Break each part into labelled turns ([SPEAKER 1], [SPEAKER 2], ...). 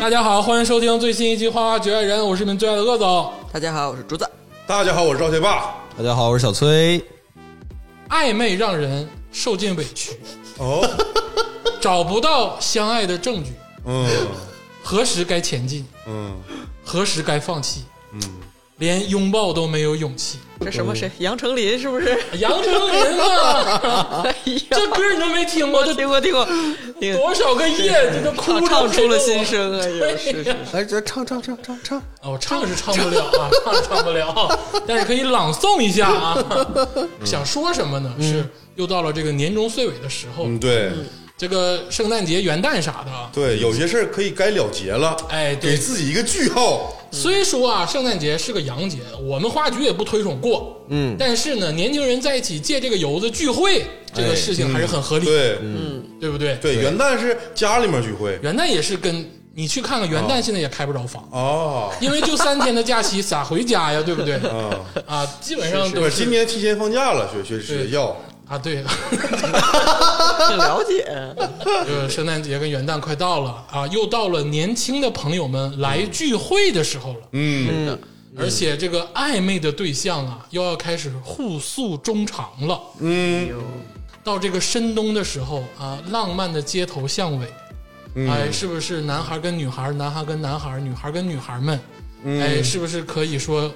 [SPEAKER 1] 大家好，欢迎收听最新一期《花花局外人》，我是你们最爱的鄂总。
[SPEAKER 2] 大家好，我是竹子。
[SPEAKER 3] 大家好，我是赵学霸。
[SPEAKER 4] 大家好，我是小崔。
[SPEAKER 1] 暧昧让人受尽委屈，
[SPEAKER 3] 哦，
[SPEAKER 1] 找不到相爱的证据，
[SPEAKER 3] 嗯
[SPEAKER 1] 何时该前进，
[SPEAKER 3] 嗯，
[SPEAKER 1] 何时该放弃？嗯，连拥抱都没有勇气。
[SPEAKER 2] 这什么谁？杨丞琳是不是？
[SPEAKER 1] 杨丞琳啊，
[SPEAKER 2] 哎呀，
[SPEAKER 1] 这歌你都没听过，这
[SPEAKER 2] 听过听过，听过
[SPEAKER 1] 多少个夜，你都哭着
[SPEAKER 2] 唱唱出了心
[SPEAKER 1] 声。
[SPEAKER 2] 声。哎呀，是是是，
[SPEAKER 4] 来，这唱唱唱唱唱，
[SPEAKER 1] 哦，唱是唱不了啊，唱是唱不了，啊但是可以朗诵一下 啊。想说什么
[SPEAKER 2] 嗯
[SPEAKER 1] 呢？是又到了这个年终岁尾的时候，
[SPEAKER 3] 嗯，对
[SPEAKER 1] 这个圣诞节、元旦啥的啊。
[SPEAKER 3] 对，有些事儿可以该了结了，
[SPEAKER 1] 哎对
[SPEAKER 3] 给自己一个句号。
[SPEAKER 1] 虽说啊，圣诞节是个洋节，我们话剧也不推崇过，嗯，但是呢，年轻人在一起借这个由子聚会这个事情还是很合理，
[SPEAKER 3] 嗯对
[SPEAKER 1] 哎对不对？
[SPEAKER 3] 对，元旦是家里面聚会
[SPEAKER 1] 元旦也是跟你去看看，元旦现在也开不着房，
[SPEAKER 3] 啊
[SPEAKER 1] 因为就三天的假期，咋回家呀？对不对？
[SPEAKER 3] 啊，
[SPEAKER 1] 啊，基本上
[SPEAKER 3] 对
[SPEAKER 1] 都
[SPEAKER 3] 吧？
[SPEAKER 1] 是
[SPEAKER 3] 今年提前放假了，学学
[SPEAKER 1] 对
[SPEAKER 3] 学校。
[SPEAKER 1] 啊，对，
[SPEAKER 2] 很了解。啊
[SPEAKER 1] 就是圣诞节跟元旦快到了啊，又到了年轻的朋友们来聚会的时候了，
[SPEAKER 3] 嗯，
[SPEAKER 1] 而且这个暧昧的对象啊，又要开始互诉衷肠了。嗯到这个深冬的时候啊，浪漫的街头巷尾，哎，是不是男孩跟女孩，男孩跟男孩，女孩跟女孩们，哎，是不是可以说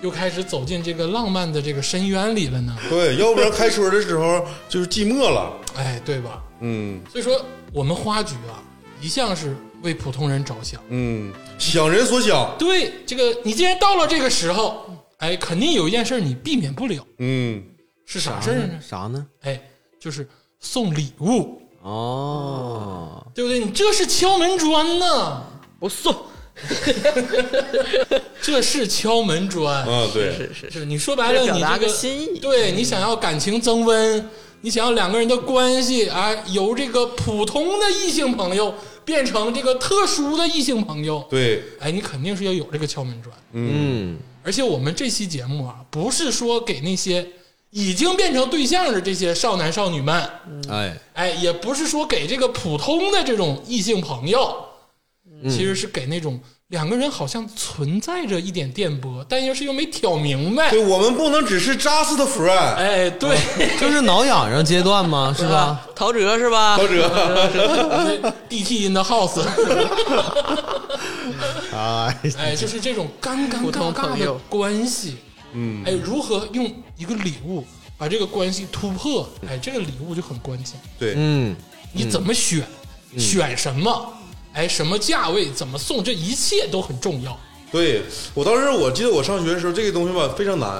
[SPEAKER 1] 又开始走进这个浪漫的这个深渊里了呢？
[SPEAKER 3] 对，要不然开春的时候就是寂寞了。
[SPEAKER 1] 哎，对吧？
[SPEAKER 3] 嗯
[SPEAKER 1] 所以说，我们花局啊，一向是为普通人着想。
[SPEAKER 3] 嗯，想人所想。
[SPEAKER 1] 对这个，你既然到了这个时候，哎，肯定有一件事儿你避免不了，
[SPEAKER 3] 嗯，
[SPEAKER 1] 是啥事儿呢？
[SPEAKER 4] 啥呢？
[SPEAKER 1] 哎，就是送礼物，
[SPEAKER 4] 哦，
[SPEAKER 1] 对不对？你这是敲门砖呢。
[SPEAKER 2] 不送，
[SPEAKER 1] 这是敲门砖，
[SPEAKER 3] 啊，对，
[SPEAKER 2] 是是是，
[SPEAKER 1] 是你说白了，
[SPEAKER 2] 嗯这
[SPEAKER 1] 你
[SPEAKER 2] 表达
[SPEAKER 1] 这
[SPEAKER 2] 个心意
[SPEAKER 1] 对你想要感情增温，你想要两个人的关系啊，由这个普通的异性朋友变成这个特殊的异性朋友，
[SPEAKER 3] 对，
[SPEAKER 1] 哎，你肯定是要有这个敲门砖。
[SPEAKER 4] 嗯，
[SPEAKER 1] 而且我们这期节目啊，不是说给那些已经变成对象的这些少男少女们，
[SPEAKER 4] 哎，
[SPEAKER 1] 哎，也不是说给这个普通的这种异性朋友，
[SPEAKER 4] 嗯
[SPEAKER 1] 其实是给那种两个人好像存在着一点电波，但又是又没挑明白
[SPEAKER 3] 对，。我们不能只是 just friend。
[SPEAKER 1] 哎，对，
[SPEAKER 4] 就是挠痒痒阶段 嘛，是吧？
[SPEAKER 2] 陶喆是吧
[SPEAKER 3] 陶？喆，
[SPEAKER 1] 嗯
[SPEAKER 4] 嗯
[SPEAKER 1] DT in the house，
[SPEAKER 4] 哎，
[SPEAKER 1] 哎，就是这种尴尴
[SPEAKER 2] 普
[SPEAKER 1] 尬
[SPEAKER 2] 通
[SPEAKER 1] 尬
[SPEAKER 2] 朋
[SPEAKER 1] 的
[SPEAKER 2] 友
[SPEAKER 1] 关系，嗯，哎，如何用一个礼物把这个关系突破？哎，这个礼物就很关键，
[SPEAKER 3] 对，
[SPEAKER 4] 嗯，
[SPEAKER 1] 你怎么选，选什么，哎，什么价位，怎么送，这一切都很重要。
[SPEAKER 3] 对我当时我记得我上学的时候，这个东西吧非常难，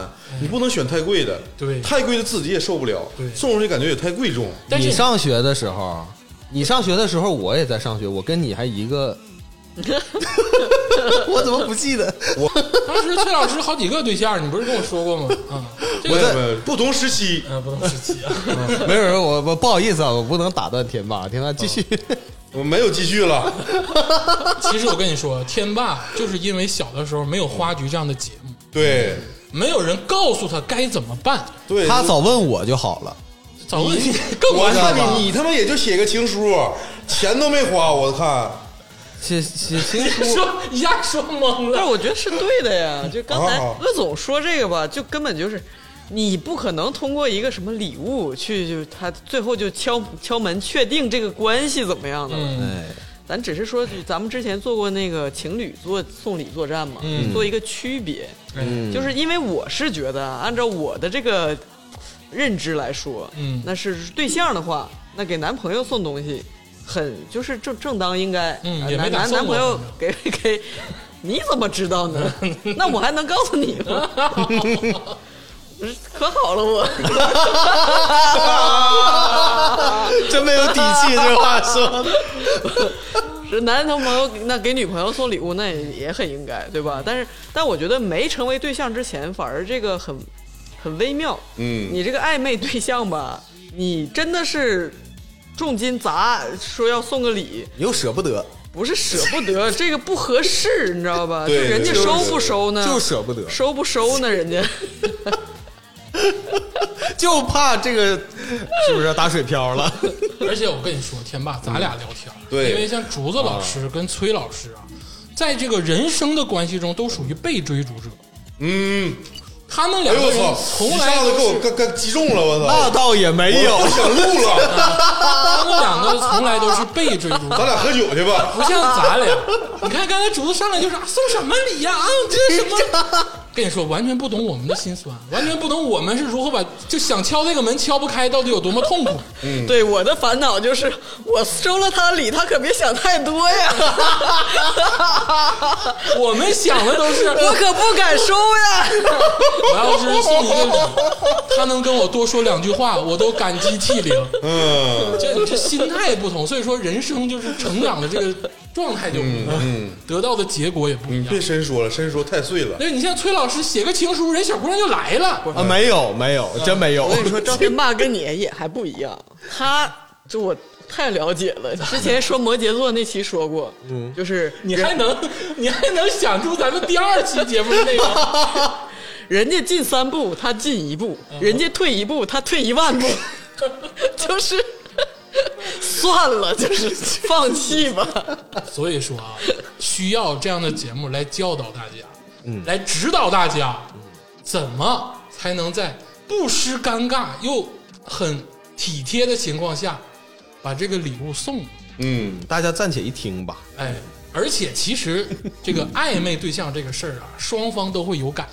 [SPEAKER 3] 你不能选太贵的，
[SPEAKER 1] 对
[SPEAKER 3] 太贵的自己也受不了
[SPEAKER 1] 对，
[SPEAKER 3] 送出去感觉也太贵重。
[SPEAKER 1] 但是
[SPEAKER 4] 你上学的时候，你上学的时候我也在上学，我跟你还一 个，我怎么不记得？
[SPEAKER 1] 当时崔老师好几个对象，你不是跟我说过 吗？啊，这
[SPEAKER 3] 我
[SPEAKER 1] 个
[SPEAKER 3] 也不同时期，
[SPEAKER 1] 呃不能时期啊，
[SPEAKER 4] 没有，没有我我不好意思啊，我不能打断天霸，天霸继续。
[SPEAKER 3] 我没有继 续了。
[SPEAKER 1] 其实我跟你说，天霸就是因为小的时候没有花局这样的节目，
[SPEAKER 3] 对
[SPEAKER 1] 没有人告诉他该怎么办，
[SPEAKER 3] 对，
[SPEAKER 4] 他早问我就好了，
[SPEAKER 1] 早问你 更
[SPEAKER 3] 我
[SPEAKER 1] 完
[SPEAKER 3] 看
[SPEAKER 1] 蛋了。
[SPEAKER 3] 你，你他妈也就写个情书，钱都没花，我看
[SPEAKER 4] 写写情书
[SPEAKER 1] 说一下说懵
[SPEAKER 2] 但
[SPEAKER 1] 了
[SPEAKER 2] 是，我觉得是对的呀。就刚才
[SPEAKER 3] 啊
[SPEAKER 2] 鄂总说这个吧，就根本就是。你不可能通过一个什么礼物去，就他最后就敲敲门确定这个关系怎么样的了。
[SPEAKER 1] 嗯，
[SPEAKER 4] 哎，
[SPEAKER 2] 咱只是说，咱们之前做过那个情侣做送礼作战嘛，
[SPEAKER 1] 嗯
[SPEAKER 2] 做一个区别，就是因为我是觉得啊，按照我的这个认知来说，
[SPEAKER 1] 嗯
[SPEAKER 2] 那是对象的话，那给男朋友送东西，很就是正正当应该，
[SPEAKER 1] 嗯
[SPEAKER 2] 啊
[SPEAKER 1] 也没
[SPEAKER 2] 男
[SPEAKER 1] 敢
[SPEAKER 2] 男
[SPEAKER 1] 送
[SPEAKER 2] 男朋友
[SPEAKER 1] 我
[SPEAKER 2] 给 给，你怎么知道 呢？那我还能告诉你吗？ 可好了我，
[SPEAKER 4] 真没有底气，这话说的。
[SPEAKER 2] 是男同朋友那给女朋友送礼物，那也也很应该，对吧？
[SPEAKER 3] 嗯
[SPEAKER 2] 但是，但我觉得没成为对象之前，反而这个很很微妙。
[SPEAKER 3] 嗯
[SPEAKER 2] 你这个暧昧对象吧，你真的是重金砸说要送个礼，
[SPEAKER 4] 你又舍不得，
[SPEAKER 2] 不是舍不 得，这个不合适，你知道吧？就
[SPEAKER 3] 对
[SPEAKER 2] 人家
[SPEAKER 3] 就是
[SPEAKER 2] 收不收呢？
[SPEAKER 4] 就舍不得，
[SPEAKER 2] 收不收呢？人 家
[SPEAKER 4] 就怕这个是不是打水漂 了？
[SPEAKER 1] 而且我跟你说，天霸，咱俩聊天，
[SPEAKER 3] 对
[SPEAKER 1] 因为像竹子老师跟崔老师啊，在这个人生的关系中都属于被追逐者。
[SPEAKER 3] 嗯，
[SPEAKER 1] 他们
[SPEAKER 3] 哎
[SPEAKER 1] 两
[SPEAKER 3] 呦
[SPEAKER 1] 个
[SPEAKER 3] 我
[SPEAKER 1] 人
[SPEAKER 3] 操，
[SPEAKER 1] 从
[SPEAKER 3] 一
[SPEAKER 1] 来
[SPEAKER 3] 下
[SPEAKER 1] 都
[SPEAKER 3] 子给我
[SPEAKER 1] 是，
[SPEAKER 3] 干干击中了，我操！哎
[SPEAKER 4] 倒也没
[SPEAKER 3] 我不想录 了，
[SPEAKER 1] 他们两个从来都是被追逐者
[SPEAKER 3] 咱。俩喝酒去吧。
[SPEAKER 1] 不像咱俩。你看刚才竹子上来就是、啊、送什么礼呀、啊？这 是什么？跟你说，完全不懂我们的心酸，完全不懂我们是如何把就想敲那个门敲不开，到底有多么痛苦。
[SPEAKER 3] 嗯
[SPEAKER 2] 对我的烦恼就是，我收了他礼，他可别想太多呀，
[SPEAKER 1] 我们想的都是，
[SPEAKER 2] 我可不敢收呀。
[SPEAKER 1] 我要是送一个礼，他能跟我多说两句话，我都感激涕零。
[SPEAKER 3] 嗯
[SPEAKER 1] 这这心态不同，所以说人生就是成长的这个状态就不一样，
[SPEAKER 3] 嗯，
[SPEAKER 1] 得到的结果也不一
[SPEAKER 3] 你
[SPEAKER 1] 样
[SPEAKER 3] 别。深说了，深说太碎了。
[SPEAKER 1] 那你像崔老师写个情书，人小姑娘就来了。
[SPEAKER 4] 啊，没有没有，真没有
[SPEAKER 2] 我。跟你说，赵天霸跟你也还不一样， 他就我太了解了。之前说摩羯座那期说过，嗯，就是
[SPEAKER 1] 你还能，你还能想出咱们第二期节目的内容？
[SPEAKER 2] 人家进三步，他进一步；人家退一步，他退一万步，就是。算了，就是放弃吧。
[SPEAKER 1] 所以说啊，需要这样的节目来教导大家，来指导大家，怎么才能在不失尴尬又很体贴的情况下，把这个礼物送。
[SPEAKER 3] 嗯，
[SPEAKER 4] 大家暂且一听吧。
[SPEAKER 1] 哎，而且其实这个暧昧对象这个事儿啊，双方都会有感。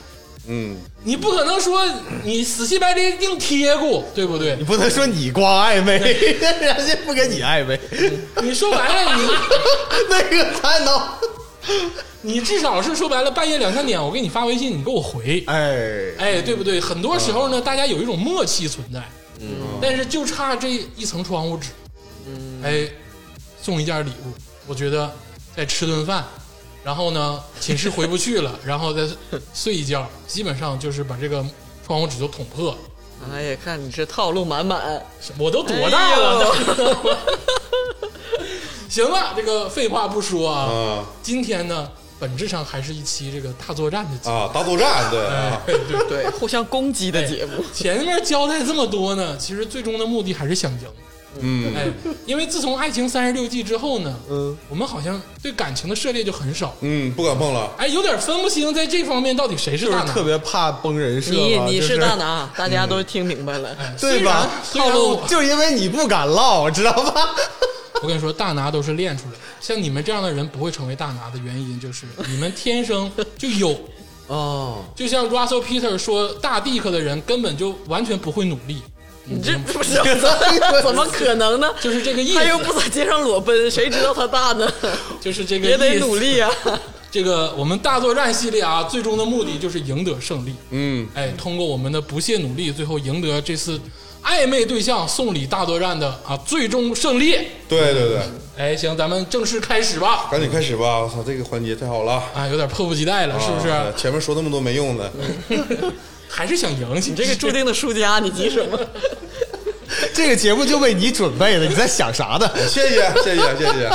[SPEAKER 3] 嗯，
[SPEAKER 1] 你不可能说你死乞白赖硬贴过，对不对
[SPEAKER 4] 你？不能说你光暧 昧，人家不跟你暧昧，
[SPEAKER 1] 你说白了，你
[SPEAKER 4] 那个太闹。
[SPEAKER 1] 你至少是说白了，半夜两三点我给你发微信，你给我回，
[SPEAKER 4] 哎，
[SPEAKER 1] 哎，对不对？很多时候呢，大家有一种默契存在，嗯，但是就差这一层窗户纸，嗯，哎，送一件礼物，我觉得再吃顿饭，然后呢，寝室回不去 了，然后再睡一觉，基本上就是把这个窗户纸都捅破了。
[SPEAKER 2] 哎呀，看你这套路满满，
[SPEAKER 1] 我都多大了？
[SPEAKER 2] 哎呦
[SPEAKER 1] 哎 行了，这个废话不说啊，
[SPEAKER 3] 啊
[SPEAKER 1] 今天呢，本质上还是一期这个大作战的节目。
[SPEAKER 3] 啊，打作战对
[SPEAKER 1] 哎
[SPEAKER 3] 啊，，
[SPEAKER 1] 对对
[SPEAKER 2] 对，互相攻击的节目。
[SPEAKER 1] 前面交代这么多呢， 其实最终的目的还是想赢。
[SPEAKER 3] 嗯
[SPEAKER 1] 哎，因为自从《爱情三十六计》之后呢，
[SPEAKER 4] 嗯，
[SPEAKER 1] 我们好像对感情的涉猎就很少，
[SPEAKER 3] 嗯，不敢碰了。
[SPEAKER 1] 哎，有点分不清在这方面到底谁是
[SPEAKER 4] 就是
[SPEAKER 1] 大拿。
[SPEAKER 4] 特别怕崩人设吧。
[SPEAKER 2] 你你
[SPEAKER 4] 就是
[SPEAKER 2] 大，拿，大家都听明白了。
[SPEAKER 1] 虽
[SPEAKER 4] 对吧？
[SPEAKER 1] 然虽然我
[SPEAKER 4] 就是因为你不敢唠，知道吧？
[SPEAKER 1] 我跟你说，大拿都是练出来的，像你们这样的人不会成为大拿的原因就是你们天 生就有。
[SPEAKER 4] 哦，
[SPEAKER 1] 就像 Russell Peter 说，大 Dick 的人根本就完全不会努力，
[SPEAKER 2] 你这不 是怎么可能呢？
[SPEAKER 1] 就是这个意思
[SPEAKER 2] 他。又不在街上裸奔，谁知道他大 呢？
[SPEAKER 1] 就是这个
[SPEAKER 2] 也得
[SPEAKER 1] 意思
[SPEAKER 2] 努。力啊！
[SPEAKER 1] 这个我们大作战系列啊，最终的目的就是赢得胜利。
[SPEAKER 3] 嗯，
[SPEAKER 1] 哎，通过我们的不懈努力，最后赢得这次暧昧对象送礼大作战的啊最终胜利。
[SPEAKER 3] 对对对，
[SPEAKER 1] 哎，行，咱们正式开始吧。
[SPEAKER 3] 赶紧开始吧！我操，这个环节太好了，
[SPEAKER 1] 啊，有点迫不及待了，是不是？
[SPEAKER 3] 啊前面说那么多没用的，
[SPEAKER 1] 还是想赢去？
[SPEAKER 2] 你这个注定的输家，你急什 么？
[SPEAKER 4] 这个节目就为你准备的，你在想啥呢？
[SPEAKER 3] 谢谢谢谢谢谢。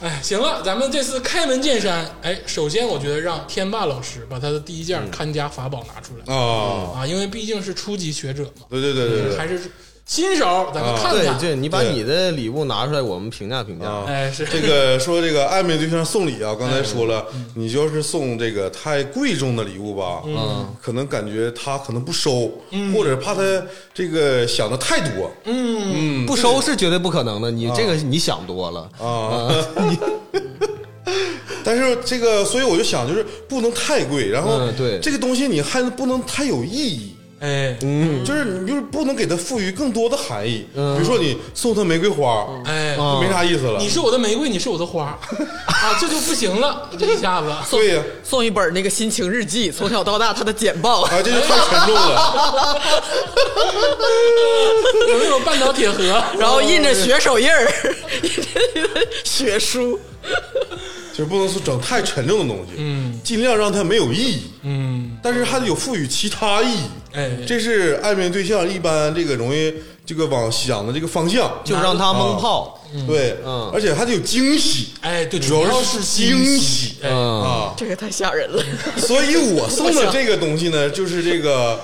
[SPEAKER 1] 哎，行了，咱们这次开门见山。哎，首先我觉得让天霸老师把他的第一
[SPEAKER 3] 嗯
[SPEAKER 1] 件看家法宝拿出来、
[SPEAKER 3] 啊，
[SPEAKER 1] 啊，因为毕竟是初级学者嘛，
[SPEAKER 3] 对对对对
[SPEAKER 1] 还
[SPEAKER 3] 对，
[SPEAKER 1] 是新手，咱们
[SPEAKER 3] 啊
[SPEAKER 1] 看
[SPEAKER 4] 对哦
[SPEAKER 1] 看。，
[SPEAKER 4] 这你把
[SPEAKER 3] 对
[SPEAKER 4] 你的礼物拿出来，我们评价评价。
[SPEAKER 3] 啊，
[SPEAKER 1] 哎，是
[SPEAKER 3] 这个说这个暧昧对象送礼啊，刚才说了，你就要是送这个太贵重的礼物吧，嗯，可能感觉他可能不收，或者怕他这个想的太多，
[SPEAKER 4] 嗯不收是绝对不可能的，你这个你想多了。
[SPEAKER 3] 啊， 但是这个，所以我就想，就是不能太贵，然后
[SPEAKER 4] 嗯对
[SPEAKER 3] 这个东西你还不能太有意义，
[SPEAKER 1] 哎
[SPEAKER 3] 嗯就是你就是不能给它赋予更多的含义，比如说你送他玫瑰花，
[SPEAKER 1] 哎，
[SPEAKER 3] 就没啥意思了
[SPEAKER 1] 你，是我的玫瑰，你是我的花啊，这就不行了，这一下子。
[SPEAKER 3] 对呀，
[SPEAKER 2] 送一本那个心情日记，从小到大他的简 报。
[SPEAKER 3] 啊，这就太沉重了，
[SPEAKER 1] 有没有半岛铁盒？
[SPEAKER 2] 然后印着血手印儿， 血书，
[SPEAKER 3] 就是不能说整太沉重的东西，嗯，尽量让它没有意义，
[SPEAKER 1] 嗯，
[SPEAKER 3] 但是还得有赋予其他意义，
[SPEAKER 1] 哎
[SPEAKER 3] 这是暧昧对象一般这个容易这个往想的这个方向，
[SPEAKER 4] 就让他蒙泡。
[SPEAKER 3] 对，
[SPEAKER 4] 嗯
[SPEAKER 3] 而且还得有惊喜，
[SPEAKER 1] 哎，对，
[SPEAKER 3] 主要
[SPEAKER 1] 是
[SPEAKER 3] 惊
[SPEAKER 1] 喜
[SPEAKER 3] 喜，
[SPEAKER 1] 哎，
[SPEAKER 4] 嗯，
[SPEAKER 3] 啊，
[SPEAKER 2] 这个太吓人了。
[SPEAKER 3] 所以我送的这个东西呢，就是这个。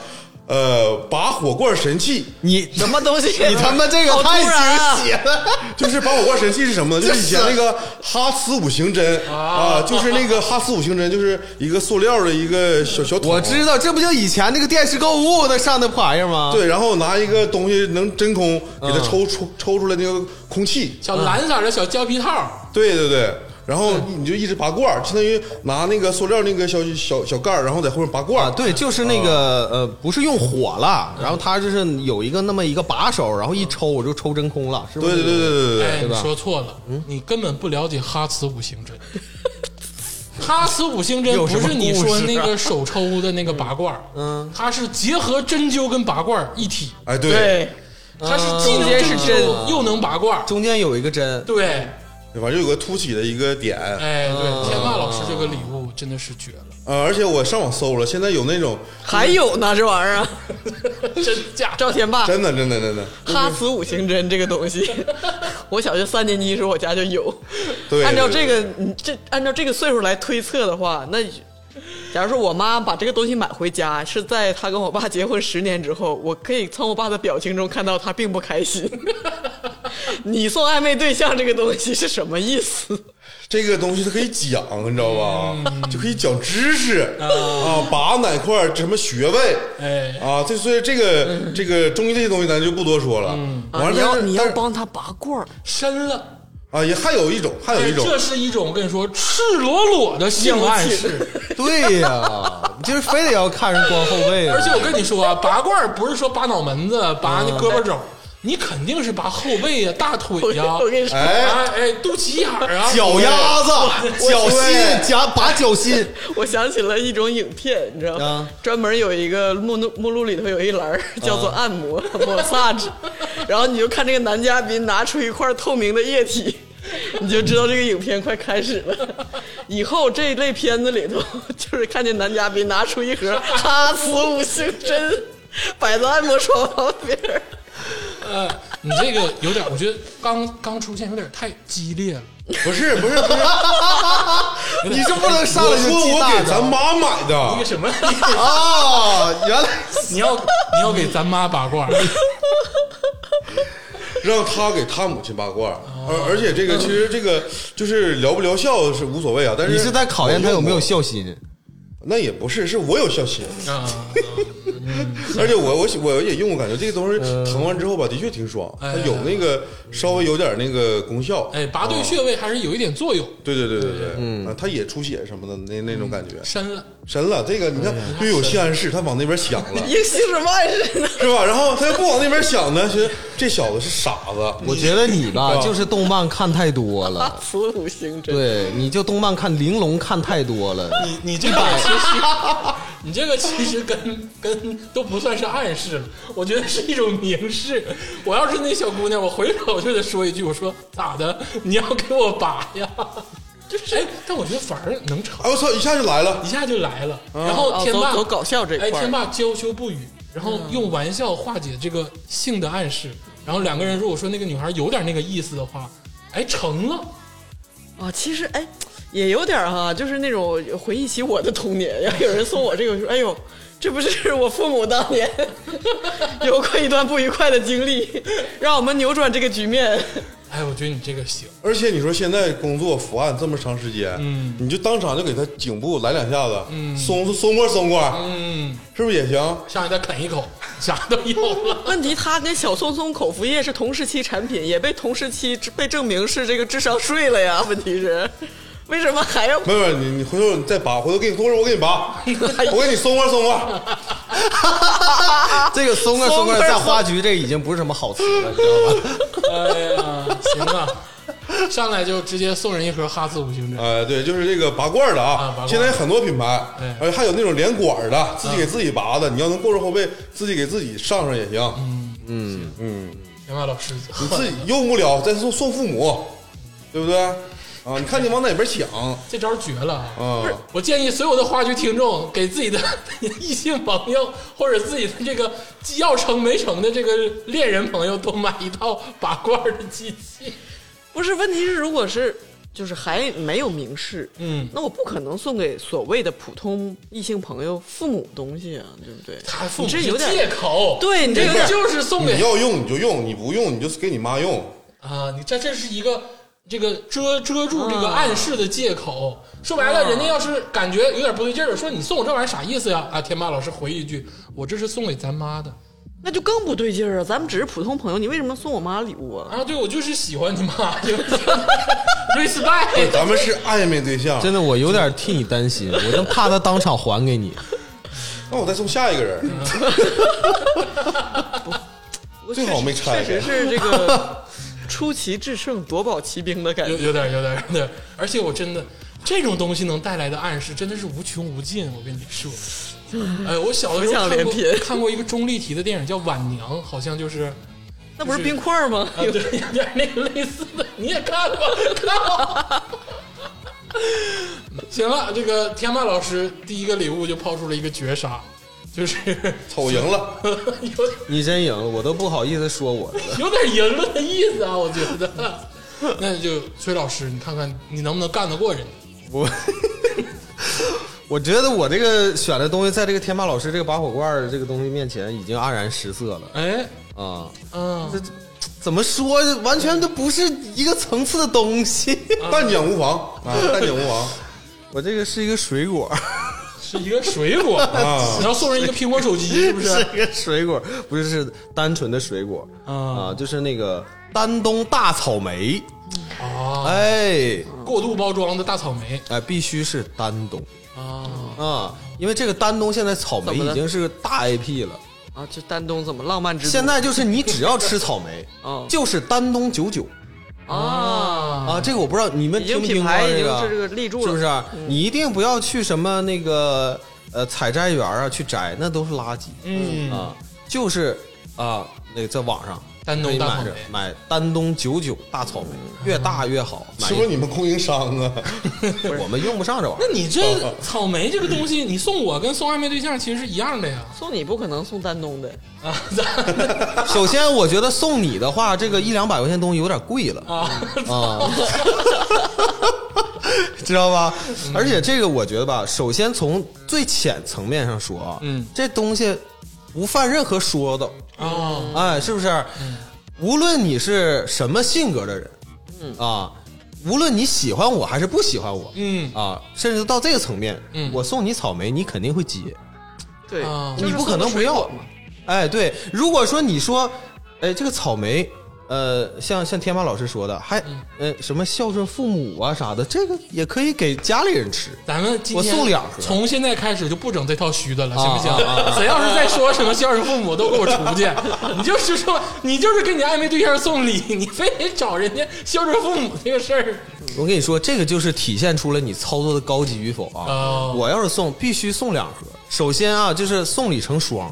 [SPEAKER 3] 呃，拔火罐神器，
[SPEAKER 4] 你
[SPEAKER 2] 什么东西？
[SPEAKER 4] 你他妈这个
[SPEAKER 2] 好突
[SPEAKER 4] 太
[SPEAKER 2] 然啊
[SPEAKER 4] 鸡血了！
[SPEAKER 3] 就是拔火罐神器是什么呢？就是以前那个哈斯五行针啊，就是那个哈斯五行针，就是一个塑料的一个小小桶，
[SPEAKER 4] 我知道，这不就以前那个电视购物那上那破玩意儿吗？，
[SPEAKER 3] 对，然后拿一个东西能真空给它抽出、抽出来那个空气，
[SPEAKER 1] 小蓝色的小胶皮套，
[SPEAKER 3] 对对对，然后你就一直拔罐儿，相当于拿那个塑料那个小小小盖儿，然后在后面拔罐儿。
[SPEAKER 4] 啊，对，就是那个呃，不是用火了，然后它就是有一个那么一个把手，然后一抽我就抽真空了，是不
[SPEAKER 3] 对
[SPEAKER 4] 是？
[SPEAKER 3] 对对对对嗯对
[SPEAKER 1] 哎，
[SPEAKER 4] 对
[SPEAKER 1] 你
[SPEAKER 4] 吧
[SPEAKER 1] 说错了，你根本不了解哈茨五行针。哈茨五行针
[SPEAKER 4] 有
[SPEAKER 1] 不
[SPEAKER 4] 什么
[SPEAKER 1] 是你说
[SPEAKER 4] 故事啊
[SPEAKER 1] 那个手抽的那个拔罐嗯，它是结合针灸跟拔罐儿一体，
[SPEAKER 3] 哎对，
[SPEAKER 2] 对，
[SPEAKER 1] 它是既
[SPEAKER 2] 中
[SPEAKER 1] 能
[SPEAKER 2] 间是针
[SPEAKER 1] 灸又能拔罐儿
[SPEAKER 4] 中间有一个针，
[SPEAKER 1] 对，
[SPEAKER 3] 反正有个凸起的一个点，
[SPEAKER 1] 哎，对，天霸老师这个礼物真的是绝 了，
[SPEAKER 3] 呃，而且我上网搜了，现在有那种
[SPEAKER 2] 还有呢，这玩意儿啊，
[SPEAKER 1] 真假？
[SPEAKER 2] 赵天霸，
[SPEAKER 3] 真的真的真的，
[SPEAKER 2] 哈斯五行针这个东 西，我小学三年级时候我家就有。
[SPEAKER 3] 对
[SPEAKER 2] 按照这
[SPEAKER 3] 对
[SPEAKER 2] 个，你这按照这个岁数来推测的话，那假如说我妈把这个东西买回家，是在她跟我爸结婚十年之后，我可以从我爸的表情中看到他并不开 心。你送暧昧对象这个东西是什么意思？
[SPEAKER 3] 这个东西它可以讲，你知道吧？
[SPEAKER 4] 嗯
[SPEAKER 3] 就可以讲知识啊，拔哪块儿什么穴位，
[SPEAKER 1] 哎
[SPEAKER 3] 啊，这所以这
[SPEAKER 4] 嗯
[SPEAKER 3] 个这个中医这些东西咱就不多说了。
[SPEAKER 2] 啊
[SPEAKER 3] 完
[SPEAKER 2] 你
[SPEAKER 3] 了，但
[SPEAKER 2] 要
[SPEAKER 3] 是
[SPEAKER 2] 你
[SPEAKER 3] 但
[SPEAKER 2] 要
[SPEAKER 3] 是
[SPEAKER 2] 帮他拔罐儿，
[SPEAKER 1] 深了。哎
[SPEAKER 3] 啊，也还有一种，
[SPEAKER 4] 哎
[SPEAKER 3] 还有一种，
[SPEAKER 1] 这是一种我跟你说赤裸裸的性暗示。
[SPEAKER 4] 对呀、就是非得要看人光后背啊，
[SPEAKER 1] 而且我跟你说啊，拔罐儿不是说拔脑门子、拔那胳膊肘，你肯定是拔后背呀、大腿呀、
[SPEAKER 2] 我跟你说，
[SPEAKER 1] 哎
[SPEAKER 3] 哎，
[SPEAKER 1] 哎肚脐眼儿啊，
[SPEAKER 4] 脚丫子、脚心、
[SPEAKER 3] 对
[SPEAKER 4] 夹拔脚心，
[SPEAKER 2] 我想起了一种影片，你知道吗？
[SPEAKER 4] 啊
[SPEAKER 2] 专门有一个目录目录里头有一栏儿叫做按摩 massage，然后你就看这个男嘉宾拿出一块透明的液体，你就知道这个影片快开始了。以后这类片子里头，就是看见男嘉宾拿出一盒哈斯五星针，摆在按摩床旁边儿。
[SPEAKER 1] 呃，你这个有点，我觉得刚刚出现有点太激烈了。
[SPEAKER 3] 不是不是 不是，
[SPEAKER 4] 你这不能上
[SPEAKER 3] 我
[SPEAKER 4] 来就
[SPEAKER 3] 说
[SPEAKER 4] 记
[SPEAKER 3] 我
[SPEAKER 4] 大
[SPEAKER 3] 给咱
[SPEAKER 4] 的
[SPEAKER 3] 妈买
[SPEAKER 1] 一
[SPEAKER 3] 的
[SPEAKER 1] 个，什么？
[SPEAKER 4] 啊！原来
[SPEAKER 1] 你要你要给咱妈拔罐儿，
[SPEAKER 3] 让她给她母亲拔罐儿，
[SPEAKER 4] 哦
[SPEAKER 3] 而而且这个其实这个就是疗不疗效是无所谓啊，但是
[SPEAKER 4] 嗯你是在考验他有没有孝心，
[SPEAKER 3] 那也不是，是我有孝心，
[SPEAKER 1] 啊，
[SPEAKER 3] 而且我我我也用过，感觉这个东西疼完之后吧，的确挺爽，它有那个稍微有点那个功效，
[SPEAKER 1] 哎，拔对
[SPEAKER 3] 啊，
[SPEAKER 1] 穴位还是有一点作用，
[SPEAKER 3] 对对对对对，嗯，它也出血什么的那那种感觉，
[SPEAKER 1] 深了。
[SPEAKER 3] 神了，这个你看又有性暗示，他往那边想了，
[SPEAKER 2] 你吸什么暗示呢？
[SPEAKER 3] 是吧？然后他又不往那边想呢，觉得这小子是傻子。
[SPEAKER 4] 我觉得你吧，
[SPEAKER 3] 嗯
[SPEAKER 4] 就是动漫看太多
[SPEAKER 2] 哈
[SPEAKER 4] 了。
[SPEAKER 2] 斯五星针，
[SPEAKER 4] 对，你就动漫看《玲珑》看太多了，
[SPEAKER 1] 你你这个其实， 你这个其实跟跟都不算是暗示了，我觉得是一种明示。我要是那小姑娘，我回手就得说一句，我说咋的？你要给我拔呀？就是，哎，但我觉得反而能成，
[SPEAKER 3] 哎我操，一下就来了
[SPEAKER 1] 一，下就来了。然后
[SPEAKER 2] 哦
[SPEAKER 1] 天
[SPEAKER 2] 走
[SPEAKER 1] 霸
[SPEAKER 2] 走搞笑这一
[SPEAKER 1] 哎，
[SPEAKER 2] 块儿啊嗯
[SPEAKER 1] 天霸娇羞不语，然后用玩笑化解这个性的暗示。然后两个人如果说那个女孩有点那个意思的话，哎，成了。
[SPEAKER 2] 啊，其实哎，也有点儿哈，就是那种回忆起我的童年，要有人送我这个，我说哎呦，这不是我父母当年有过一段不愉快的经历，让我们扭转这个局面。
[SPEAKER 1] 哎，我觉得你这个行，
[SPEAKER 3] 而且你说现在工作伏案这么长时间，嗯，你就当场就给他颈部来两下子，嗯，松松快松快，
[SPEAKER 1] 嗯，
[SPEAKER 3] 是不是也行？
[SPEAKER 1] 上去再啃一口，啥都有了。
[SPEAKER 2] 问题他跟小松松口服液是同时期产品，也被同时期被证明是这个智商税了呀。问题是，为什么还要
[SPEAKER 3] 没有，你你回头你再拔，回头给你，回头我给你 拔，我给你松快松快。
[SPEAKER 4] 这个松快松快在花局，这已经不是什么好词了，你知道吧？
[SPEAKER 1] 哎呀，行啊，上来就直接送人一盒哈兹五行针，
[SPEAKER 3] 呃，对，就是这个拔罐儿的
[SPEAKER 1] 啊拔
[SPEAKER 3] 啊，
[SPEAKER 1] 罐儿嗯
[SPEAKER 3] 现在有很多品牌
[SPEAKER 1] 哎，
[SPEAKER 3] 而且还有那种连管儿的，自己给自己拔的，你要能够着后背，自己给自己上上也行，
[SPEAKER 1] 嗯天啊霸老师
[SPEAKER 3] 你
[SPEAKER 1] 很
[SPEAKER 3] 自己用不了，再送送父母，对不对？啊，你看你往哪边想
[SPEAKER 1] 这招绝了啊！
[SPEAKER 3] 啊？
[SPEAKER 1] 我建议所有的花局听众给自己的 异性朋友或者自己的这个要成没成的这个恋人朋友都买一套拔罐儿的机器。
[SPEAKER 2] 不是，问题是，如果是就是还没有明示，
[SPEAKER 1] 嗯
[SPEAKER 2] 那我不可能送给所谓的普通异性朋友父母东西啊，对不对？
[SPEAKER 1] 他父母
[SPEAKER 2] 你这
[SPEAKER 1] 是
[SPEAKER 2] 有点
[SPEAKER 1] 借口，
[SPEAKER 2] 对你这有点
[SPEAKER 1] 就是送
[SPEAKER 3] 你
[SPEAKER 1] 给
[SPEAKER 3] 要用你就用，你不用你就给你妈用。
[SPEAKER 1] 啊，你这这是一个这个遮遮住这个
[SPEAKER 2] 啊
[SPEAKER 1] 暗示的借口。说白了，人家要是感觉有点不对劲儿，说你送我这玩意儿啥意思呀？啊，天霸老师回一句，我这是送给咱妈的
[SPEAKER 2] 那就更不对劲儿啊！咱们只是普通朋友，你为什么送我妈礼物啊？
[SPEAKER 1] 啊，对我就是喜欢你妈 就是，respect。
[SPEAKER 3] 咱们是暧昧对象，
[SPEAKER 4] 真的，我有点替你担心，我真怕他当场还给你。
[SPEAKER 3] 那我再送下一个人，
[SPEAKER 1] 嗯
[SPEAKER 2] 我
[SPEAKER 3] 最
[SPEAKER 2] 确
[SPEAKER 3] 好
[SPEAKER 2] 实
[SPEAKER 3] 没拆
[SPEAKER 2] 确实是这个出奇制胜、夺宝奇兵的感
[SPEAKER 1] 有
[SPEAKER 2] 觉。
[SPEAKER 1] 有点有点有点，而且我真的这种东西能带来的暗示真的是无穷无尽，我跟你 说。哎，我小的时候
[SPEAKER 2] 不想
[SPEAKER 1] 看
[SPEAKER 2] 连
[SPEAKER 1] 过
[SPEAKER 2] 篇
[SPEAKER 1] 看过一个钟丽缇的电影叫《晚娘》，好像就是
[SPEAKER 2] 那不是冰块吗？
[SPEAKER 1] 啊，对，有点那个类似的，你也看了吧？看了。 行了，这个天霸老师第一个礼物就抛出了一个绝杀，就是
[SPEAKER 3] 操，我赢了，
[SPEAKER 1] 有
[SPEAKER 4] 你真赢了，我都不好意思说我了。
[SPEAKER 1] 有点赢了的意思啊，我觉得。那就崔老师，你看看你能不能干得过人家？
[SPEAKER 4] 我 我觉得我这个选的东西，在这个天霸老师这个拔火罐儿这个东西面前，已经黯然失色了
[SPEAKER 1] 哎，
[SPEAKER 4] 啊！
[SPEAKER 1] 嗯，
[SPEAKER 4] 这这怎么说，完全都不是一个层次的东西。
[SPEAKER 1] 嗯
[SPEAKER 3] 淡讲无妨啊，淡讲无 妨
[SPEAKER 4] 我这个是一个水果，
[SPEAKER 1] 是一个水果，你要送人一个苹果手机，是啊不是？
[SPEAKER 4] 是一个水果，不是是单纯的水果
[SPEAKER 1] 啊
[SPEAKER 4] 啊，就是那个丹东大草莓，
[SPEAKER 1] 啊，
[SPEAKER 4] 哎
[SPEAKER 1] 过度包装的大草莓
[SPEAKER 4] 哎，必须是丹东
[SPEAKER 1] 啊，
[SPEAKER 4] 啊，因为这个丹东现在草莓
[SPEAKER 2] 怎么了
[SPEAKER 4] 已经是个大 IP 了。
[SPEAKER 2] 啊，就丹东怎么浪漫之都
[SPEAKER 4] 现在就是你只要吃 草莓
[SPEAKER 2] 哦，
[SPEAKER 4] 就是丹东九九
[SPEAKER 2] 啊，
[SPEAKER 4] 啊，这个我不知道你们
[SPEAKER 2] 已经
[SPEAKER 4] 听没
[SPEAKER 2] 品
[SPEAKER 4] 听过
[SPEAKER 2] 牌已
[SPEAKER 4] 这
[SPEAKER 2] 经
[SPEAKER 4] 个，
[SPEAKER 2] 是这个立住了，嗯
[SPEAKER 4] 是不是？啊你一定不要去什么那个呃采摘园啊去摘，那都是垃圾。
[SPEAKER 1] 嗯
[SPEAKER 4] 啊，就是啊，那个在网上
[SPEAKER 1] 丹东
[SPEAKER 4] 可以
[SPEAKER 1] 大草
[SPEAKER 4] 买
[SPEAKER 1] 莓
[SPEAKER 4] 着买丹东九九大草莓，越大越好。买
[SPEAKER 3] 是不是你们供应商啊？
[SPEAKER 4] 我们用不上这玩意
[SPEAKER 1] 那
[SPEAKER 4] 儿。
[SPEAKER 1] 你
[SPEAKER 4] 哦
[SPEAKER 1] 这草莓这个东西，你送我跟送暧昧对象其实是一样的呀。
[SPEAKER 2] 送你不可能送丹东的，
[SPEAKER 1] 啊，咱
[SPEAKER 4] 首先，我觉得送你的话，这个一两百块钱东西有点贵 了
[SPEAKER 1] 啊，
[SPEAKER 4] 啊， 知道吧？而且这个我觉得吧，首先从最浅层面上说啊，
[SPEAKER 1] 嗯
[SPEAKER 4] 这东西不犯任何说道，
[SPEAKER 1] 啊，
[SPEAKER 4] 哎，是不是？无论你是什么性格的人，啊，无论你喜欢我还是不喜欢我，
[SPEAKER 1] 嗯
[SPEAKER 4] 啊，甚至到这个层面，
[SPEAKER 1] 嗯
[SPEAKER 4] 我送你草莓，你肯定会接，
[SPEAKER 2] 对，
[SPEAKER 1] 啊
[SPEAKER 2] 哦就是
[SPEAKER 4] 你不可能
[SPEAKER 2] 送
[SPEAKER 4] 不
[SPEAKER 2] 个水
[SPEAKER 4] 要
[SPEAKER 2] 果嘛。
[SPEAKER 4] 哎，对，如果说你说，哎，这个草莓，呃，像像天霸老师说的，还
[SPEAKER 2] 嗯
[SPEAKER 4] 呃什么孝顺父母啊啥的，这个也可以给家里人吃。
[SPEAKER 1] 咱们今天
[SPEAKER 4] 我送两盒
[SPEAKER 1] 从现在开始就不整这套虚的了，行不行？
[SPEAKER 4] 啊啊
[SPEAKER 1] 谁要是再说什么孝顺父母，都给我出去！ 你就是说，你就是跟你暧昧对象送礼，你非得找人家孝顺父母这个事儿
[SPEAKER 4] 我跟你说，这个就是体现出了你操作的高级与否啊！
[SPEAKER 1] 哦
[SPEAKER 4] 我要是送，必须送两盒。首先啊，就是送礼成双。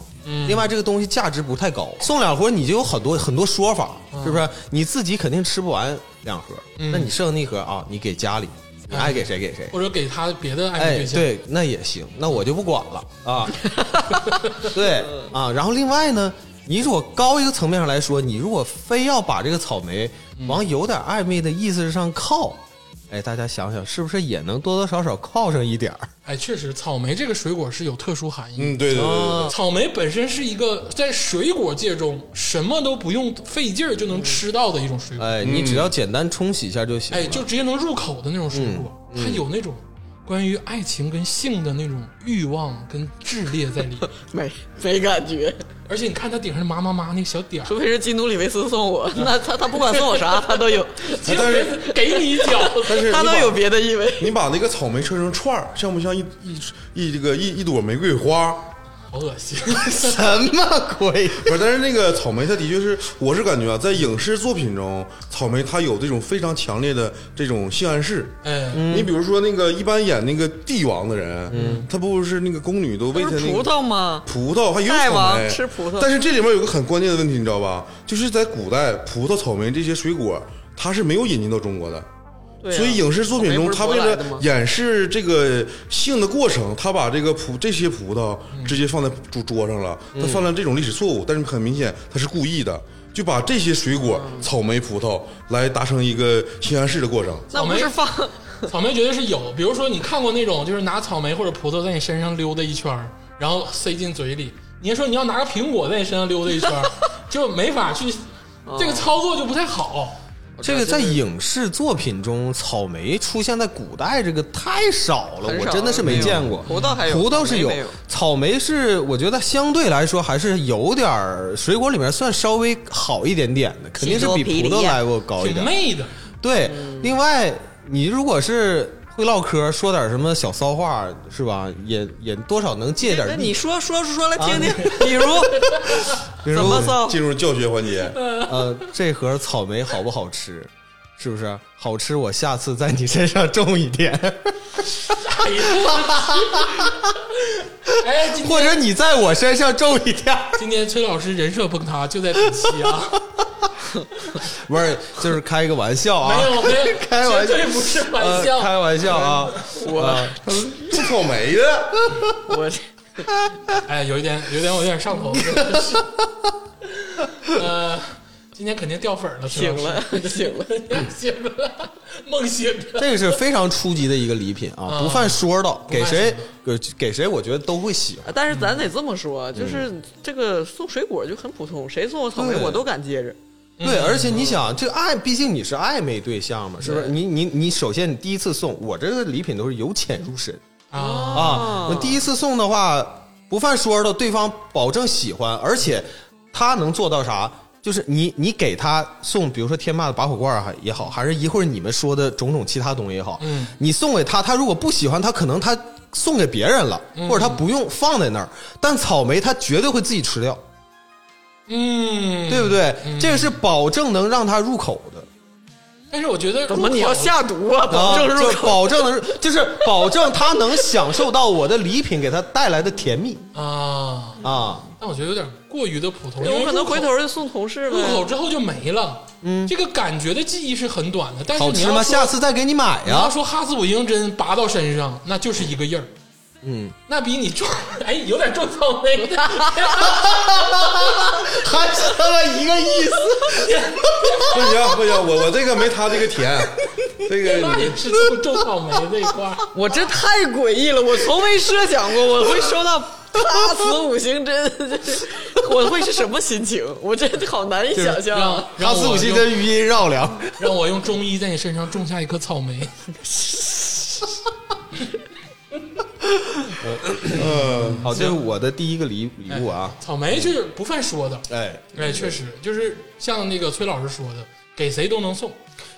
[SPEAKER 4] 另外，这个东西价值不太高，送两盒你就有很多很多说法，是不是？你自己肯定吃不完两盒，那你剩那盒啊，你给家里，你爱给谁给谁。
[SPEAKER 1] 或者给他别的暧昧
[SPEAKER 4] 哎
[SPEAKER 1] 对，象。
[SPEAKER 4] 对，那也行，那我就不管了啊。 对啊，然后另外呢，你如果高一个层面上来说，你如果非要把这个草莓往有点暧昧的意思上靠，哎，大家想想是不是也能多多少少靠上一点儿？
[SPEAKER 1] 哎，确实，草莓这个水果是有特殊含义。
[SPEAKER 3] 嗯，对对对对对，
[SPEAKER 1] 草莓本身是一个在水果界中什么都不用费劲儿就能吃到的一种水果。
[SPEAKER 4] 哎，你只要简单冲洗一下就行了。
[SPEAKER 1] 哎，就直接能入口的那种水果，
[SPEAKER 4] 嗯
[SPEAKER 1] 它有那种关于爱情跟性的那种欲望跟炽烈在里 面。
[SPEAKER 2] 没没感觉，
[SPEAKER 1] 而且你看它顶上妈妈妈那个小点儿，
[SPEAKER 2] 除非是基努里维斯送我， 那他他不管送我啥，他都有，
[SPEAKER 1] 其实给你一脚，
[SPEAKER 3] 但是
[SPEAKER 2] 他
[SPEAKER 3] 你
[SPEAKER 2] 都
[SPEAKER 3] 把
[SPEAKER 2] 有别的意味。
[SPEAKER 3] 你把那个草莓切成串儿，像不像一一一这个一一朵玫瑰花？
[SPEAKER 1] 好恶心。
[SPEAKER 4] 什么鬼？
[SPEAKER 3] 不是，但是那个草莓，它的确是，我是感觉啊，在影视作品中，草莓它有这种非常强烈的这种性暗示。
[SPEAKER 1] 哎，
[SPEAKER 4] 嗯
[SPEAKER 2] 嗯
[SPEAKER 3] 你比如说那个一般演那个帝王的人，他不是那个宫女都为
[SPEAKER 2] 不
[SPEAKER 3] 他
[SPEAKER 2] 嗯是
[SPEAKER 3] 那
[SPEAKER 2] 葡
[SPEAKER 3] 个
[SPEAKER 2] 萄吗？
[SPEAKER 3] 葡萄还有
[SPEAKER 2] 大
[SPEAKER 3] 草
[SPEAKER 2] 王
[SPEAKER 3] 莓
[SPEAKER 2] 吃葡萄
[SPEAKER 3] 但是这里面有个很关键的问题，你知道吧？就是在古代，葡萄、草莓这些水果，它是没有引进到中国的。
[SPEAKER 2] 对啊
[SPEAKER 3] 所以影视作品中，他
[SPEAKER 2] 草莓
[SPEAKER 3] 为
[SPEAKER 2] 不是舶来
[SPEAKER 3] 了
[SPEAKER 2] 的吗
[SPEAKER 3] 演示这个性的过程，他把这个葡这些
[SPEAKER 2] 嗯
[SPEAKER 3] 葡萄直接放在主桌上了，他犯了这种历史错误，但是很明显他是故意的。就把这些水果、草莓、葡萄来达成一个性暗示的过程。
[SPEAKER 2] 那
[SPEAKER 1] 草
[SPEAKER 2] 不
[SPEAKER 1] 莓
[SPEAKER 2] 是放
[SPEAKER 1] 草莓绝对是有，比如说你看过那种，就是拿草莓或者葡萄在你身上溜达一圈儿，然后塞进嘴里。你要说你要拿个苹果在你身上溜达一圈儿，就没法去，
[SPEAKER 4] 哦
[SPEAKER 1] 这个操作就不太好。
[SPEAKER 4] 这个在影视作品中，草莓出现在古代这个太少了，
[SPEAKER 2] 很
[SPEAKER 4] 我
[SPEAKER 2] 少
[SPEAKER 4] 真的是没见过。
[SPEAKER 2] 没有葡萄还有
[SPEAKER 4] 葡萄
[SPEAKER 2] 草
[SPEAKER 4] 是
[SPEAKER 2] 莓没有
[SPEAKER 4] 草莓是我觉得相对来说还是有点儿水果里面算稍微好一点点的，肯定是比葡萄来过高一
[SPEAKER 1] 挺嗯
[SPEAKER 4] 点。
[SPEAKER 1] 媚的，
[SPEAKER 4] 对，另外你如果是会唠嗑，说点什么小骚话是吧？也也多少能借
[SPEAKER 2] 那
[SPEAKER 4] 点
[SPEAKER 2] 你
[SPEAKER 4] 力。
[SPEAKER 2] 说说说来听 听，比如
[SPEAKER 4] 比如
[SPEAKER 2] 怎么骚？
[SPEAKER 3] 进入教学 环节，
[SPEAKER 4] 呃，这盒草莓好不好吃？是不是好吃？我下次在你身上种一点。
[SPEAKER 1] 哎呀， 哎，今
[SPEAKER 4] 或者你在我身上种一点儿，
[SPEAKER 1] 今天崔老师人设崩塌就在本期啊，
[SPEAKER 4] 不是，就是开个玩笑啊，
[SPEAKER 1] 没有没有，
[SPEAKER 4] 开玩笑
[SPEAKER 1] 绝对不是玩
[SPEAKER 4] 呃
[SPEAKER 1] 笑。
[SPEAKER 4] 开玩笑 啊， 我、
[SPEAKER 3] 种草莓的，
[SPEAKER 2] 我这
[SPEAKER 1] 哎，有一点，有一点，我有点上头。 呃，今天肯定掉粉儿了，崔
[SPEAKER 2] 醒
[SPEAKER 1] 老师
[SPEAKER 2] 了， 醒了，
[SPEAKER 1] 醒了，梦醒了。
[SPEAKER 4] 这个是非常初级的一个礼品啊，不犯说道，给谁给给谁，我觉得都会喜欢。
[SPEAKER 2] 但是咱得这么说，啊就是这个送水果就很普通，谁送我草莓
[SPEAKER 4] 对
[SPEAKER 2] 我都敢接着。
[SPEAKER 4] 对，而且你想，这个爱，毕竟你是暧昧对象嘛，是不是？你你你，首先你第一次送我这个礼品都是由浅入深
[SPEAKER 1] 啊，
[SPEAKER 4] 啊，我第一次送的话，不犯说道，对方保证喜欢，而且他能做到啥？就是你你给他送，比如说天霸的拔火罐儿还啊也好，还是一会儿你们说的种种其他东西也好，
[SPEAKER 1] 嗯，
[SPEAKER 4] 你送给他，他如果不喜欢，他可能他送给别人了，或者他不用放在那儿，但草莓他绝对会自己吃掉，
[SPEAKER 1] 嗯，
[SPEAKER 4] 对不对？这个是保证能让他入口的。
[SPEAKER 1] 但是我觉得
[SPEAKER 2] 怎么你要
[SPEAKER 1] 入口
[SPEAKER 2] 下毒啊？保
[SPEAKER 1] 哦
[SPEAKER 4] 啊，
[SPEAKER 2] 证入
[SPEAKER 4] 就
[SPEAKER 2] 口。
[SPEAKER 4] 保证能，就是保证他能享受到我的礼品给他带来的甜蜜
[SPEAKER 1] 啊？
[SPEAKER 4] 啊！
[SPEAKER 1] 但我觉得有点过于的普通，因为
[SPEAKER 2] 我可能回
[SPEAKER 1] 入口
[SPEAKER 2] 头就送同事
[SPEAKER 1] 入口
[SPEAKER 2] 了。
[SPEAKER 1] 之后就没了。嗯，这个感觉的记忆是很短的，但是
[SPEAKER 4] 好
[SPEAKER 1] 你
[SPEAKER 4] 吃
[SPEAKER 1] 要
[SPEAKER 4] 吗？
[SPEAKER 1] 说
[SPEAKER 4] 下次再给你买
[SPEAKER 1] 你 要
[SPEAKER 4] 呀。
[SPEAKER 1] 说哈斯普英针拔到身上，那就是一个印儿。
[SPEAKER 4] 嗯，
[SPEAKER 1] 那比你种哎有点种草莓的，
[SPEAKER 4] 还是他妈一个意思。
[SPEAKER 3] 不行不行，我我这个没他这 个甜，这个
[SPEAKER 1] 那
[SPEAKER 3] 你
[SPEAKER 1] 也是种种草莓这一块儿。
[SPEAKER 2] 我这太诡异了，我从未设想过我会收到打死五行针， 我会是什么心情？我这好难以想象
[SPEAKER 1] 让
[SPEAKER 2] 啊。
[SPEAKER 1] 让
[SPEAKER 4] 让四
[SPEAKER 1] 我
[SPEAKER 4] 五七
[SPEAKER 1] 用
[SPEAKER 4] 跟余音绕梁，
[SPEAKER 1] 让我用中医在你身上种下一棵草莓。
[SPEAKER 3] 呃
[SPEAKER 4] 好，这是我的第一个礼礼物啊。
[SPEAKER 1] 草莓就是不犯说的，
[SPEAKER 4] 哎，
[SPEAKER 1] 哎，确实就是像那个崔老师说的，给谁都能送。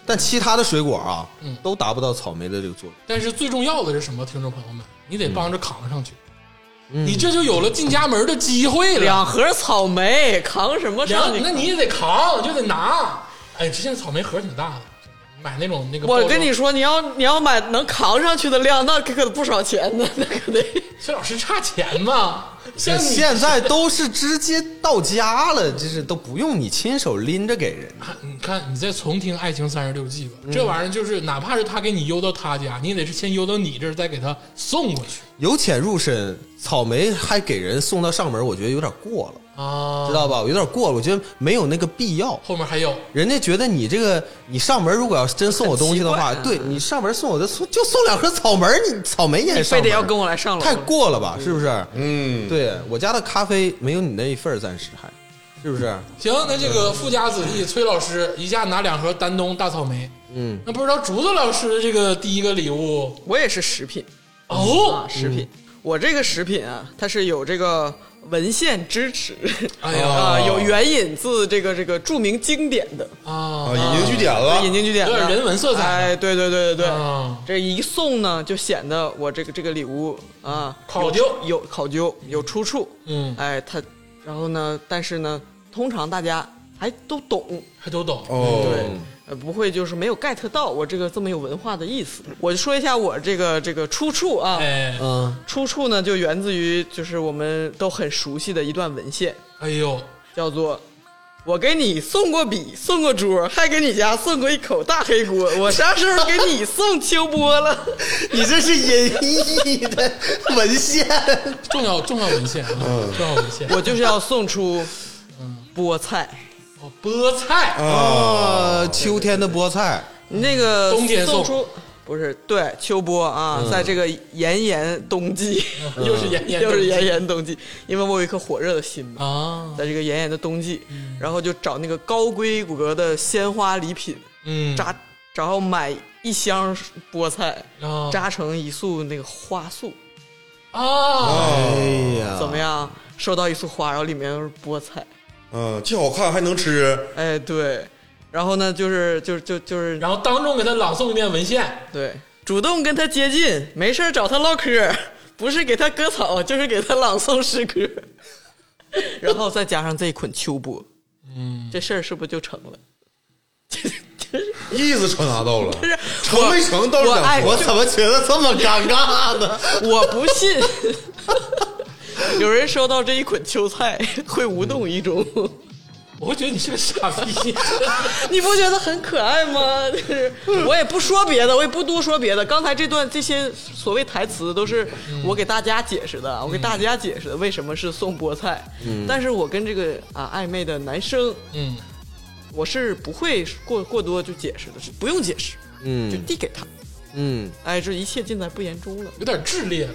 [SPEAKER 4] 但其他的水果啊，
[SPEAKER 1] 嗯
[SPEAKER 4] 都达不到草莓的这个作用。
[SPEAKER 1] 但是最重要的是什么？听众朋友们，你得帮着扛上去，你这就有了进家门的机会了。
[SPEAKER 2] 两盒草莓扛什么上
[SPEAKER 1] 两那你也得扛，就得拿。哎，这现在草莓盒挺大的，买那种那个包
[SPEAKER 2] 我
[SPEAKER 1] 装。
[SPEAKER 2] 跟你说，你要你要买能扛上去的量，那可可不少钱呢， 那可得。
[SPEAKER 1] 崔老师差钱吗？ 像你
[SPEAKER 4] 现在都是直接到家了，就是都不用你亲手拎着给人。
[SPEAKER 1] 看你看，你再重听《爱情三十六计》吧，这玩意儿就是，哪怕是他给你邮到他家，你也得是先邮到你这儿，再给他送过去
[SPEAKER 4] 由浅入深，草莓还给人送到上门，我觉得有点过了。
[SPEAKER 1] 啊。
[SPEAKER 4] 知道吧？有点过了，我觉得没有那个必要。
[SPEAKER 1] 后面还有，
[SPEAKER 4] 人家觉得你这个，你上门如果要是真送我东西的话，
[SPEAKER 2] 很奇怪
[SPEAKER 4] 对
[SPEAKER 2] 啊
[SPEAKER 4] 你上门送我的送就送两颗草莓，你草莓
[SPEAKER 1] 哎
[SPEAKER 4] 也上
[SPEAKER 2] 非
[SPEAKER 4] 门
[SPEAKER 2] 得要啊跟我来上楼，
[SPEAKER 4] 太过了吧？是不是？
[SPEAKER 3] 嗯，
[SPEAKER 4] 对我家的咖啡没有你那一份儿，暂时还是不是？
[SPEAKER 1] 行，那这个富家子弟崔老师一下拿两盒丹东大草莓，
[SPEAKER 4] 嗯，
[SPEAKER 1] 那不知道竹子老师这个第一个礼物
[SPEAKER 2] 我也是食品啊
[SPEAKER 1] 哦，，
[SPEAKER 2] 食品。我这个食品啊，它是有这个文献支持，
[SPEAKER 1] 哎呀
[SPEAKER 2] 啊，有援引自这个这个著名经典的
[SPEAKER 1] 啊
[SPEAKER 3] 啊，引经据典了，
[SPEAKER 2] 引经据典
[SPEAKER 1] 有
[SPEAKER 2] 的
[SPEAKER 1] 点人文色彩
[SPEAKER 2] 哎，对对对对对
[SPEAKER 1] 啊，
[SPEAKER 2] 这一送呢，就显得我这个这个礼物啊，
[SPEAKER 1] 考究
[SPEAKER 2] 有考究，有出处。
[SPEAKER 1] 嗯，
[SPEAKER 2] 哎，它，然后呢，但是呢，通常大家还都懂，
[SPEAKER 1] 还都懂
[SPEAKER 2] 对
[SPEAKER 3] 哦，，
[SPEAKER 2] 呃，不会就是没有 get 到我这个这么有文化的意思。我就说一下我这个这个出处啊，
[SPEAKER 1] 哎
[SPEAKER 4] 嗯，
[SPEAKER 2] 出处呢就源自于就是我们都很熟悉的一段文献，
[SPEAKER 1] 哎呦，
[SPEAKER 2] 叫做。我给你送过笔，送过桌，还给你家送过一口大黑锅。我啥时候给你送秋波 了？
[SPEAKER 4] 你这是引译的文献，
[SPEAKER 1] 啊重要重要文献啊，重要文献
[SPEAKER 2] 我就是要送出菠菜，
[SPEAKER 1] 哦么菠菜，
[SPEAKER 3] 啊哦
[SPEAKER 2] 哦
[SPEAKER 4] 呃，秋天的菠菜，
[SPEAKER 2] 你那个
[SPEAKER 1] 嗯冬天
[SPEAKER 2] 送
[SPEAKER 1] 送
[SPEAKER 2] 出不是对秋播啊，在这个炎炎冬季，
[SPEAKER 1] 哦又是炎炎，
[SPEAKER 2] 又是炎炎冬季，因为我有一颗火热的心嘛，
[SPEAKER 1] 啊，
[SPEAKER 2] 在这个炎炎的冬季，
[SPEAKER 1] 嗯
[SPEAKER 2] 然后就找那个高规格的鲜花礼品，
[SPEAKER 1] 嗯，
[SPEAKER 2] 扎，然后买一箱菠菜，
[SPEAKER 1] 啊
[SPEAKER 2] 扎成一束那个花束，
[SPEAKER 1] 啊，
[SPEAKER 4] 哎
[SPEAKER 3] 啊，
[SPEAKER 4] 呀，
[SPEAKER 2] 怎么样？收到一束花，然后里面都是菠菜，
[SPEAKER 3] 嗯，既好看还能吃，
[SPEAKER 2] 哎，对，然后呢，就是就就就是
[SPEAKER 1] 然后当众给他朗诵一遍文献，
[SPEAKER 2] 对，主动跟他接近，没事儿找他唠嗑，不是给他割草，就是给他朗诵诗歌， 然后再加上这一捆秋波，嗯，这事儿是不是就成了？
[SPEAKER 3] 意思传达到了，
[SPEAKER 2] 是
[SPEAKER 3] 成没成都是
[SPEAKER 2] 我爱
[SPEAKER 3] 两
[SPEAKER 4] 我
[SPEAKER 3] 说。
[SPEAKER 4] 怎么觉得这么尴尬呢？
[SPEAKER 2] 我不信， 有人收到这一捆秋菜会无动于衷，
[SPEAKER 1] 我会觉得你是个傻逼。
[SPEAKER 2] 你不觉得很可爱吗？ 就是我也不说别的，我也不多说别的。刚才这段这些所谓台词都是我给大家解释的，我给大家解释的为什么是送菠菜。但是我跟这个啊暧昧的男生，
[SPEAKER 1] 嗯，
[SPEAKER 2] 我是不会过过多就解释的，是不用解释，就
[SPEAKER 4] 嗯
[SPEAKER 2] 递给他。
[SPEAKER 4] 嗯，
[SPEAKER 2] 哎，这一切尽在不言中了，
[SPEAKER 1] 有点炽烈，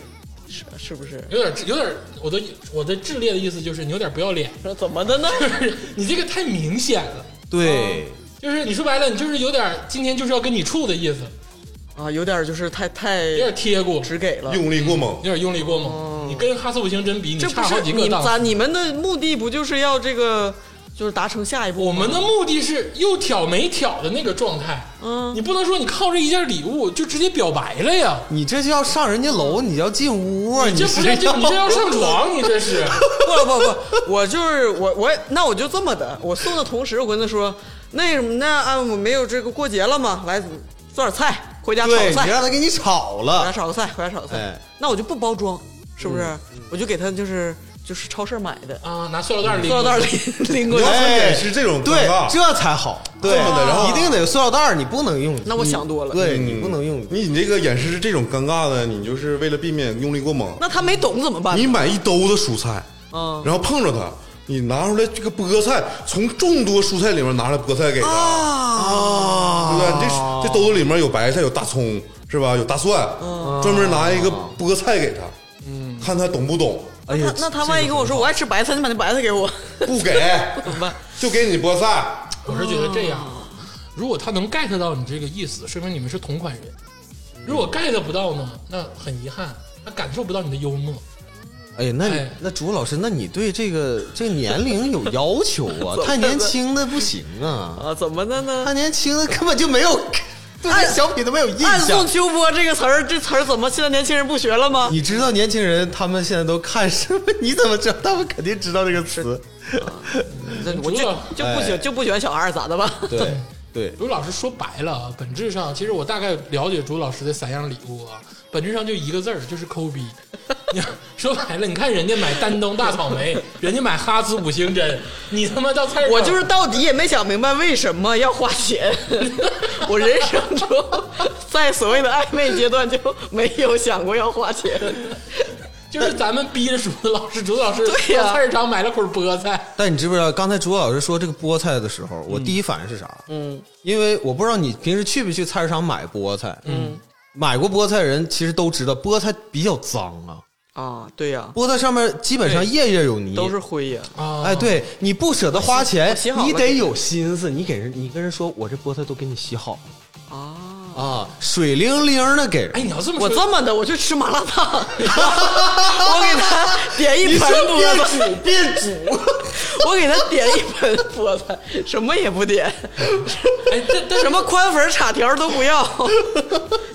[SPEAKER 2] 是是不是？
[SPEAKER 1] 有点有点，我的我的炽烈的意思就是你有点不要脸，
[SPEAKER 2] 说怎么的呢？
[SPEAKER 1] 就是你这个太明显了，
[SPEAKER 4] 对，
[SPEAKER 1] 就是你说白了，你就是有点今天就是要跟你处的意思，
[SPEAKER 2] 啊，有点就是太太
[SPEAKER 1] 有点贴过，
[SPEAKER 2] 只给了。
[SPEAKER 3] 用力过猛
[SPEAKER 1] 有，点用力过猛。你跟哈斯五星真比，你
[SPEAKER 2] 哦这不
[SPEAKER 1] 差
[SPEAKER 2] 是
[SPEAKER 1] 好几个
[SPEAKER 2] 你
[SPEAKER 1] 档
[SPEAKER 2] 咱
[SPEAKER 1] 次。
[SPEAKER 2] 你们的目的不就是要这个，就是达成下一步
[SPEAKER 1] 我
[SPEAKER 2] 吗？
[SPEAKER 1] 们的目的是又挑没挑的那个状态，嗯，你不能说你靠这一件礼物就直接表白了呀，
[SPEAKER 4] 你这就要上人家楼，你要进屋啊，
[SPEAKER 1] 你这不
[SPEAKER 4] 是
[SPEAKER 1] 是就你这要 上床，你这是
[SPEAKER 2] 不不不，我就是我我那我就这么的，我送的同时我跟他说，那什么那啊我没有这个过节了嘛，来做点菜，回家炒
[SPEAKER 4] 对
[SPEAKER 2] 个
[SPEAKER 4] 你
[SPEAKER 2] 菜，
[SPEAKER 4] 让他给你炒
[SPEAKER 2] 回家
[SPEAKER 4] 了，
[SPEAKER 2] 炒个菜，回家炒个菜，
[SPEAKER 4] 哎
[SPEAKER 2] 那我就不包装，是不是？我就给他就是就是超市买的
[SPEAKER 1] 啊，拿塑料袋拎，
[SPEAKER 2] 塑料袋拎拎过
[SPEAKER 3] 你
[SPEAKER 2] 去
[SPEAKER 3] 要。
[SPEAKER 4] 哎
[SPEAKER 3] 分点是这种尴
[SPEAKER 4] 对
[SPEAKER 3] 尬，，
[SPEAKER 4] 这才好，对，
[SPEAKER 3] 这么的然后
[SPEAKER 4] 一定得有塑料袋儿，你不能用，
[SPEAKER 2] 那我想多了
[SPEAKER 4] 对
[SPEAKER 3] 嗯
[SPEAKER 4] 你不能用，
[SPEAKER 3] 你你这个演示是这种尴尬的，你就是为了避免用力过猛，
[SPEAKER 2] 那他没懂怎么办？
[SPEAKER 3] 你买一兜子蔬菜，
[SPEAKER 2] 嗯
[SPEAKER 3] 然后碰着它，你拿出来这个菠菜，从众多蔬菜里面拿出来菠菜给它，对不对？你这这兜子里面有白菜，有大葱，是吧？有大蒜，专门拿一个菠菜给它，嗯，看他懂不懂，
[SPEAKER 4] 哎呀
[SPEAKER 2] 那，那他万一跟我说我爱吃白菜，你把那白菜给我，
[SPEAKER 3] 不给
[SPEAKER 2] 怎么办？
[SPEAKER 3] 就给你菠菜，
[SPEAKER 1] 我是觉得这样，啊如果他能 get 到你这个意思，说明你们是同款人；如果 get 不到呢，那很遗憾，他感受不到你的幽默。
[SPEAKER 4] 哎呀，那你
[SPEAKER 1] 哎
[SPEAKER 4] 那朱老师，那你对这个这年龄有要求 啊？太年轻的不行啊，
[SPEAKER 2] 啊，怎么的呢
[SPEAKER 4] 太？年轻的根本就没有对这小品都没有印
[SPEAKER 2] 暗啊
[SPEAKER 4] 象
[SPEAKER 2] 送。秋波这个词儿，这词儿怎么现在年轻人不学了吗？
[SPEAKER 4] 你知道年轻人他们现在都看什么？你怎么知道？他们肯定知道这个词。
[SPEAKER 2] 我就
[SPEAKER 1] 主要
[SPEAKER 2] 就不
[SPEAKER 4] 哎
[SPEAKER 2] 喜就不喜欢小孩儿咋的吧？
[SPEAKER 4] 对对，
[SPEAKER 1] 朱老师说白了啊，本质上其实我大概了解朱老师的三样礼物啊，本质上就一个字儿，就是抠逼。 你说白了，你看人家买丹东大草 莓，人家买哈兹五星针，你他妈到菜市场
[SPEAKER 2] 我就是到底也没想明白为什么要花 钱。我人生中在所谓的暧昧阶段就没有想过要花钱。
[SPEAKER 1] 就是咱们逼着竹子老师，竹子老师
[SPEAKER 2] 对呀
[SPEAKER 1] 到菜市场买了捆菠菜，
[SPEAKER 4] 但你知不知道，刚才朱老师说这个菠菜的时候，我第一反应是啥？嗯，因为我不知道你平时去没去菜市场买菠菜。嗯，买过菠菜的人其实都知道，菠菜比较脏啊，
[SPEAKER 2] 啊，对呀、
[SPEAKER 4] 菠菜上面基本上
[SPEAKER 1] 对
[SPEAKER 4] 页页有泥，
[SPEAKER 2] 都是灰呀、
[SPEAKER 1] 啊
[SPEAKER 4] 哎，对你不舍得花
[SPEAKER 2] 我
[SPEAKER 4] 钱
[SPEAKER 2] 洗好，了
[SPEAKER 4] 你得有心思。你给人，你跟人说，我这菠菜都给你洗好
[SPEAKER 2] 啊。
[SPEAKER 4] 啊，水灵灵的给人。
[SPEAKER 1] 哎，你要这么
[SPEAKER 2] 我
[SPEAKER 1] 说，
[SPEAKER 2] 这么的，我去吃麻辣烫， 我给他点一盆菠菜，
[SPEAKER 4] 煮变煮，
[SPEAKER 2] 我给他点一盆菠菜，什么也不 点，
[SPEAKER 1] 哎，但但
[SPEAKER 2] 什么宽粉叉条都不 要，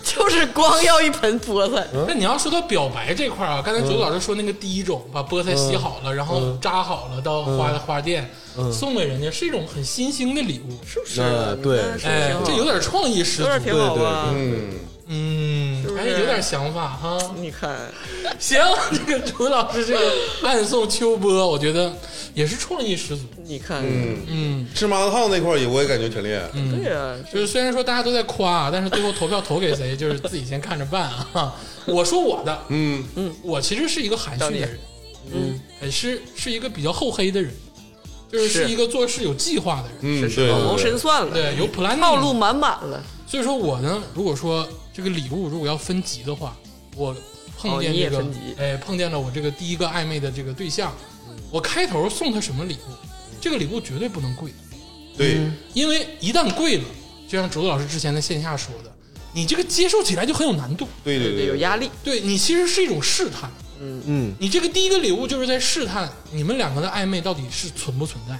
[SPEAKER 2] 就是光要一盆菠菜。
[SPEAKER 1] 那你要说到表白这块儿啊，刚才左老师说那个第一种，把菠菜洗好
[SPEAKER 4] 嗯
[SPEAKER 1] 了，然后扎好了到花花店送给人家，是一种很新兴的礼物，是不是？
[SPEAKER 4] 呃，对，
[SPEAKER 1] 哎，这有点创意十
[SPEAKER 2] 有点
[SPEAKER 1] 足，啊
[SPEAKER 2] 挺好啊吧？
[SPEAKER 3] 嗯，
[SPEAKER 1] 嗯，
[SPEAKER 2] 不
[SPEAKER 1] 哎，
[SPEAKER 2] 是
[SPEAKER 1] 有点想法哈。
[SPEAKER 2] 你看，
[SPEAKER 1] 行，这个朱老师这个暗送秋波，我觉得也是创意十足。
[SPEAKER 2] 你看，
[SPEAKER 1] 嗯
[SPEAKER 3] 吃麻辣烫那块儿也我也感觉挺厉害，
[SPEAKER 2] 对呀、
[SPEAKER 1] 就是虽然说大家都在夸，啊但是最后投票投给谁，就是自己先看着办啊。我说我的，
[SPEAKER 3] 嗯，
[SPEAKER 1] 我其实是一个含蓄的人，嗯，也是是一个比较厚黑的人。就是
[SPEAKER 2] 是
[SPEAKER 1] 是一个做事有计划的人，
[SPEAKER 3] 嗯，对
[SPEAKER 2] 老
[SPEAKER 3] 对
[SPEAKER 2] 谋
[SPEAKER 3] 对
[SPEAKER 2] 深算了，
[SPEAKER 1] 对，有 plan
[SPEAKER 2] 套路满满了。
[SPEAKER 1] 所以说我呢，如果说这个礼物如果要分级的话，我碰
[SPEAKER 2] 哦
[SPEAKER 1] 见
[SPEAKER 2] 你
[SPEAKER 1] 这
[SPEAKER 2] 也
[SPEAKER 1] 个，
[SPEAKER 2] 分级嗯
[SPEAKER 1] 哎，碰见了我这个第一个暧昧的这个对象，我开头送他什么礼物？这个礼物绝对不能贵，
[SPEAKER 3] 对，
[SPEAKER 1] 因为一旦贵了，就像竹子老师之前在线下说的，你这个接受起来就很有难度。
[SPEAKER 3] 对对
[SPEAKER 2] 对，有压力，
[SPEAKER 1] 对你其实是一种试探，
[SPEAKER 4] 嗯，
[SPEAKER 1] 你这个第一个礼物就是在试探你们两个的暧昧到底是存不存在，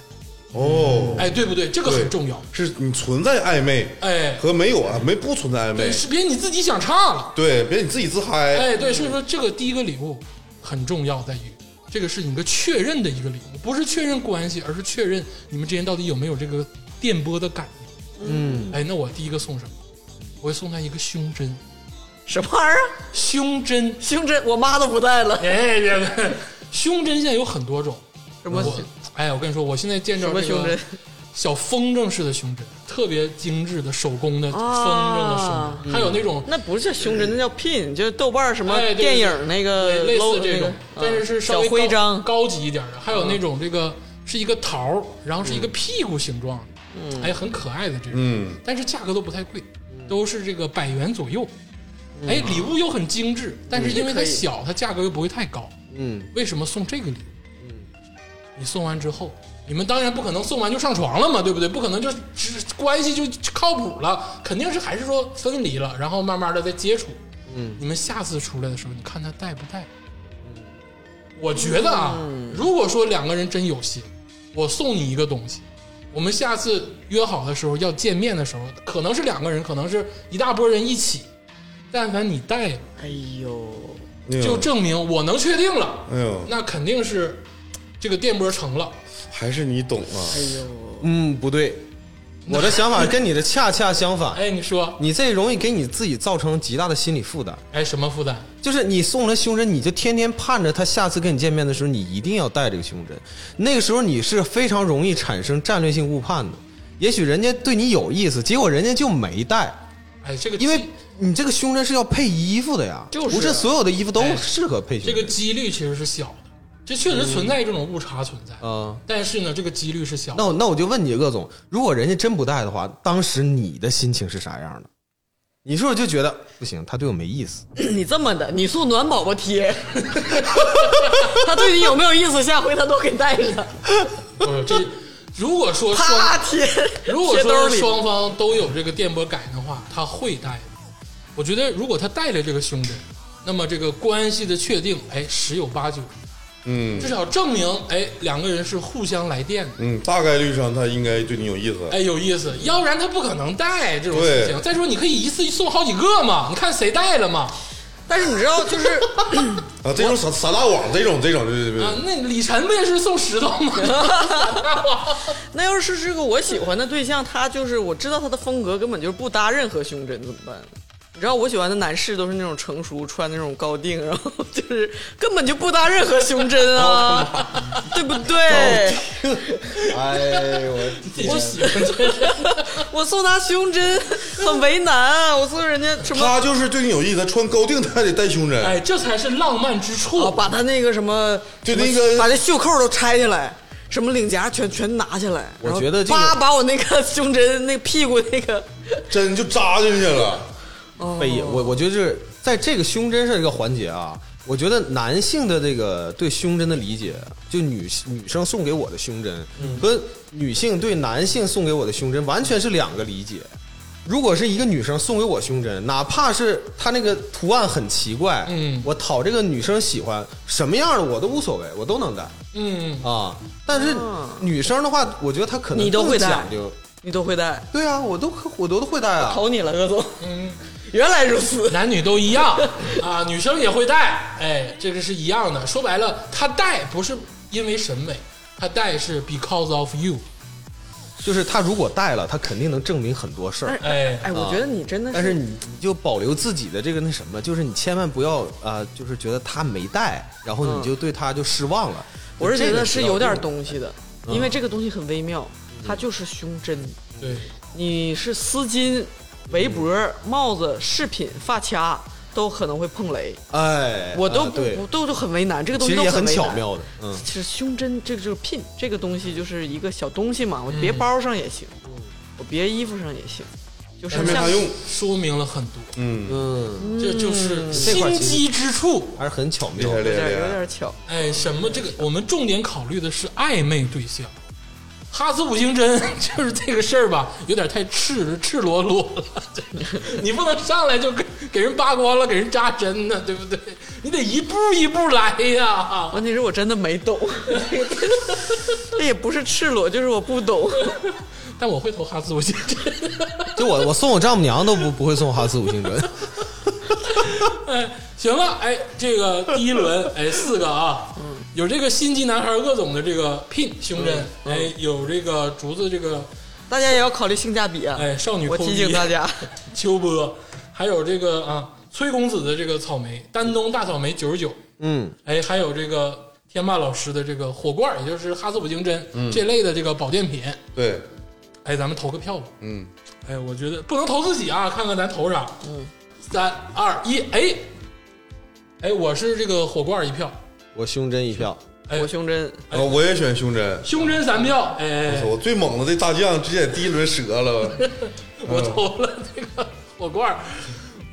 [SPEAKER 3] 哦，
[SPEAKER 1] 哎，对不对？这个
[SPEAKER 3] 对
[SPEAKER 1] 很重要，
[SPEAKER 3] 是你存在暧昧
[SPEAKER 1] 哎，
[SPEAKER 3] 和没有啊，没不存在暧昧
[SPEAKER 1] 对，，是别你自己想差了。
[SPEAKER 3] 对，别你自己自嗨，
[SPEAKER 1] 哎，对，所以说这个第一个礼物很重要，在于这个是你一个确认的一个礼物，不是确认关系，而是确认你们之间到底有没有这个电波的感应。嗯，哎，那我第一个送什么？我会送他一个胸针，
[SPEAKER 2] 什么玩意儿啊？
[SPEAKER 1] 胸针，
[SPEAKER 2] 胸针，我妈都不戴了。
[SPEAKER 1] 哎，别别，胸针现在有很多种。
[SPEAKER 2] 什么
[SPEAKER 1] 我，哎，我跟你说，我现在见
[SPEAKER 2] 什
[SPEAKER 1] 着
[SPEAKER 2] 么
[SPEAKER 1] 这
[SPEAKER 2] 胸针
[SPEAKER 1] 个？小风筝式的胸针，特别精致的手工的风筝的
[SPEAKER 2] 啊
[SPEAKER 1] 胸针，还有那种
[SPEAKER 2] 那不是叫胸针，那叫 pin，就是豆瓣儿什么
[SPEAKER 1] 哎对对
[SPEAKER 2] 电影那个
[SPEAKER 1] 类
[SPEAKER 2] logo
[SPEAKER 1] 似这
[SPEAKER 2] 那个
[SPEAKER 1] 呃种，嗯但是是
[SPEAKER 2] 啊
[SPEAKER 1] 稍
[SPEAKER 2] 小
[SPEAKER 1] 微
[SPEAKER 2] 徽
[SPEAKER 1] 高
[SPEAKER 2] 章，
[SPEAKER 1] 高级一点的，还有那种这个是一个桃儿，然后是一个屁股形状的，嗯，哎，很可爱的这种，
[SPEAKER 3] 嗯，
[SPEAKER 1] 但是价格都不太贵，都是这个百元左右。哎，礼物又很精致，但是因为它小，它价格又不会太高。
[SPEAKER 4] 嗯，
[SPEAKER 1] 为什么送这个礼物？你送完之后，你们当然不可能送完就上床了嘛，对不对？不可能就只关系就靠谱了，肯定是还是说分离了，然后慢慢的再接触。嗯，你们下次出来的时候，你看他带不带？我觉得啊，如果说两个人真有心，我送你一个东西，我们下次约好的时候要见面的时候，可能是两个人，可能是一大波人一起，但凡你带了，
[SPEAKER 2] 哎呦，
[SPEAKER 3] 哎呦
[SPEAKER 1] 就，证明我能确定了。
[SPEAKER 3] 哎呦，
[SPEAKER 1] 那肯定是这个电波成了。
[SPEAKER 3] 还是你懂啊，
[SPEAKER 4] 嗯，不对，我的想法跟你的恰恰相 反，
[SPEAKER 1] 哎，你说，
[SPEAKER 4] 你这容易给你自己造成极大的心理负担。
[SPEAKER 1] 哎，什么负担？
[SPEAKER 4] 就是你送了胸针，你就天天盼着他下次跟你见面的时候，你一定要带这个胸针。那个时候你是非常容易产生战略性误判的。也许人家对你有意思，结果人家就没带，
[SPEAKER 1] 哎，这个
[SPEAKER 4] 因为
[SPEAKER 1] 机
[SPEAKER 4] 你这个胸针是要配衣服的呀，
[SPEAKER 1] 就是啊
[SPEAKER 4] 不是所有的衣服都
[SPEAKER 1] 哎
[SPEAKER 4] 适合配胸
[SPEAKER 1] 这
[SPEAKER 4] 针。
[SPEAKER 1] 个几率其实是小的，这确实存在这种误差存在。
[SPEAKER 4] 啊
[SPEAKER 1] 但是呢，这个几率是小
[SPEAKER 4] 那
[SPEAKER 1] 的。
[SPEAKER 4] 我那我就问你，鄂总，如果人家真不带的话，当时你的心情是啥样的？你是不是就觉得不行，他对我没意思？
[SPEAKER 2] 你这么的，你送暖宝宝贴， 他对你有没有意思？下回他都给带 上，
[SPEAKER 1] 不是哦这，如果说
[SPEAKER 2] 啪
[SPEAKER 1] 双，
[SPEAKER 2] 贴，
[SPEAKER 1] 如果
[SPEAKER 2] 贴兜
[SPEAKER 1] 说
[SPEAKER 2] 里。
[SPEAKER 1] 双方都有这个电波感应的话，他会带的。我觉得，如果他带了这个胸针，那么这个关系的确定，哎，十有八九，
[SPEAKER 3] 嗯
[SPEAKER 1] 至少证明，哎，两个人是互相来电的。
[SPEAKER 3] 嗯，大概率上他应该对你有意思，
[SPEAKER 1] 哎，有意思，要不然他不可能带这种
[SPEAKER 3] 对
[SPEAKER 1] 事情。再说，你可以一次送好几个嘛，你看谁带了嘛？
[SPEAKER 2] 但是你知道，就是
[SPEAKER 3] 啊，这种散散大网，这种这种，这
[SPEAKER 1] 啊
[SPEAKER 3] 这，
[SPEAKER 1] 那李晨不也是送石头吗？
[SPEAKER 2] 那要是这个我喜欢的对象，他就是我知道他的风格根本就是不搭任何胸针，怎么办？你知道我喜欢的男士都是那种成熟，穿那种高定，然后就是 根本就不搭任何胸针啊，对不对？
[SPEAKER 4] 哎呦，我
[SPEAKER 1] 自己就喜欢这个。
[SPEAKER 2] 我送他胸针很为难啊，我送人家什么？
[SPEAKER 3] 他就是对你有意思，他穿高定他还得戴胸针，
[SPEAKER 1] 哎，这才是浪漫之
[SPEAKER 2] 啊，
[SPEAKER 1] 处。
[SPEAKER 2] 把他那个什么，
[SPEAKER 3] 就
[SPEAKER 2] 什么
[SPEAKER 3] 那个
[SPEAKER 2] 把这袖扣都拆下来，什么领夹全全拿下来，
[SPEAKER 4] 我
[SPEAKER 2] 然后
[SPEAKER 4] 觉得这个
[SPEAKER 2] 叭把我那个胸针、那屁股那个，
[SPEAKER 3] 针就扎进去了，
[SPEAKER 4] 非也，
[SPEAKER 2] 哦
[SPEAKER 4] 我我觉得是在这个胸针上这个环节啊，我觉得男性的这个对胸针的理解，就女女生送给我的胸针、
[SPEAKER 2] 嗯
[SPEAKER 4] 和女性对男性送给我的胸针完全是两个理解。如果是一个女生送给我胸针，哪怕是她那个图案很奇怪，
[SPEAKER 1] 嗯
[SPEAKER 4] 我讨这个女生喜欢什么样的我都无所谓，我都能戴
[SPEAKER 1] 嗯，
[SPEAKER 4] 啊。但是女生的话，我觉得她可
[SPEAKER 2] 哦
[SPEAKER 4] 能
[SPEAKER 2] 你都
[SPEAKER 4] 更
[SPEAKER 2] 会戴
[SPEAKER 4] 讲究。
[SPEAKER 2] 你都会戴，
[SPEAKER 4] 对啊，我都我都会戴啊。
[SPEAKER 2] 考你了，鄂总。原来如此，
[SPEAKER 1] 男女都一样啊，女生也会带，哎，这个是一样的。说白了，他带不是因为审美，他带是 because of you。
[SPEAKER 4] 就是他如果带了，他肯定能证明很多事儿。
[SPEAKER 1] 哎，
[SPEAKER 2] 哎，我觉得你真的
[SPEAKER 4] 但是你你就保留自己的这个那什么，就是你千万不要啊、呃就是觉得他没带，然后你就对他就失望了。
[SPEAKER 2] 我是觉
[SPEAKER 4] 这
[SPEAKER 2] 得
[SPEAKER 4] 个
[SPEAKER 2] 是
[SPEAKER 4] 知道
[SPEAKER 2] 有点
[SPEAKER 4] 用嗯
[SPEAKER 2] 东西的，因为这个东西很微妙，它就是胸针，
[SPEAKER 1] 对，
[SPEAKER 2] 你是丝巾、围脖、帽子、饰品、发卡。都可能会碰雷，
[SPEAKER 4] 哎，
[SPEAKER 2] 我都
[SPEAKER 4] 啊
[SPEAKER 2] 不、
[SPEAKER 4] 对
[SPEAKER 2] 我，都都很为难，这个东
[SPEAKER 4] 其
[SPEAKER 2] 西都
[SPEAKER 4] 实也很
[SPEAKER 2] 为
[SPEAKER 4] 巧
[SPEAKER 2] 难。
[SPEAKER 4] 妙的，嗯，
[SPEAKER 2] 其实胸针这个就是 pin 这个东西就是一个小东西
[SPEAKER 4] 嗯
[SPEAKER 2] 嘛，我别包上也行，我别衣服上也行，就是
[SPEAKER 3] 还没
[SPEAKER 2] 像
[SPEAKER 3] 啥用，
[SPEAKER 1] 说明了很多，
[SPEAKER 3] 嗯，
[SPEAKER 4] 嗯，
[SPEAKER 1] 这就是
[SPEAKER 4] 这
[SPEAKER 1] 心
[SPEAKER 4] 块儿其实
[SPEAKER 1] 机之处。
[SPEAKER 4] 还是很巧
[SPEAKER 3] 厉
[SPEAKER 4] 妙
[SPEAKER 3] 害
[SPEAKER 4] 的。
[SPEAKER 3] 厉
[SPEAKER 2] 有
[SPEAKER 3] 害
[SPEAKER 2] 点
[SPEAKER 3] 厉
[SPEAKER 2] 有
[SPEAKER 3] 害，
[SPEAKER 2] 点巧，
[SPEAKER 1] 哎，什么这个？我们重点考虑的是暧昧对象。哈兹五行针 就是这个事儿吧，有点太赤赤裸裸了。你不能上来就给给人扒光了，给人扎针呢，对不对？你得一步一步来呀。
[SPEAKER 2] 问题是我真的没懂，这也不是赤裸，就是我不懂。
[SPEAKER 1] 但我会投哈兹五行针。
[SPEAKER 4] 就我我送我丈母娘都不不会送哈斯五星针，
[SPEAKER 1] 行了，哎，这个第一轮，哎，四个啊，有这个心机男孩鄂总的这个 pin 胸针，
[SPEAKER 2] 嗯
[SPEAKER 1] 哎，有这个竹子这个
[SPEAKER 2] 大家也要考虑性价比啊！
[SPEAKER 1] 哎少女
[SPEAKER 2] 我
[SPEAKER 1] 扣
[SPEAKER 2] 提
[SPEAKER 1] 一
[SPEAKER 2] 醒大家，
[SPEAKER 1] 秋波，还有这个啊崔公子的这个草莓，丹东大草莓九十九，
[SPEAKER 4] 嗯，
[SPEAKER 1] 哎，还有这个天霸老师的这个火罐，也就是哈斯普金针、
[SPEAKER 2] 嗯
[SPEAKER 1] 这类的这个保健品，
[SPEAKER 3] 对，
[SPEAKER 1] 哎，咱们投个票吧。
[SPEAKER 3] 嗯，
[SPEAKER 1] 哎，我觉得不能投自己啊，看看咱投啥。嗯，三二一，哎，哎，我是这个火罐一票，
[SPEAKER 4] 我胸针一票，
[SPEAKER 1] 哎
[SPEAKER 2] 我胸针
[SPEAKER 3] 啊，我也选胸针，
[SPEAKER 1] 胸针三票，哎，
[SPEAKER 3] 我最猛的这大将直接第一轮折了，
[SPEAKER 1] 我投嗯了这个火罐。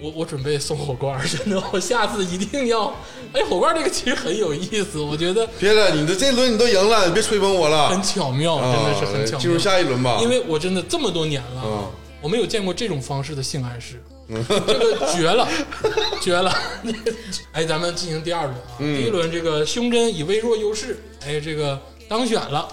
[SPEAKER 1] 我我准备送火罐，真的，我下次一定要。哎，火罐这个其实很有意思，我觉得
[SPEAKER 3] 别了，你的这轮你都赢了，你别吹捧我了，
[SPEAKER 1] 很巧妙，
[SPEAKER 3] 啊
[SPEAKER 1] 真的哎是很巧妙。
[SPEAKER 3] 进入下一轮吧，
[SPEAKER 1] 因为我真的这么多年了，
[SPEAKER 3] 啊嗯
[SPEAKER 1] 我没有见过这种方式的性暗示，这个绝 了，绝了！ 哎，咱们进行第二轮啊，
[SPEAKER 3] 嗯
[SPEAKER 1] 第一轮这个胸针以微弱优势，哎，这个当选了，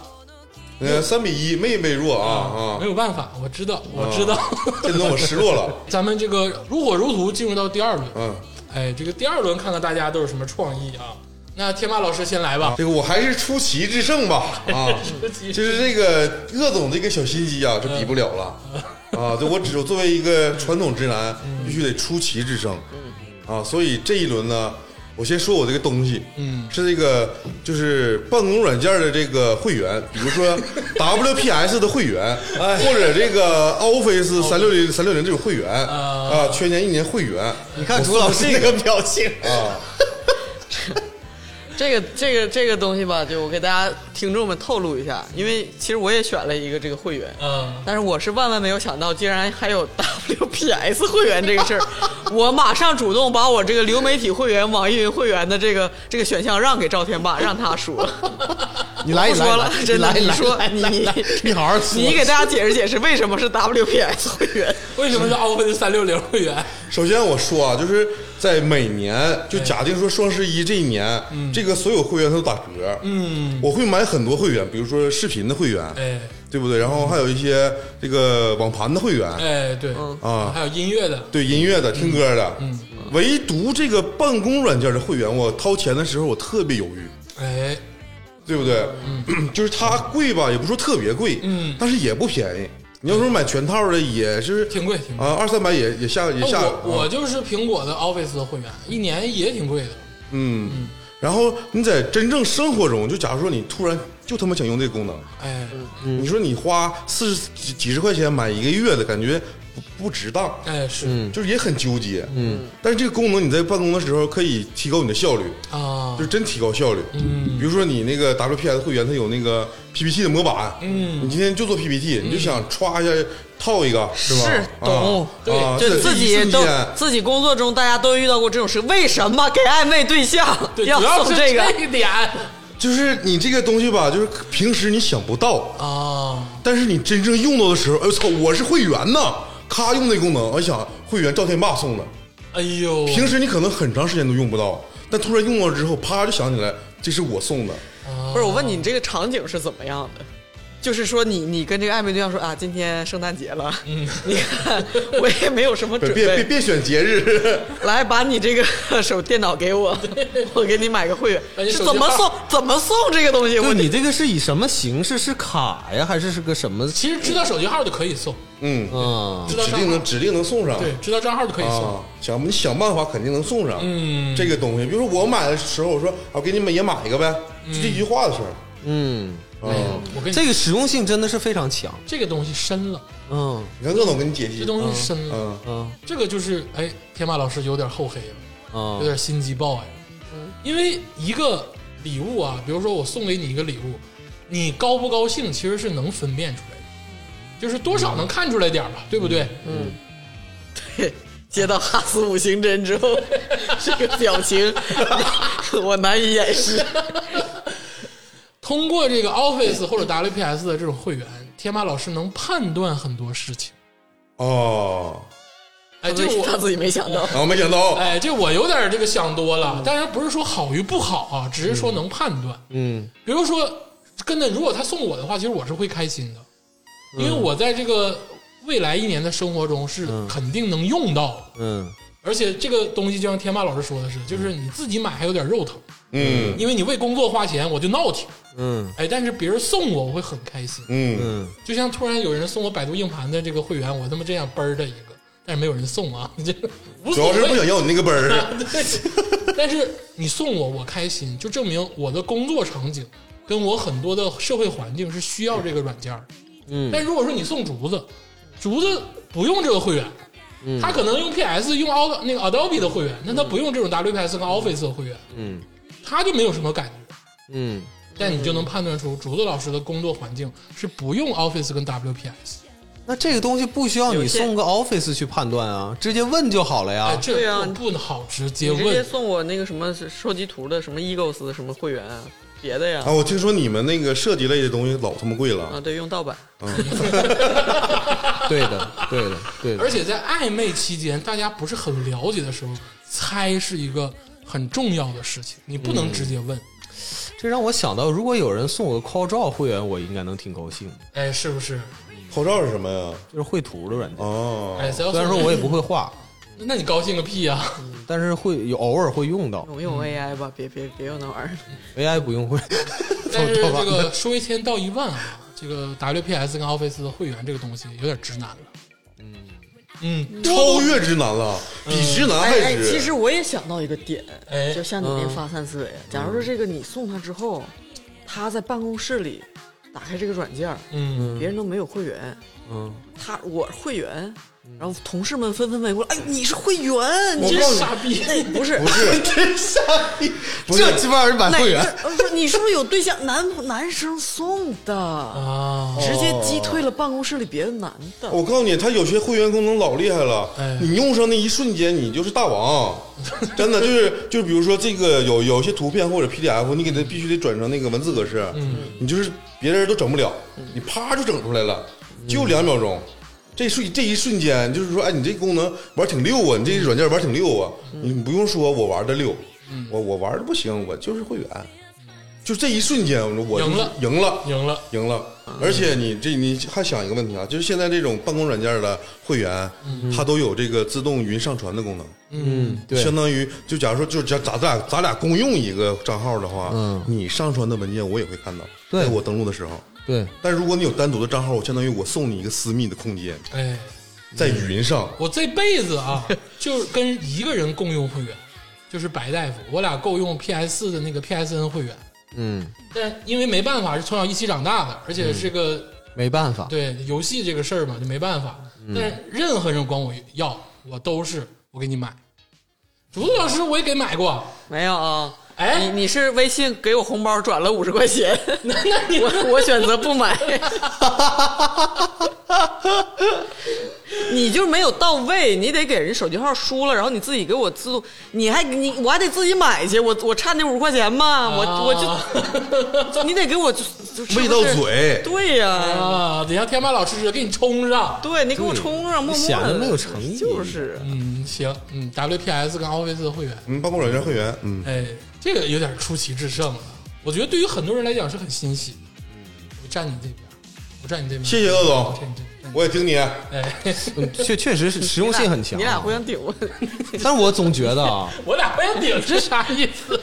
[SPEAKER 3] 呃三比一，没微弱啊
[SPEAKER 1] 没有办法，我知道，我知道，
[SPEAKER 3] 啊，这轮我失落了，
[SPEAKER 1] 咱们这个如火如荼进入到第二轮，
[SPEAKER 3] 嗯。
[SPEAKER 1] 哎，这个第二轮看看大家都有什么创意啊？那天霸老师先来吧，
[SPEAKER 3] 这个我还是出奇制胜吧， 啊， 就是这个鄂总这个小心机啊，这比不了了，
[SPEAKER 4] 嗯
[SPEAKER 3] 啊，对我只有作为一个传统直男，必须得出奇制胜，
[SPEAKER 4] 嗯
[SPEAKER 3] 啊，所以这一轮呢，我先说我这个东西，
[SPEAKER 1] 嗯
[SPEAKER 3] 是这个就是办公软件的这个会员，比如 说 WPS 的会员，
[SPEAKER 4] 哎
[SPEAKER 3] 或者这个 Office
[SPEAKER 4] 哦
[SPEAKER 3] 三六零三六零这种会员，啊，全年一年会员，
[SPEAKER 4] 你看朱老师那个表情，
[SPEAKER 3] 啊，
[SPEAKER 2] 这个这个这个东西吧，就我给大家听众们透露一下，因为其实我也选了一个这个会员，
[SPEAKER 1] 嗯，
[SPEAKER 2] 但是我是万万没有想到，竟然还有 WPS 会员这个事儿。我马上主动把我这个流媒体会员、网易云会员的这个这个选项让给赵天霸，让他说。
[SPEAKER 4] 你来，
[SPEAKER 2] 我
[SPEAKER 4] 你
[SPEAKER 2] 不说了
[SPEAKER 4] 来，你
[SPEAKER 2] 真的
[SPEAKER 4] 来，
[SPEAKER 2] 你
[SPEAKER 4] 你来
[SPEAKER 2] 说
[SPEAKER 4] 来来
[SPEAKER 2] 你
[SPEAKER 4] 来你好好说，
[SPEAKER 2] 你给大家解释解释，为什么是 WPS 会员？
[SPEAKER 1] 为什么是 office 三六零会员？
[SPEAKER 3] 首先我说啊，就是在每年，
[SPEAKER 4] 哎
[SPEAKER 3] 就假定说双十一这一年，
[SPEAKER 4] 嗯
[SPEAKER 3] 这个所有会员它都打折，嗯，我会买很多会员，比如说视频的会员，
[SPEAKER 1] 哎
[SPEAKER 3] 对不对？然后还有一些这个网盘的会员，
[SPEAKER 1] 哎，对，
[SPEAKER 3] 啊
[SPEAKER 1] 还有音乐的，
[SPEAKER 3] 对音乐的、听歌的，
[SPEAKER 1] 嗯
[SPEAKER 3] 嗯唯独这个办公软件的会员，我掏钱的时候我特别犹豫，
[SPEAKER 1] 哎，
[SPEAKER 3] 对不对？
[SPEAKER 1] 嗯
[SPEAKER 3] 就是它贵吧，也不说特别贵，嗯，但是也不便宜。你要说买全套的，也是
[SPEAKER 1] 挺贵，挺贵。哦
[SPEAKER 3] 啊，二三百也也下也下。啊
[SPEAKER 1] 我我就是苹果的 Office 的会员，一年也挺贵的。
[SPEAKER 3] 嗯，然后你在真正生活中，就假如说你突然就他妈想用这个功能，
[SPEAKER 1] 哎，
[SPEAKER 3] 你说你花四十几几十块钱买一个月的感觉不不值当，
[SPEAKER 1] 哎
[SPEAKER 2] 嗯
[SPEAKER 1] 是
[SPEAKER 3] 就是也很纠结。嗯，但是这个功能你在办公的时候可以提高你的效率，
[SPEAKER 1] 啊
[SPEAKER 3] 就，真提高效率。嗯，比如说你那个 WPS 会员，它有那个 PPT 的模板，嗯，你今天就做 PPT，你就想歘一下套一个，是吧？
[SPEAKER 2] 是懂
[SPEAKER 3] 啊
[SPEAKER 1] 对
[SPEAKER 3] 啊
[SPEAKER 2] 就
[SPEAKER 3] 在
[SPEAKER 2] 自
[SPEAKER 3] 一
[SPEAKER 2] 己
[SPEAKER 3] 瞬
[SPEAKER 2] 都
[SPEAKER 3] 间
[SPEAKER 2] 自己工作中，大家都遇到过这种事，为什么给暧昧对象
[SPEAKER 1] 对，主要
[SPEAKER 2] 要
[SPEAKER 1] 是
[SPEAKER 2] 送这个？
[SPEAKER 1] 一点
[SPEAKER 3] 就是你这个东西吧，就是平时你想不到，
[SPEAKER 1] 啊，
[SPEAKER 3] 但是你真正用到的时候，哎呦操，我是会员呐，咔用那功能，我一想会员赵天霸送的，
[SPEAKER 1] 哎呦，
[SPEAKER 3] 平时你可能很长时间都用不到，但突然用到之后，啪就想起来这是我送的，
[SPEAKER 2] 不是，我问你，你这个场景是怎么样的？就是说你，你跟这个暧昧对象说啊，今天圣诞节了，嗯，你看我也没有什么
[SPEAKER 3] 别
[SPEAKER 2] 准
[SPEAKER 3] 别别
[SPEAKER 2] 备，
[SPEAKER 3] 别选节日，
[SPEAKER 2] 来把你这个 手电脑给我，我给你买个会员，
[SPEAKER 1] 把你
[SPEAKER 2] 是
[SPEAKER 1] 手机
[SPEAKER 2] 怎么
[SPEAKER 1] 号
[SPEAKER 2] 送？怎么送这个东西？
[SPEAKER 4] 就
[SPEAKER 2] 我
[SPEAKER 4] 你这个是以什么形式？是卡呀，还是是个什么？
[SPEAKER 1] 其实知道手机号就可以送，
[SPEAKER 3] 嗯，
[SPEAKER 4] 嗯，
[SPEAKER 1] 知道
[SPEAKER 3] 指
[SPEAKER 1] 账
[SPEAKER 3] 定能
[SPEAKER 1] 号，
[SPEAKER 3] 指定能送上，
[SPEAKER 1] 对，知道账号就可以送。
[SPEAKER 3] 啊，想你想办法肯定能送
[SPEAKER 1] 嗯
[SPEAKER 3] 上，嗯，这个东西，比如说我买的时候，我说啊，我给你们也买一个呗，就这一句话的事儿，
[SPEAKER 4] 嗯，
[SPEAKER 3] 啊。
[SPEAKER 1] 哎我跟你
[SPEAKER 4] 这个实用性真的是非常强。
[SPEAKER 1] 这个东西深了，
[SPEAKER 4] 嗯
[SPEAKER 3] 你看鄂总给你解
[SPEAKER 1] 这
[SPEAKER 3] 析，
[SPEAKER 1] 东西深了，
[SPEAKER 3] 嗯，
[SPEAKER 4] 嗯
[SPEAKER 1] 这个就是哎，天马老师有点厚黑了，有
[SPEAKER 4] 嗯
[SPEAKER 1] 点心机 boy 了，
[SPEAKER 3] 嗯
[SPEAKER 1] 因为一个礼物啊，比如说我送给你一个礼物，你高不高兴其实是能分辨出来的，就是多
[SPEAKER 3] 嗯
[SPEAKER 1] 少能看出来点儿吧，对不对？嗯，
[SPEAKER 2] 嘿接到哈斯五行针之后， 这个表情 我难以掩饰。
[SPEAKER 1] 通过这个 Office 或者 WPS 的这种会员，天马老师能判断很多事情。
[SPEAKER 3] 哦，
[SPEAKER 1] 哎，这我
[SPEAKER 2] 他自己没想到，
[SPEAKER 3] 然后没想到，
[SPEAKER 1] 哎，这我有点这个想多了，但是不是说好与不好啊，只是说能判断。
[SPEAKER 4] 嗯
[SPEAKER 1] 比如说，真的，如果他送我的话，其实我是会开心的，因为我在这个未来一年的生活中是肯定能用到的。
[SPEAKER 4] 嗯
[SPEAKER 1] 而且这个东西就像天霸老师说的是，就是你自己买还有点肉疼，
[SPEAKER 3] 嗯
[SPEAKER 1] 因为你为工作花钱，我就闹挺。
[SPEAKER 4] 嗯
[SPEAKER 1] 哎，但是别人送我，我会很开心。
[SPEAKER 3] 嗯，
[SPEAKER 4] 嗯
[SPEAKER 1] 就像突然有人送我百度硬盘的这个会员，我他妈这样嘣儿的一个，但是没有人送啊，这无
[SPEAKER 3] 主
[SPEAKER 1] 所
[SPEAKER 3] 要是不
[SPEAKER 1] 谓。
[SPEAKER 3] 想要你那个 本儿，
[SPEAKER 1] 但是你送我，我开心，就证明我的工作场景跟我很多的社会环境是需要这个软件儿。
[SPEAKER 4] 嗯
[SPEAKER 1] 但如果说你送竹子，竹子不用这个会员，他可能用 PS 用 Al 那个 Adobe 的会员，那他不用这种 WPS 跟 Office 的会员，
[SPEAKER 4] 嗯
[SPEAKER 1] 他就没有什么感觉。
[SPEAKER 4] 嗯
[SPEAKER 1] 但你就能判断出竹子老师的工作环境是不用 Office 跟 WPS，
[SPEAKER 4] 那这个东西不需要你
[SPEAKER 2] 有些
[SPEAKER 4] 送个 Office 去判断啊，直接问就好了
[SPEAKER 1] 哎，
[SPEAKER 4] 呀。
[SPEAKER 1] 这
[SPEAKER 2] 对啊
[SPEAKER 1] 不不好直接
[SPEAKER 2] 你直接
[SPEAKER 1] 问。
[SPEAKER 2] 送我那个什么收集图的什么 Eagles 什么会员啊，别的呀
[SPEAKER 3] 啊，我听说你们那个设计类的东西老他妈贵
[SPEAKER 2] 啊，
[SPEAKER 1] 嗯
[SPEAKER 3] 了，
[SPEAKER 2] 对，用盗版，
[SPEAKER 4] 对的，对的，对的
[SPEAKER 1] 而。且在暧昧期间，大家不是很了解的时候，猜是一个很重要的事情，你不能直接问，
[SPEAKER 4] 这让我想到，如果有人送我个 QDraw 会员，我应该能挺高兴的，
[SPEAKER 1] 哎，是不是？
[SPEAKER 3] 口罩是什么呀？
[SPEAKER 4] 就是绘图的软件。
[SPEAKER 3] 哦，
[SPEAKER 1] 哎，
[SPEAKER 4] 虽然说我也不会画，
[SPEAKER 1] 那你高兴个屁啊呀、
[SPEAKER 4] 但是会有偶尔会用到
[SPEAKER 2] 用用 AI 吧，别别别用那玩意儿。
[SPEAKER 4] AI 不用会。
[SPEAKER 1] 但是这个说一千道一万啊，这个 WPS 跟 Office 的会员这个东西有点直男了。嗯嗯，
[SPEAKER 3] 超越直男了，比直男还
[SPEAKER 2] 哎，
[SPEAKER 3] 直。
[SPEAKER 2] 其实我也想到一个点，
[SPEAKER 1] 哎
[SPEAKER 2] 就像你那发散思维，啊假如说这个你送他之后，他在办公室里打开这个软件儿，
[SPEAKER 1] 嗯，
[SPEAKER 2] 别人都没有会员，
[SPEAKER 4] 嗯，
[SPEAKER 2] 他我会员，然后同事们纷纷围过来，哎，你是会员，你
[SPEAKER 1] 真
[SPEAKER 2] 这
[SPEAKER 3] 告诉你
[SPEAKER 1] 傻逼！
[SPEAKER 2] 哎不是
[SPEAKER 3] 不。是，
[SPEAKER 4] 真傻逼！
[SPEAKER 3] 是
[SPEAKER 4] 这鸡巴人买
[SPEAKER 2] 那
[SPEAKER 4] 会员，
[SPEAKER 2] 呃不是你是不是有对象？男男生送的，
[SPEAKER 1] 啊，
[SPEAKER 2] 直接击退了办公室里别的男的。
[SPEAKER 3] 我告诉你，他有些会员功能老厉害了，
[SPEAKER 1] 哎
[SPEAKER 3] 你用上那一瞬间，你就是 大王，真的就是就是，比如说这个有有些图片或者 PDF，你给它必须得转成那个文字格式，
[SPEAKER 1] 嗯
[SPEAKER 3] 你就是别人都整不了，你啪就整出来了，
[SPEAKER 1] 嗯
[SPEAKER 3] 就两秒钟。这瞬这一瞬间，就是说，哎，你这功能玩挺溜啊，
[SPEAKER 1] 嗯
[SPEAKER 3] 你这软件玩挺溜啊，你不用说，我玩的溜，
[SPEAKER 1] 嗯
[SPEAKER 3] 我我玩的不行，我就是会员，就这一瞬间，我就
[SPEAKER 1] 赢了
[SPEAKER 3] 赢了，
[SPEAKER 1] 赢了，
[SPEAKER 3] 赢了。而且你这你还想一个问题啊，就是现在这种办公软件的会员，它都有这个自动云上传的功能，
[SPEAKER 4] 嗯，对
[SPEAKER 3] 相，当于就假如说就咱咱俩咱俩共用一个账号的话，
[SPEAKER 4] 嗯
[SPEAKER 3] 你上传的文件我也会看到，
[SPEAKER 4] 对
[SPEAKER 3] 在我登录的时候。
[SPEAKER 4] 对，
[SPEAKER 3] 但如果你有单独的账号，我相当于我送你一个私密的空间，
[SPEAKER 1] 哎，
[SPEAKER 3] 在云上。
[SPEAKER 1] 我这辈子啊， 就跟一个人共用会员，就是白大夫，我俩共用 PS 4的那个 PSN 会员，
[SPEAKER 4] 嗯，
[SPEAKER 1] 但因为没办法，是从小一起长大的，而且
[SPEAKER 2] 嗯
[SPEAKER 1] 这个、
[SPEAKER 4] 没办法，
[SPEAKER 1] 对游戏这个事儿嘛，就没办法。
[SPEAKER 2] 嗯
[SPEAKER 1] 但是任何人管我要，我都是我给你买。竹子老师我也给买过，
[SPEAKER 2] 没有啊，
[SPEAKER 1] 哎
[SPEAKER 2] 你你是微信给我红包转了五十块 钱，我我选择不买， 你就没有到位，你得给人手机号输了，然后你自己给我自动，你还你我还得自己买去，我我差那五十块钱嘛，我、
[SPEAKER 1] 啊
[SPEAKER 2] 我 就你得给我就就
[SPEAKER 3] 喂到
[SPEAKER 2] 嗯是不是
[SPEAKER 3] 嘴
[SPEAKER 2] 对呀、
[SPEAKER 1] 啊，得像天马老师似的给你充上。
[SPEAKER 2] 对你给我充上，默默地
[SPEAKER 4] 显得没有诚意
[SPEAKER 2] 就是
[SPEAKER 1] 嗯，行，嗯，WPS 跟 Office 的会员，
[SPEAKER 3] 嗯，办公软件会员，嗯，
[SPEAKER 1] 哎，这个有点出奇制胜了。我觉得对于很多人来讲是很欣喜。
[SPEAKER 2] 嗯
[SPEAKER 1] 我站你这边，我站你这边，
[SPEAKER 3] 谢谢鄂
[SPEAKER 1] 我
[SPEAKER 3] 总
[SPEAKER 1] 站，你这边。
[SPEAKER 3] 我也听你。啊
[SPEAKER 1] 哎，
[SPEAKER 4] 嗯确确实是实用性很强。啊
[SPEAKER 2] 你俩互相顶我，
[SPEAKER 4] 但是我总觉得啊，
[SPEAKER 1] 我俩不要顶是啥意思？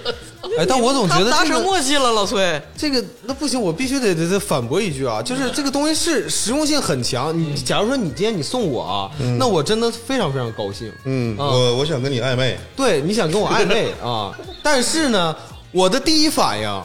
[SPEAKER 4] 哎，但我总觉
[SPEAKER 2] 他
[SPEAKER 4] 得
[SPEAKER 2] 们达
[SPEAKER 4] 这
[SPEAKER 2] 成
[SPEAKER 4] 个
[SPEAKER 2] 默契了，老崔。
[SPEAKER 1] 哎
[SPEAKER 4] 这个那不行，我必须得得得反驳一句啊，就是这个东西是实用性很强。你假如说你今天你送我啊，那我真的非常非常高兴。
[SPEAKER 3] 嗯，
[SPEAKER 4] 啊
[SPEAKER 3] 我我想跟你暧昧，
[SPEAKER 4] 对，你想跟我暧昧啊，但是呢，我的第一反应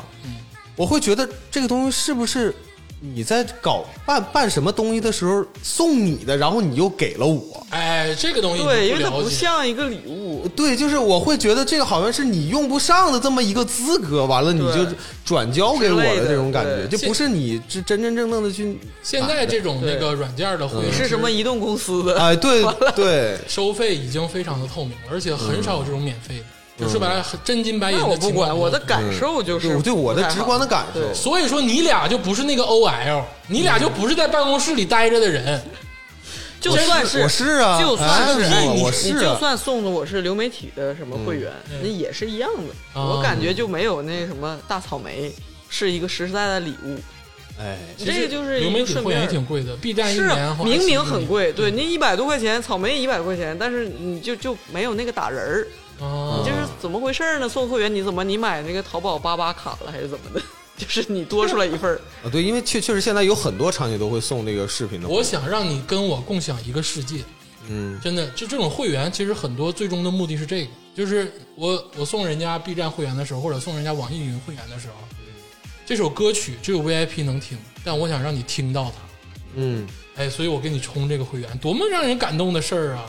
[SPEAKER 4] 我会觉得这个东西是不是你在搞办办什么东西的时候送你的，然后你又给了我？
[SPEAKER 1] 哎，这个东西你
[SPEAKER 2] 对，因为它
[SPEAKER 1] 了
[SPEAKER 2] 不
[SPEAKER 1] 解，
[SPEAKER 2] 像一个礼物，
[SPEAKER 4] 对，就是我会觉得这个好像是你用不上的这么一个资格，完了你
[SPEAKER 2] 对
[SPEAKER 4] 就转交给我
[SPEAKER 2] 之类
[SPEAKER 4] 的
[SPEAKER 2] 的
[SPEAKER 4] 这种感觉，
[SPEAKER 2] 对
[SPEAKER 4] 就不是你真真真正正的去
[SPEAKER 1] 现在这种
[SPEAKER 2] 啊对嗯
[SPEAKER 1] 那个软件的会员
[SPEAKER 2] 你是什么移动公司 的？
[SPEAKER 4] 哎，对对，
[SPEAKER 1] 收费已经非常的透明，而且很少有这种免费的，就说白了，很真金白银
[SPEAKER 2] 嗯那
[SPEAKER 1] 的
[SPEAKER 2] 我
[SPEAKER 1] 情
[SPEAKER 2] 不
[SPEAKER 1] 况
[SPEAKER 2] 管，我的
[SPEAKER 1] 下
[SPEAKER 2] 感受就是
[SPEAKER 4] 嗯对，我的直观的
[SPEAKER 2] 感
[SPEAKER 4] 感受
[SPEAKER 2] 对。
[SPEAKER 1] 所以说你俩就不是那个 OL，你俩就不是在办公室里待着的人，
[SPEAKER 2] 嗯就算是
[SPEAKER 4] 我是啊，
[SPEAKER 2] 就算是
[SPEAKER 4] 哎
[SPEAKER 2] 哎
[SPEAKER 4] 我
[SPEAKER 2] 你
[SPEAKER 4] 我是
[SPEAKER 2] 你
[SPEAKER 4] 啊
[SPEAKER 2] 就算送的我是流媒体的什么会员，
[SPEAKER 1] 嗯
[SPEAKER 2] 那也是一样的。
[SPEAKER 1] 啊
[SPEAKER 2] 我感觉就没有那什么大草莓是一个实实在在的礼物，
[SPEAKER 4] 哎，
[SPEAKER 2] 你这个就是
[SPEAKER 1] 流
[SPEAKER 2] 一
[SPEAKER 1] 媒
[SPEAKER 2] 个
[SPEAKER 1] 体
[SPEAKER 2] 顺
[SPEAKER 1] 会员也
[SPEAKER 2] 便儿。
[SPEAKER 1] 挺贵的，B 站一
[SPEAKER 2] 是啊
[SPEAKER 1] 年好嗯像
[SPEAKER 2] 明明
[SPEAKER 1] 11
[SPEAKER 2] 很贵，对你一百多块钱，草莓一百块钱，但是你就就没有那个打人儿，
[SPEAKER 1] 啊
[SPEAKER 2] 你这是怎么回事儿呢？送会员你怎么你买那个淘宝八八卡了还是怎么的？ 就是你多出来一份儿，
[SPEAKER 4] 啊，对，因为确确实现在有很多场景都会送这个视频的。
[SPEAKER 1] 我想让你跟我共享一个世界，
[SPEAKER 4] 嗯，
[SPEAKER 1] 真的，就这种会员，其实很多最终的目的是这个，就是我我送人家 B 站会员的时候，或者送人家网易云会员的时候，
[SPEAKER 2] 嗯
[SPEAKER 1] 这首歌曲只有 VIP 能听，但我想让你听到它，
[SPEAKER 4] 嗯，
[SPEAKER 1] 哎，所以我给你充这个会员，多么让人感动的事儿啊！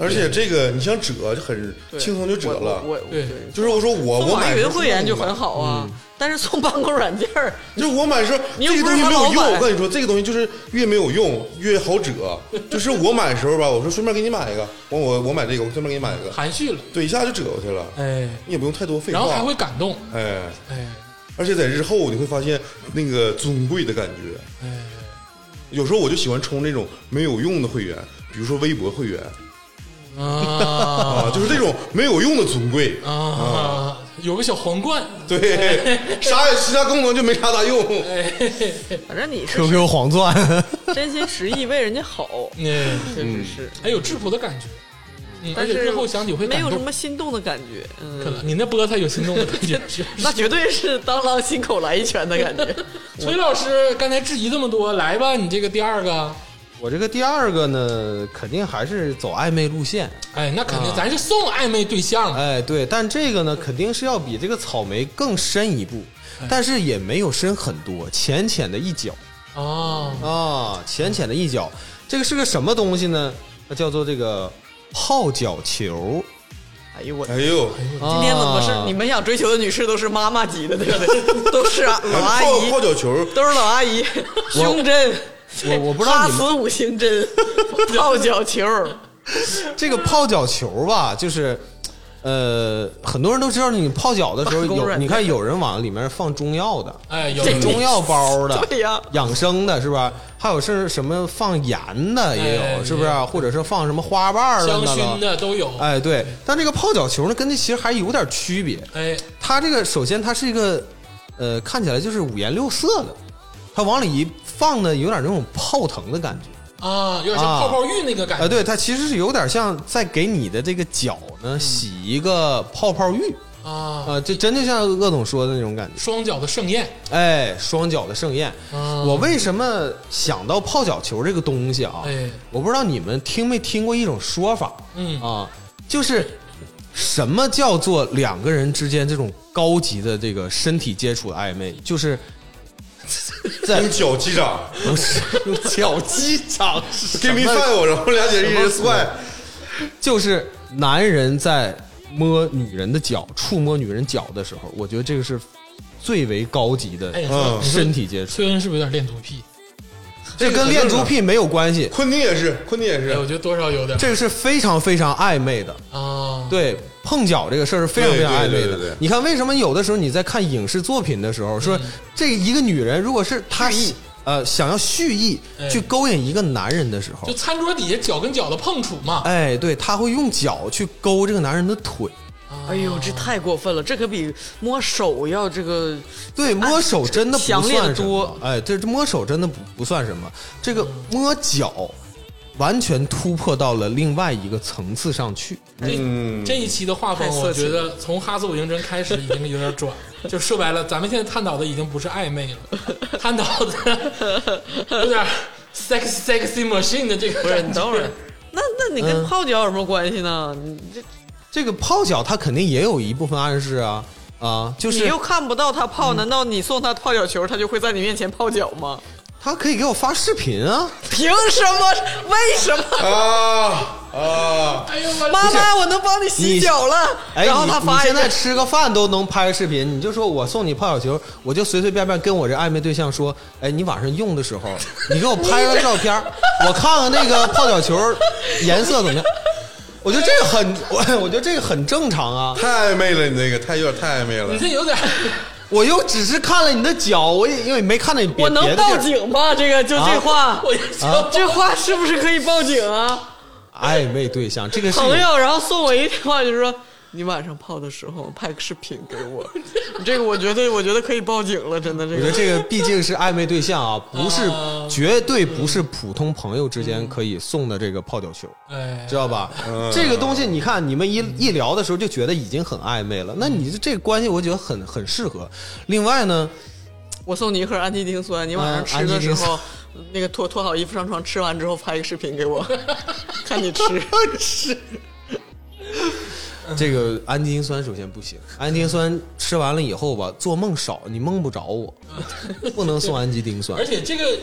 [SPEAKER 3] 而且这个你想折就很
[SPEAKER 2] 对
[SPEAKER 3] 轻松就折
[SPEAKER 2] 我我
[SPEAKER 3] 了，
[SPEAKER 2] 我
[SPEAKER 1] 对
[SPEAKER 3] 就是我说哦我
[SPEAKER 2] 送
[SPEAKER 3] 我
[SPEAKER 2] 网
[SPEAKER 3] 买
[SPEAKER 2] 易
[SPEAKER 3] 的时
[SPEAKER 2] 云
[SPEAKER 3] 候
[SPEAKER 2] 会员就
[SPEAKER 3] 我买
[SPEAKER 2] 很好啊，但是送办公软件儿，
[SPEAKER 3] 就是我买的时候，
[SPEAKER 2] 你又
[SPEAKER 3] 这个
[SPEAKER 2] 不
[SPEAKER 3] 东
[SPEAKER 2] 是
[SPEAKER 3] 西
[SPEAKER 2] 他
[SPEAKER 3] 没有
[SPEAKER 2] 老
[SPEAKER 3] 用。
[SPEAKER 2] 板
[SPEAKER 3] 我跟你说，这个东西就是越没有用越好折。就是我买的时候吧，我说顺便给你买一个，我我我买这个，我顺便给你买一个，
[SPEAKER 1] 含蓄了，
[SPEAKER 3] 对，一下就折过去了，
[SPEAKER 1] 哎，
[SPEAKER 3] 你也不用太多废话。
[SPEAKER 1] 然后还会感动，
[SPEAKER 3] 哎，
[SPEAKER 1] 哎
[SPEAKER 3] 而且在日后你会发现那个尊贵的感觉。
[SPEAKER 1] 哎，
[SPEAKER 3] 有时候我就喜欢充那种没有用的会员，比如说微博会员
[SPEAKER 1] 啊
[SPEAKER 3] 啊，就是这种没有用的尊贵。
[SPEAKER 2] 嗯
[SPEAKER 1] 啊，有个小皇冠，
[SPEAKER 3] 对，啥也其他功能就没啥大用。
[SPEAKER 2] 哎反正你是
[SPEAKER 4] ，QQ 黄钻，
[SPEAKER 2] 真心实意为人家好，
[SPEAKER 1] 哎，
[SPEAKER 2] 确实是，
[SPEAKER 1] 哎，有质朴的感觉，嗯，而
[SPEAKER 2] 但
[SPEAKER 1] 且
[SPEAKER 2] 是
[SPEAKER 1] 日后想起会
[SPEAKER 2] 没
[SPEAKER 1] 感
[SPEAKER 2] 有什
[SPEAKER 1] 动。
[SPEAKER 2] 么心动的感觉，
[SPEAKER 1] 可
[SPEAKER 2] 嗯，
[SPEAKER 1] 能你那菠菜有心动的感觉，
[SPEAKER 2] 那绝对是当啷心口来一拳的感觉。
[SPEAKER 1] 崔老师刚才质疑这么多，来吧，你这个第二个，
[SPEAKER 4] 我这个第二个呢，肯定还是走暧昧路线。
[SPEAKER 1] 哎，那
[SPEAKER 4] 啊
[SPEAKER 1] 肯定咱是送暧昧对
[SPEAKER 2] 啊
[SPEAKER 1] 象啊了，
[SPEAKER 4] 哎，对，但这个呢，肯定是要比这个草莓更深一步，
[SPEAKER 2] 哎
[SPEAKER 4] 但是也没有深很多，浅浅的一脚
[SPEAKER 1] 哦，
[SPEAKER 4] 啊，浅浅的一脚。这个是个什么东西呢？它叫做这个泡脚球。
[SPEAKER 2] 哎呦我。
[SPEAKER 3] 哎呦，
[SPEAKER 4] 今
[SPEAKER 2] 今天怎么
[SPEAKER 4] 啊
[SPEAKER 2] 是你们想追求的女士都是妈妈级的，对不对？都是啊老阿
[SPEAKER 3] 泡
[SPEAKER 2] 姨，
[SPEAKER 3] 泡脚球，
[SPEAKER 2] 都是老阿姨，胸针，
[SPEAKER 4] 我我不知道
[SPEAKER 2] 哈
[SPEAKER 4] 你们
[SPEAKER 2] 斯五星 针，泡脚球，
[SPEAKER 4] 这个泡脚球吧，就是。呃，很多人都知道，你泡脚的时候
[SPEAKER 2] 办公
[SPEAKER 4] 有，
[SPEAKER 2] 软件
[SPEAKER 4] 你看有人往里面放中药的，
[SPEAKER 1] 哎，有
[SPEAKER 2] 这
[SPEAKER 1] 有
[SPEAKER 4] 中药包的，
[SPEAKER 2] 对呀
[SPEAKER 4] 养生的是吧？还有是什么放盐的也有，
[SPEAKER 1] 哎
[SPEAKER 4] 是不是？或者是放什么花瓣儿
[SPEAKER 1] 香
[SPEAKER 4] 的
[SPEAKER 1] 薰
[SPEAKER 4] 呢？
[SPEAKER 1] 的都有，
[SPEAKER 4] 哎，对。但这个泡脚球呢，跟这其实还有点区别。
[SPEAKER 1] 哎，
[SPEAKER 4] 它这个首先它是一个，呃，看起来就是五颜六色的，它往里一放呢，有点那种泡腾的感觉。
[SPEAKER 1] 啊，有点像
[SPEAKER 4] 啊
[SPEAKER 1] 泡泡浴那个感
[SPEAKER 4] 啊，
[SPEAKER 1] 觉
[SPEAKER 4] 对，它其实是有点像在给你的这个脚呢洗一个泡泡浴
[SPEAKER 1] 嗯啊，
[SPEAKER 4] 啊，这真就像鄂总说的那种感觉。
[SPEAKER 1] 双脚的盛宴，
[SPEAKER 4] 哎，双脚的盛宴。
[SPEAKER 1] 啊
[SPEAKER 4] 我为什么想到泡脚球这个东西啊？
[SPEAKER 1] 哎
[SPEAKER 4] 我不知道你们听没听过一种说法
[SPEAKER 1] 嗯
[SPEAKER 4] 啊，就是什么叫做两个人之间这种高级的这个身体接触的暧昧，就是 在
[SPEAKER 3] 用脚击掌，
[SPEAKER 4] 不是用脚击掌是
[SPEAKER 3] 给
[SPEAKER 4] 什
[SPEAKER 3] 你
[SPEAKER 4] 么
[SPEAKER 3] 饭我，然后俩姐一人踹，
[SPEAKER 4] 就是男人在摸女人的脚、触摸女人脚的时候，我觉得这个是最为高级的
[SPEAKER 1] 哎，
[SPEAKER 3] 嗯
[SPEAKER 4] 啊身体接触。
[SPEAKER 1] 崔恩是不是有点恋足癖？
[SPEAKER 4] 这跟恋足癖没有关系，
[SPEAKER 3] 昆汀也是，昆汀也
[SPEAKER 1] 哎，我
[SPEAKER 3] 是，
[SPEAKER 1] 觉得多少有点
[SPEAKER 4] 这个是非常非常暧昧的。
[SPEAKER 1] 啊，
[SPEAKER 4] 对，碰脚这个事儿是非常非常暧昧
[SPEAKER 3] 对对对对
[SPEAKER 4] 的
[SPEAKER 3] 对。
[SPEAKER 4] 你看，为什么有的时候你在看影视作品的时候，说这一个女人如果是她
[SPEAKER 3] 蓄意
[SPEAKER 4] 呃想要蓄意
[SPEAKER 1] 哎
[SPEAKER 4] 去勾引一个男人的时候
[SPEAKER 1] 就，餐桌底下脚跟脚的碰触嘛，
[SPEAKER 4] 哎，对，她会用脚去勾这个男人的腿。
[SPEAKER 2] 哎呦，这太过分了，这可比摸手要这个
[SPEAKER 4] 对，摸手真的不算
[SPEAKER 2] 啊强烈
[SPEAKER 4] 什
[SPEAKER 2] 得
[SPEAKER 4] 么
[SPEAKER 2] 多
[SPEAKER 4] 哎，这这摸手真的不不算什么。这个摸脚完全突破到了另外一个层次上去。
[SPEAKER 1] 这、这一期的画风
[SPEAKER 2] 太，色
[SPEAKER 1] 我觉
[SPEAKER 2] 情
[SPEAKER 1] 得从哈斯五刑侦开始已经有点转， 就说白了，咱们现在探讨的已经不是暧昧了，探讨的有点 sexy sexy machine 的这个
[SPEAKER 2] 不是，
[SPEAKER 1] 感
[SPEAKER 2] 你
[SPEAKER 1] 觉。
[SPEAKER 2] 等会儿，那那你
[SPEAKER 4] 嗯
[SPEAKER 2] 跟泡脚有什么关系呢？你这
[SPEAKER 4] 这个泡脚，它肯定也有一部分暗示啊。啊，就
[SPEAKER 2] 你
[SPEAKER 4] 是嗯
[SPEAKER 2] 又看不到他泡，难道你送他泡脚球，他就会在你面前泡脚吗？
[SPEAKER 4] 他可以给我发视频啊，
[SPEAKER 2] 凭什么？为什么？
[SPEAKER 3] 啊 啊！
[SPEAKER 1] 哎呦我
[SPEAKER 2] 妈妈，我能帮你洗脚了。
[SPEAKER 4] 哎，
[SPEAKER 2] 然后
[SPEAKER 4] 你
[SPEAKER 2] 他
[SPEAKER 4] 你
[SPEAKER 2] 发一
[SPEAKER 4] 现在
[SPEAKER 2] 个，
[SPEAKER 4] 吃个饭都能拍个视频，你就说我送你泡小球，我就随随便便跟我这暧昧对象说，哎，你晚上用的时候，你给我拍个照 片，我看看那个泡小球颜色怎么样。我觉得这个很， 我我觉得这个很正常啊。
[SPEAKER 3] 太暧昧了，你这个太有点太暧昧了
[SPEAKER 1] 你。这有点
[SPEAKER 4] 我又只是看了你的脚，我也因为没看到你别
[SPEAKER 2] 我能
[SPEAKER 4] 别的地
[SPEAKER 2] 报
[SPEAKER 4] 儿。啊
[SPEAKER 2] 警吗？这个就这话，
[SPEAKER 1] 我就想
[SPEAKER 2] 这话是不是可以报警啊？
[SPEAKER 4] 暧昧对象，这个是有
[SPEAKER 2] 朋友，然后送我一电话，就说你晚上泡的时候拍个视频给我。 你这个我觉得，我觉得可以报警了，真的这
[SPEAKER 4] 我觉得
[SPEAKER 2] 个。
[SPEAKER 4] 这个毕竟是暧昧对象啊，不是
[SPEAKER 2] 哦
[SPEAKER 4] 绝对不是普通朋友之间可以送的这个泡脚球，
[SPEAKER 1] 哎
[SPEAKER 4] 知，道吧？
[SPEAKER 3] 嗯
[SPEAKER 4] 这个东西你看，你们一一聊的时候就觉得已经很暧昧了，那你这个关系我觉得很很适合。另外呢，
[SPEAKER 2] 我送你一盒氨基丁酸，你晚上吃 的时候，那个脱脱好衣服上床，吃完之后拍个视频给 我，看你吃。
[SPEAKER 4] 这个氨基丁酸首先不行，氨基丁酸吃完了以后吧，做梦少，你梦不着 我，不能送氨基丁酸
[SPEAKER 1] 而。且这个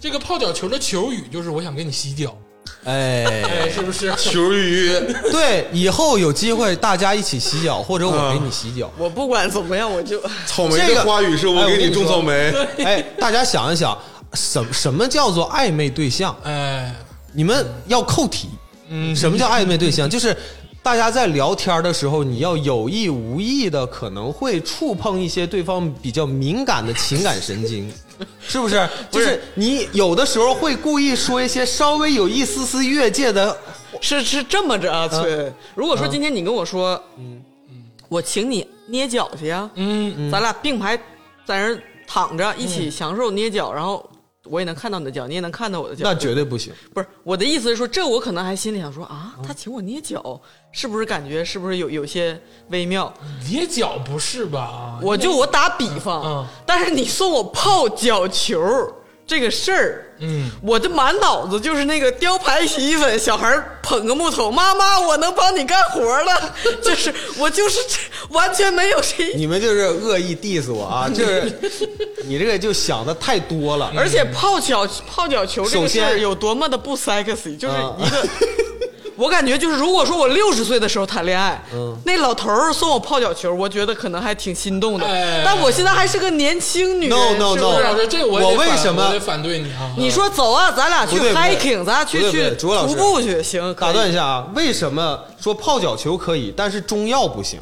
[SPEAKER 1] 这个泡脚球的球语就是我想给你洗脚，
[SPEAKER 4] 哎，
[SPEAKER 1] 哎，是不是？
[SPEAKER 3] 球鱼，
[SPEAKER 4] 对，以后有机会大家一起洗脚，或者我给你洗脚。
[SPEAKER 2] 我不管怎么样，我就
[SPEAKER 3] 草莓
[SPEAKER 4] 这
[SPEAKER 3] 嗯
[SPEAKER 4] 个
[SPEAKER 3] 的花语是
[SPEAKER 4] 哎
[SPEAKER 3] 我
[SPEAKER 4] 我
[SPEAKER 3] 给
[SPEAKER 4] 跟你
[SPEAKER 3] 你种
[SPEAKER 4] 说
[SPEAKER 3] 草莓。
[SPEAKER 4] 哎，大家想一想，什什么叫做暧昧对象？
[SPEAKER 1] 哎，
[SPEAKER 4] 你们要扣题。嗯，什么叫暧昧对象？就是大家在聊天的时候，你要有意无意的可能会触碰一些对方比较敏感的情感神 经，是不是？就是你有的时候会故意说一些稍微有一丝丝越界 的，
[SPEAKER 2] 是是这么着啊，崔。如果说今天你跟我说，嗯我请你捏脚去呀，
[SPEAKER 1] 嗯，
[SPEAKER 2] 咱俩并排在那儿躺着一起享受捏脚，然后我也能看到你的脚，你也能看到我的脚。
[SPEAKER 4] 那绝对不行。
[SPEAKER 2] 不是我的意思是说，这我可能还心里想说啊，
[SPEAKER 1] 嗯
[SPEAKER 2] 他请我捏脚，是不是感觉是不是有有些微妙？
[SPEAKER 1] 捏脚不是吧？
[SPEAKER 2] 我就我打比方，
[SPEAKER 1] 嗯
[SPEAKER 2] 但是你送我泡脚球这个事儿，
[SPEAKER 1] 嗯，
[SPEAKER 2] 我这满脑子就是那个雕牌洗衣粉，小孩儿捧个木头，妈妈，我能帮你干活了， 就是我就是完全没有谁，
[SPEAKER 4] 你们就是恶意 diss 我啊！就是 你这个就想的太多了。
[SPEAKER 2] 而且泡脚泡脚球这个事
[SPEAKER 4] 嗯首
[SPEAKER 2] 儿
[SPEAKER 4] 先啊
[SPEAKER 2] 有多么的不 sexy，就是一个。 我感觉就是，如果说我六十岁的时候谈恋爱，
[SPEAKER 4] 嗯
[SPEAKER 2] 那老头儿送我泡脚球，我觉得可能还挺心动的。
[SPEAKER 1] 哎
[SPEAKER 2] 但我现在还是个年轻女人
[SPEAKER 4] No,
[SPEAKER 2] 是
[SPEAKER 4] no,
[SPEAKER 1] 朱
[SPEAKER 2] 不是
[SPEAKER 4] no
[SPEAKER 1] 老师，啊这我
[SPEAKER 4] 我
[SPEAKER 1] 得反
[SPEAKER 4] 为什么
[SPEAKER 1] 我得反对你啊？
[SPEAKER 2] 你说走啊，咱俩去
[SPEAKER 4] 不对不对
[SPEAKER 2] hiking，咱俩去
[SPEAKER 4] 不对不
[SPEAKER 2] 去
[SPEAKER 4] 对朱老
[SPEAKER 2] 徒
[SPEAKER 4] 师
[SPEAKER 2] 步去，行？可以
[SPEAKER 4] 打断一下啊，为什么说泡脚球可以，但是中药不 行？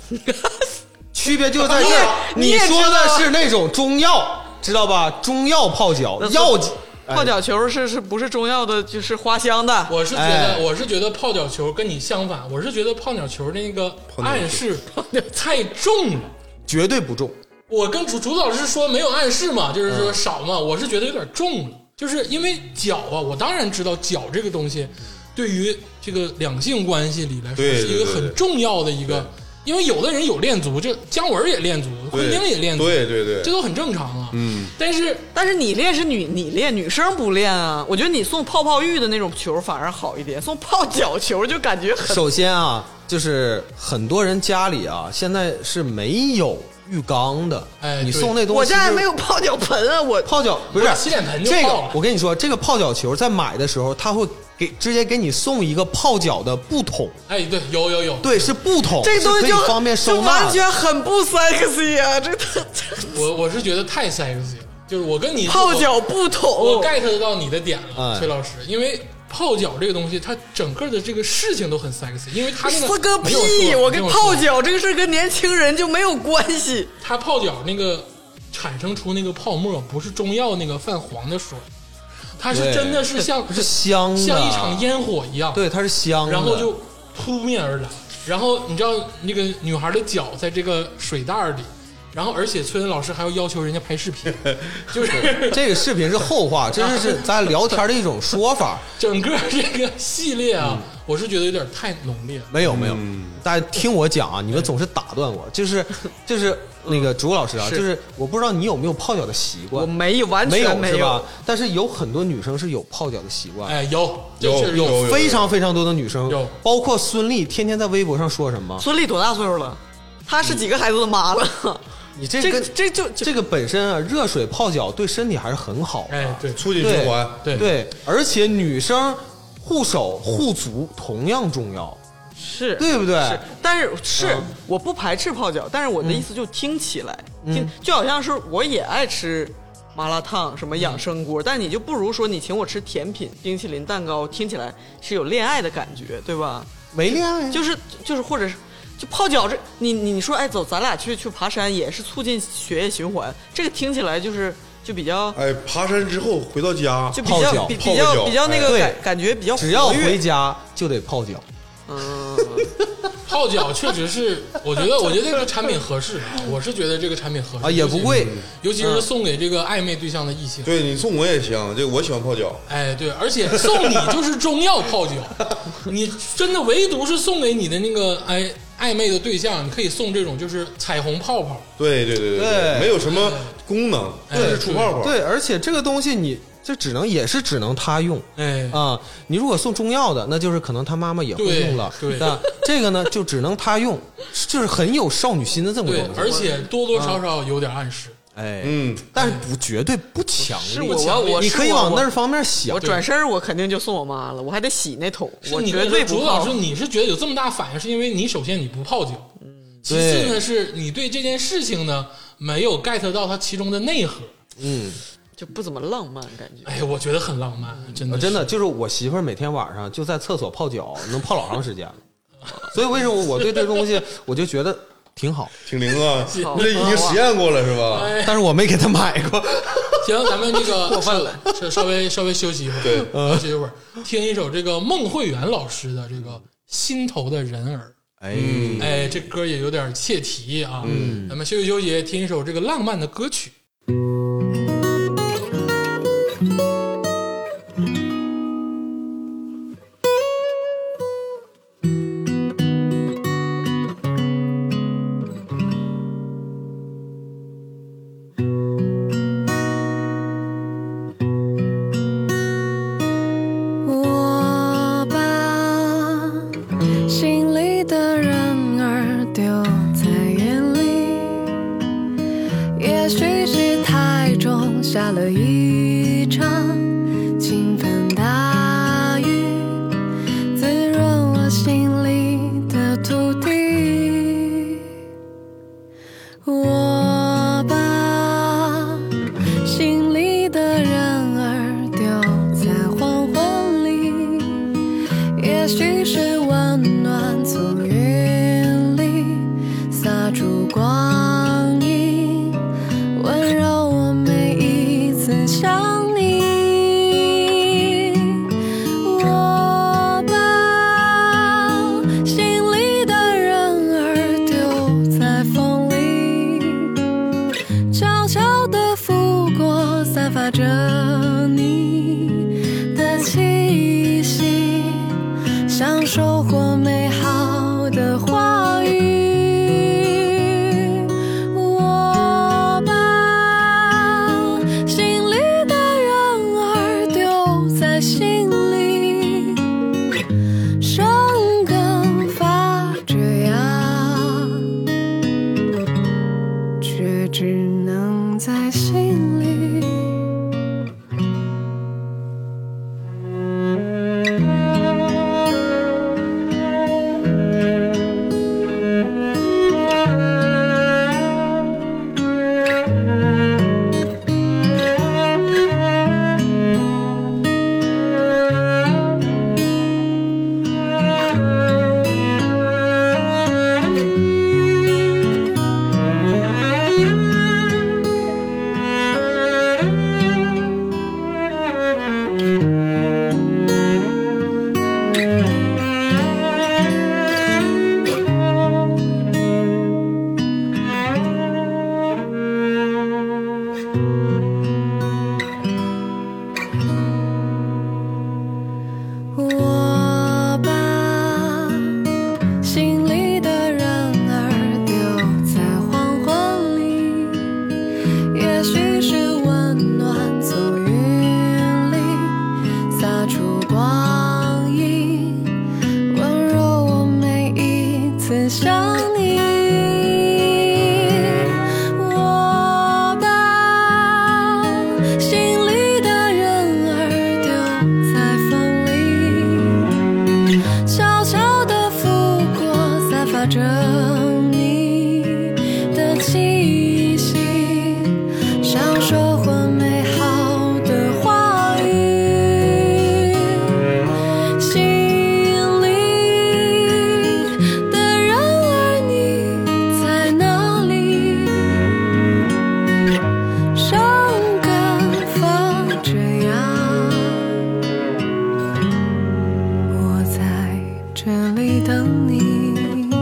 [SPEAKER 4] 区别就在这儿，
[SPEAKER 2] 你也
[SPEAKER 4] 你说
[SPEAKER 2] 你也知道
[SPEAKER 4] 的
[SPEAKER 2] 啊
[SPEAKER 4] 是那种中药，知道吧？中药泡脚
[SPEAKER 2] 那，是
[SPEAKER 4] 药哎
[SPEAKER 2] 泡脚球是是不是中药的？就是花香的。
[SPEAKER 1] 我是觉
[SPEAKER 4] 哎
[SPEAKER 1] 得，我是觉得泡脚球跟你相反，我是觉得泡脚球的那个暗示太重了。
[SPEAKER 4] 绝对不中。
[SPEAKER 1] 我跟竹竹老师说没有暗示嘛，就是说少嘛，我是觉得有点重了，就是因为脚啊，我当然知道脚这个东西，对于这个两性关系里来说
[SPEAKER 3] 对对
[SPEAKER 1] 是一个
[SPEAKER 3] 对
[SPEAKER 1] 很
[SPEAKER 3] 对
[SPEAKER 1] 重要的一个，因为有的人有练足，这姜文也练足，昆汀也练足，
[SPEAKER 3] 对对对
[SPEAKER 1] 这都很正常啊。嗯，但是
[SPEAKER 2] 但是你练是女，你练女生不练啊。我觉得你送泡泡浴的那种球反而好一点，送泡脚球就感觉很
[SPEAKER 4] 首先啊，就是很多人家里啊，现在是没有浴缸的，
[SPEAKER 1] 哎
[SPEAKER 4] 你
[SPEAKER 1] 对
[SPEAKER 4] 送那东西，
[SPEAKER 2] 我家也没有泡脚盆啊，我
[SPEAKER 4] 泡脚不是
[SPEAKER 1] 我洗脸盆就
[SPEAKER 4] 这个
[SPEAKER 1] 泡了，
[SPEAKER 4] 我跟你说，这个泡脚球在买的时候，他会给直接给你送一个泡脚的布桶，
[SPEAKER 1] 哎，对，有有有，
[SPEAKER 4] 对，是布桶，
[SPEAKER 2] 这个东西
[SPEAKER 4] 是
[SPEAKER 2] 就
[SPEAKER 4] 可以方便收
[SPEAKER 2] 就
[SPEAKER 4] 纳的
[SPEAKER 2] 完。全很不 sexy 啊，这这
[SPEAKER 1] 我我是觉得太 sexy 了，就是我跟你
[SPEAKER 2] 泡脚不
[SPEAKER 1] 我，
[SPEAKER 2] 桶
[SPEAKER 1] 我 get 到你的点了，
[SPEAKER 4] 哦哎
[SPEAKER 1] 崔老师，因为泡脚这个东西，它整个的这个事情都很 sexy，因为它那个
[SPEAKER 2] 是个
[SPEAKER 1] 没有说
[SPEAKER 2] 屁！我跟
[SPEAKER 1] 没有说
[SPEAKER 2] 泡脚这个事儿跟年轻人就没有关系。
[SPEAKER 1] 它泡脚那个产生出那个泡沫，不是中药那个泛黄的水，它是
[SPEAKER 4] 对
[SPEAKER 1] 真的是像
[SPEAKER 4] 它是香的啊
[SPEAKER 1] 像一场烟火一样，，
[SPEAKER 4] 对，它是香的，
[SPEAKER 1] 然后就扑面而来。然后你知道那个女孩的脚在这个水袋儿里，然后而且崔恩老师还要要求人家拍视频， 就是
[SPEAKER 4] 这个视频是后话，这就是咱聊天的一种说法。
[SPEAKER 1] 整个这个系列啊，我是觉得有点太浓烈了。
[SPEAKER 4] 没有没有，大家听我讲啊，你们总是打断我，就是就是那个朱老师啊，
[SPEAKER 2] 是
[SPEAKER 4] 就是我不知道你有没有泡脚的习
[SPEAKER 2] 我
[SPEAKER 4] 惯，
[SPEAKER 2] 没有，完
[SPEAKER 4] 没有
[SPEAKER 2] 全没
[SPEAKER 4] 是吧？但是有很多女生是有泡脚的习惯，
[SPEAKER 1] 哎，有
[SPEAKER 3] 有
[SPEAKER 1] 这确实
[SPEAKER 3] 有
[SPEAKER 4] 非常非常多的女生
[SPEAKER 1] 有，
[SPEAKER 4] 包括孙俪，天天在微博上说什么
[SPEAKER 2] 孙俪多大岁数了？她是几个孩子的妈了，
[SPEAKER 4] 你这
[SPEAKER 2] 这
[SPEAKER 4] 跟
[SPEAKER 2] 个这就
[SPEAKER 4] 这个本身啊，热水泡脚对身体还是很好的。
[SPEAKER 1] 哎，对，
[SPEAKER 3] 促进循环，
[SPEAKER 1] 对
[SPEAKER 4] 对，而且女生护手护足同样重要，
[SPEAKER 2] 是
[SPEAKER 4] 对不对？嗯
[SPEAKER 2] 是，但是是、我不排斥泡脚，但是我的意思就听起来，
[SPEAKER 4] 嗯
[SPEAKER 2] 听就好像是我也爱吃麻辣烫、什么
[SPEAKER 4] 嗯
[SPEAKER 2] 养生锅，但你就不如说你请我吃甜品、冰淇淋、蛋糕，听起来是有恋爱的感觉，对吧？
[SPEAKER 4] 没恋爱啊
[SPEAKER 2] 就是就是，或者是就泡脚这，你你你说，哎，走，咱俩去去爬山也是促进血液循环，这个听起来就是就比较
[SPEAKER 3] 哎，爬山之后回到家，
[SPEAKER 2] 就比
[SPEAKER 4] 泡
[SPEAKER 2] 较
[SPEAKER 4] 脚
[SPEAKER 2] 比
[SPEAKER 3] 泡
[SPEAKER 2] 比
[SPEAKER 3] 个脚
[SPEAKER 2] 较比较那个感
[SPEAKER 4] 哎对
[SPEAKER 2] 感觉比较
[SPEAKER 4] 只要
[SPEAKER 2] 活跃
[SPEAKER 4] 回家就得泡脚。
[SPEAKER 2] 嗯，
[SPEAKER 1] 泡脚确实是，我觉得，我觉得这个产品合适啊，我是觉得这个产品合适
[SPEAKER 4] 啊也不贵，嗯
[SPEAKER 1] 尤其是尤其是送给这个暧昧对象的异性。
[SPEAKER 3] 对你送我也行，这我喜欢泡脚，
[SPEAKER 1] 哎，对，而且送你就是中药泡 脚，你真的唯独是送给你的那个哎暧昧的对象，你可以送这种就是彩虹泡泡，
[SPEAKER 3] 对对对对，
[SPEAKER 4] 对
[SPEAKER 3] 没有什么功能，
[SPEAKER 1] 哎
[SPEAKER 3] 就是出泡泡，
[SPEAKER 4] 对，而且这个东西你这只能也是只能他用。
[SPEAKER 1] 哎，
[SPEAKER 4] 啊、你如果送中药的，那就是可能他妈妈也会
[SPEAKER 1] 对
[SPEAKER 4] 用了。
[SPEAKER 1] 对
[SPEAKER 4] 但这个呢，就只能他用，就是很有少女心的这么个
[SPEAKER 1] 对
[SPEAKER 4] 东，西。
[SPEAKER 1] 而且多多少少有点暗示。
[SPEAKER 4] 哎，
[SPEAKER 3] 嗯，
[SPEAKER 4] 但是不绝对不强
[SPEAKER 2] 是
[SPEAKER 4] 烈，
[SPEAKER 2] 我我我
[SPEAKER 4] 你
[SPEAKER 2] 是
[SPEAKER 4] 可以
[SPEAKER 2] 我
[SPEAKER 4] 往
[SPEAKER 2] 我
[SPEAKER 4] 那儿方面想
[SPEAKER 2] 我。转身儿我肯定就送我妈了，我还得洗那桶，我
[SPEAKER 1] 是你
[SPEAKER 2] 绝对
[SPEAKER 1] 主
[SPEAKER 2] 不
[SPEAKER 1] 导
[SPEAKER 2] 泡
[SPEAKER 1] 是。你是觉得有这么大反应，是因为你首先你不泡脚，其次呢是你对这件事情呢没有 get 到它其中的内核。
[SPEAKER 4] 嗯，
[SPEAKER 2] 就不怎么浪漫感 觉。
[SPEAKER 1] 哎，我觉得很浪漫，真的
[SPEAKER 4] 我
[SPEAKER 1] 是，
[SPEAKER 4] 哦真的就是我媳妇儿每天晚上就在厕所泡脚，能泡老长时间。所以为什么我对这东西我就觉得挺好，
[SPEAKER 3] 挺灵啊，
[SPEAKER 2] 好
[SPEAKER 3] 这已经实验过了是
[SPEAKER 1] 哎
[SPEAKER 3] 吧？
[SPEAKER 4] 但是我没给她买过。
[SPEAKER 1] 行，咱们这个
[SPEAKER 2] 过分了，
[SPEAKER 1] 稍稍微稍微休息一会儿，
[SPEAKER 3] 对
[SPEAKER 1] 休息一会儿，听一首这个孟慧圆老师的这个《心头的人儿》。
[SPEAKER 4] 哎，
[SPEAKER 3] 嗯
[SPEAKER 1] 哎，这歌也有点切题啊。嗯，咱们休息休息，听一首这个浪漫的歌曲。
[SPEAKER 5] 我把心里的人儿丢在眼里，也许是太重，下了一场倾盆大雨，滋润我心里的土地。我把心里的人儿丢在黄昏里，也许是温暖从云里洒出光影，温柔我每一次想你。我把心里的人儿丢在风里。悄悄地拂过，散发着你的气息，像收获美好的话语。我把心里的人儿丢在心里，生根发着芽。却只能在心里。我把心里的人儿丢在黄昏里，也许是温暖从云里洒出光影，温柔我每一次想你。着你的气息，享受混美好的话语，心里的人儿你在哪里？伤感放着羊。我在这里等你，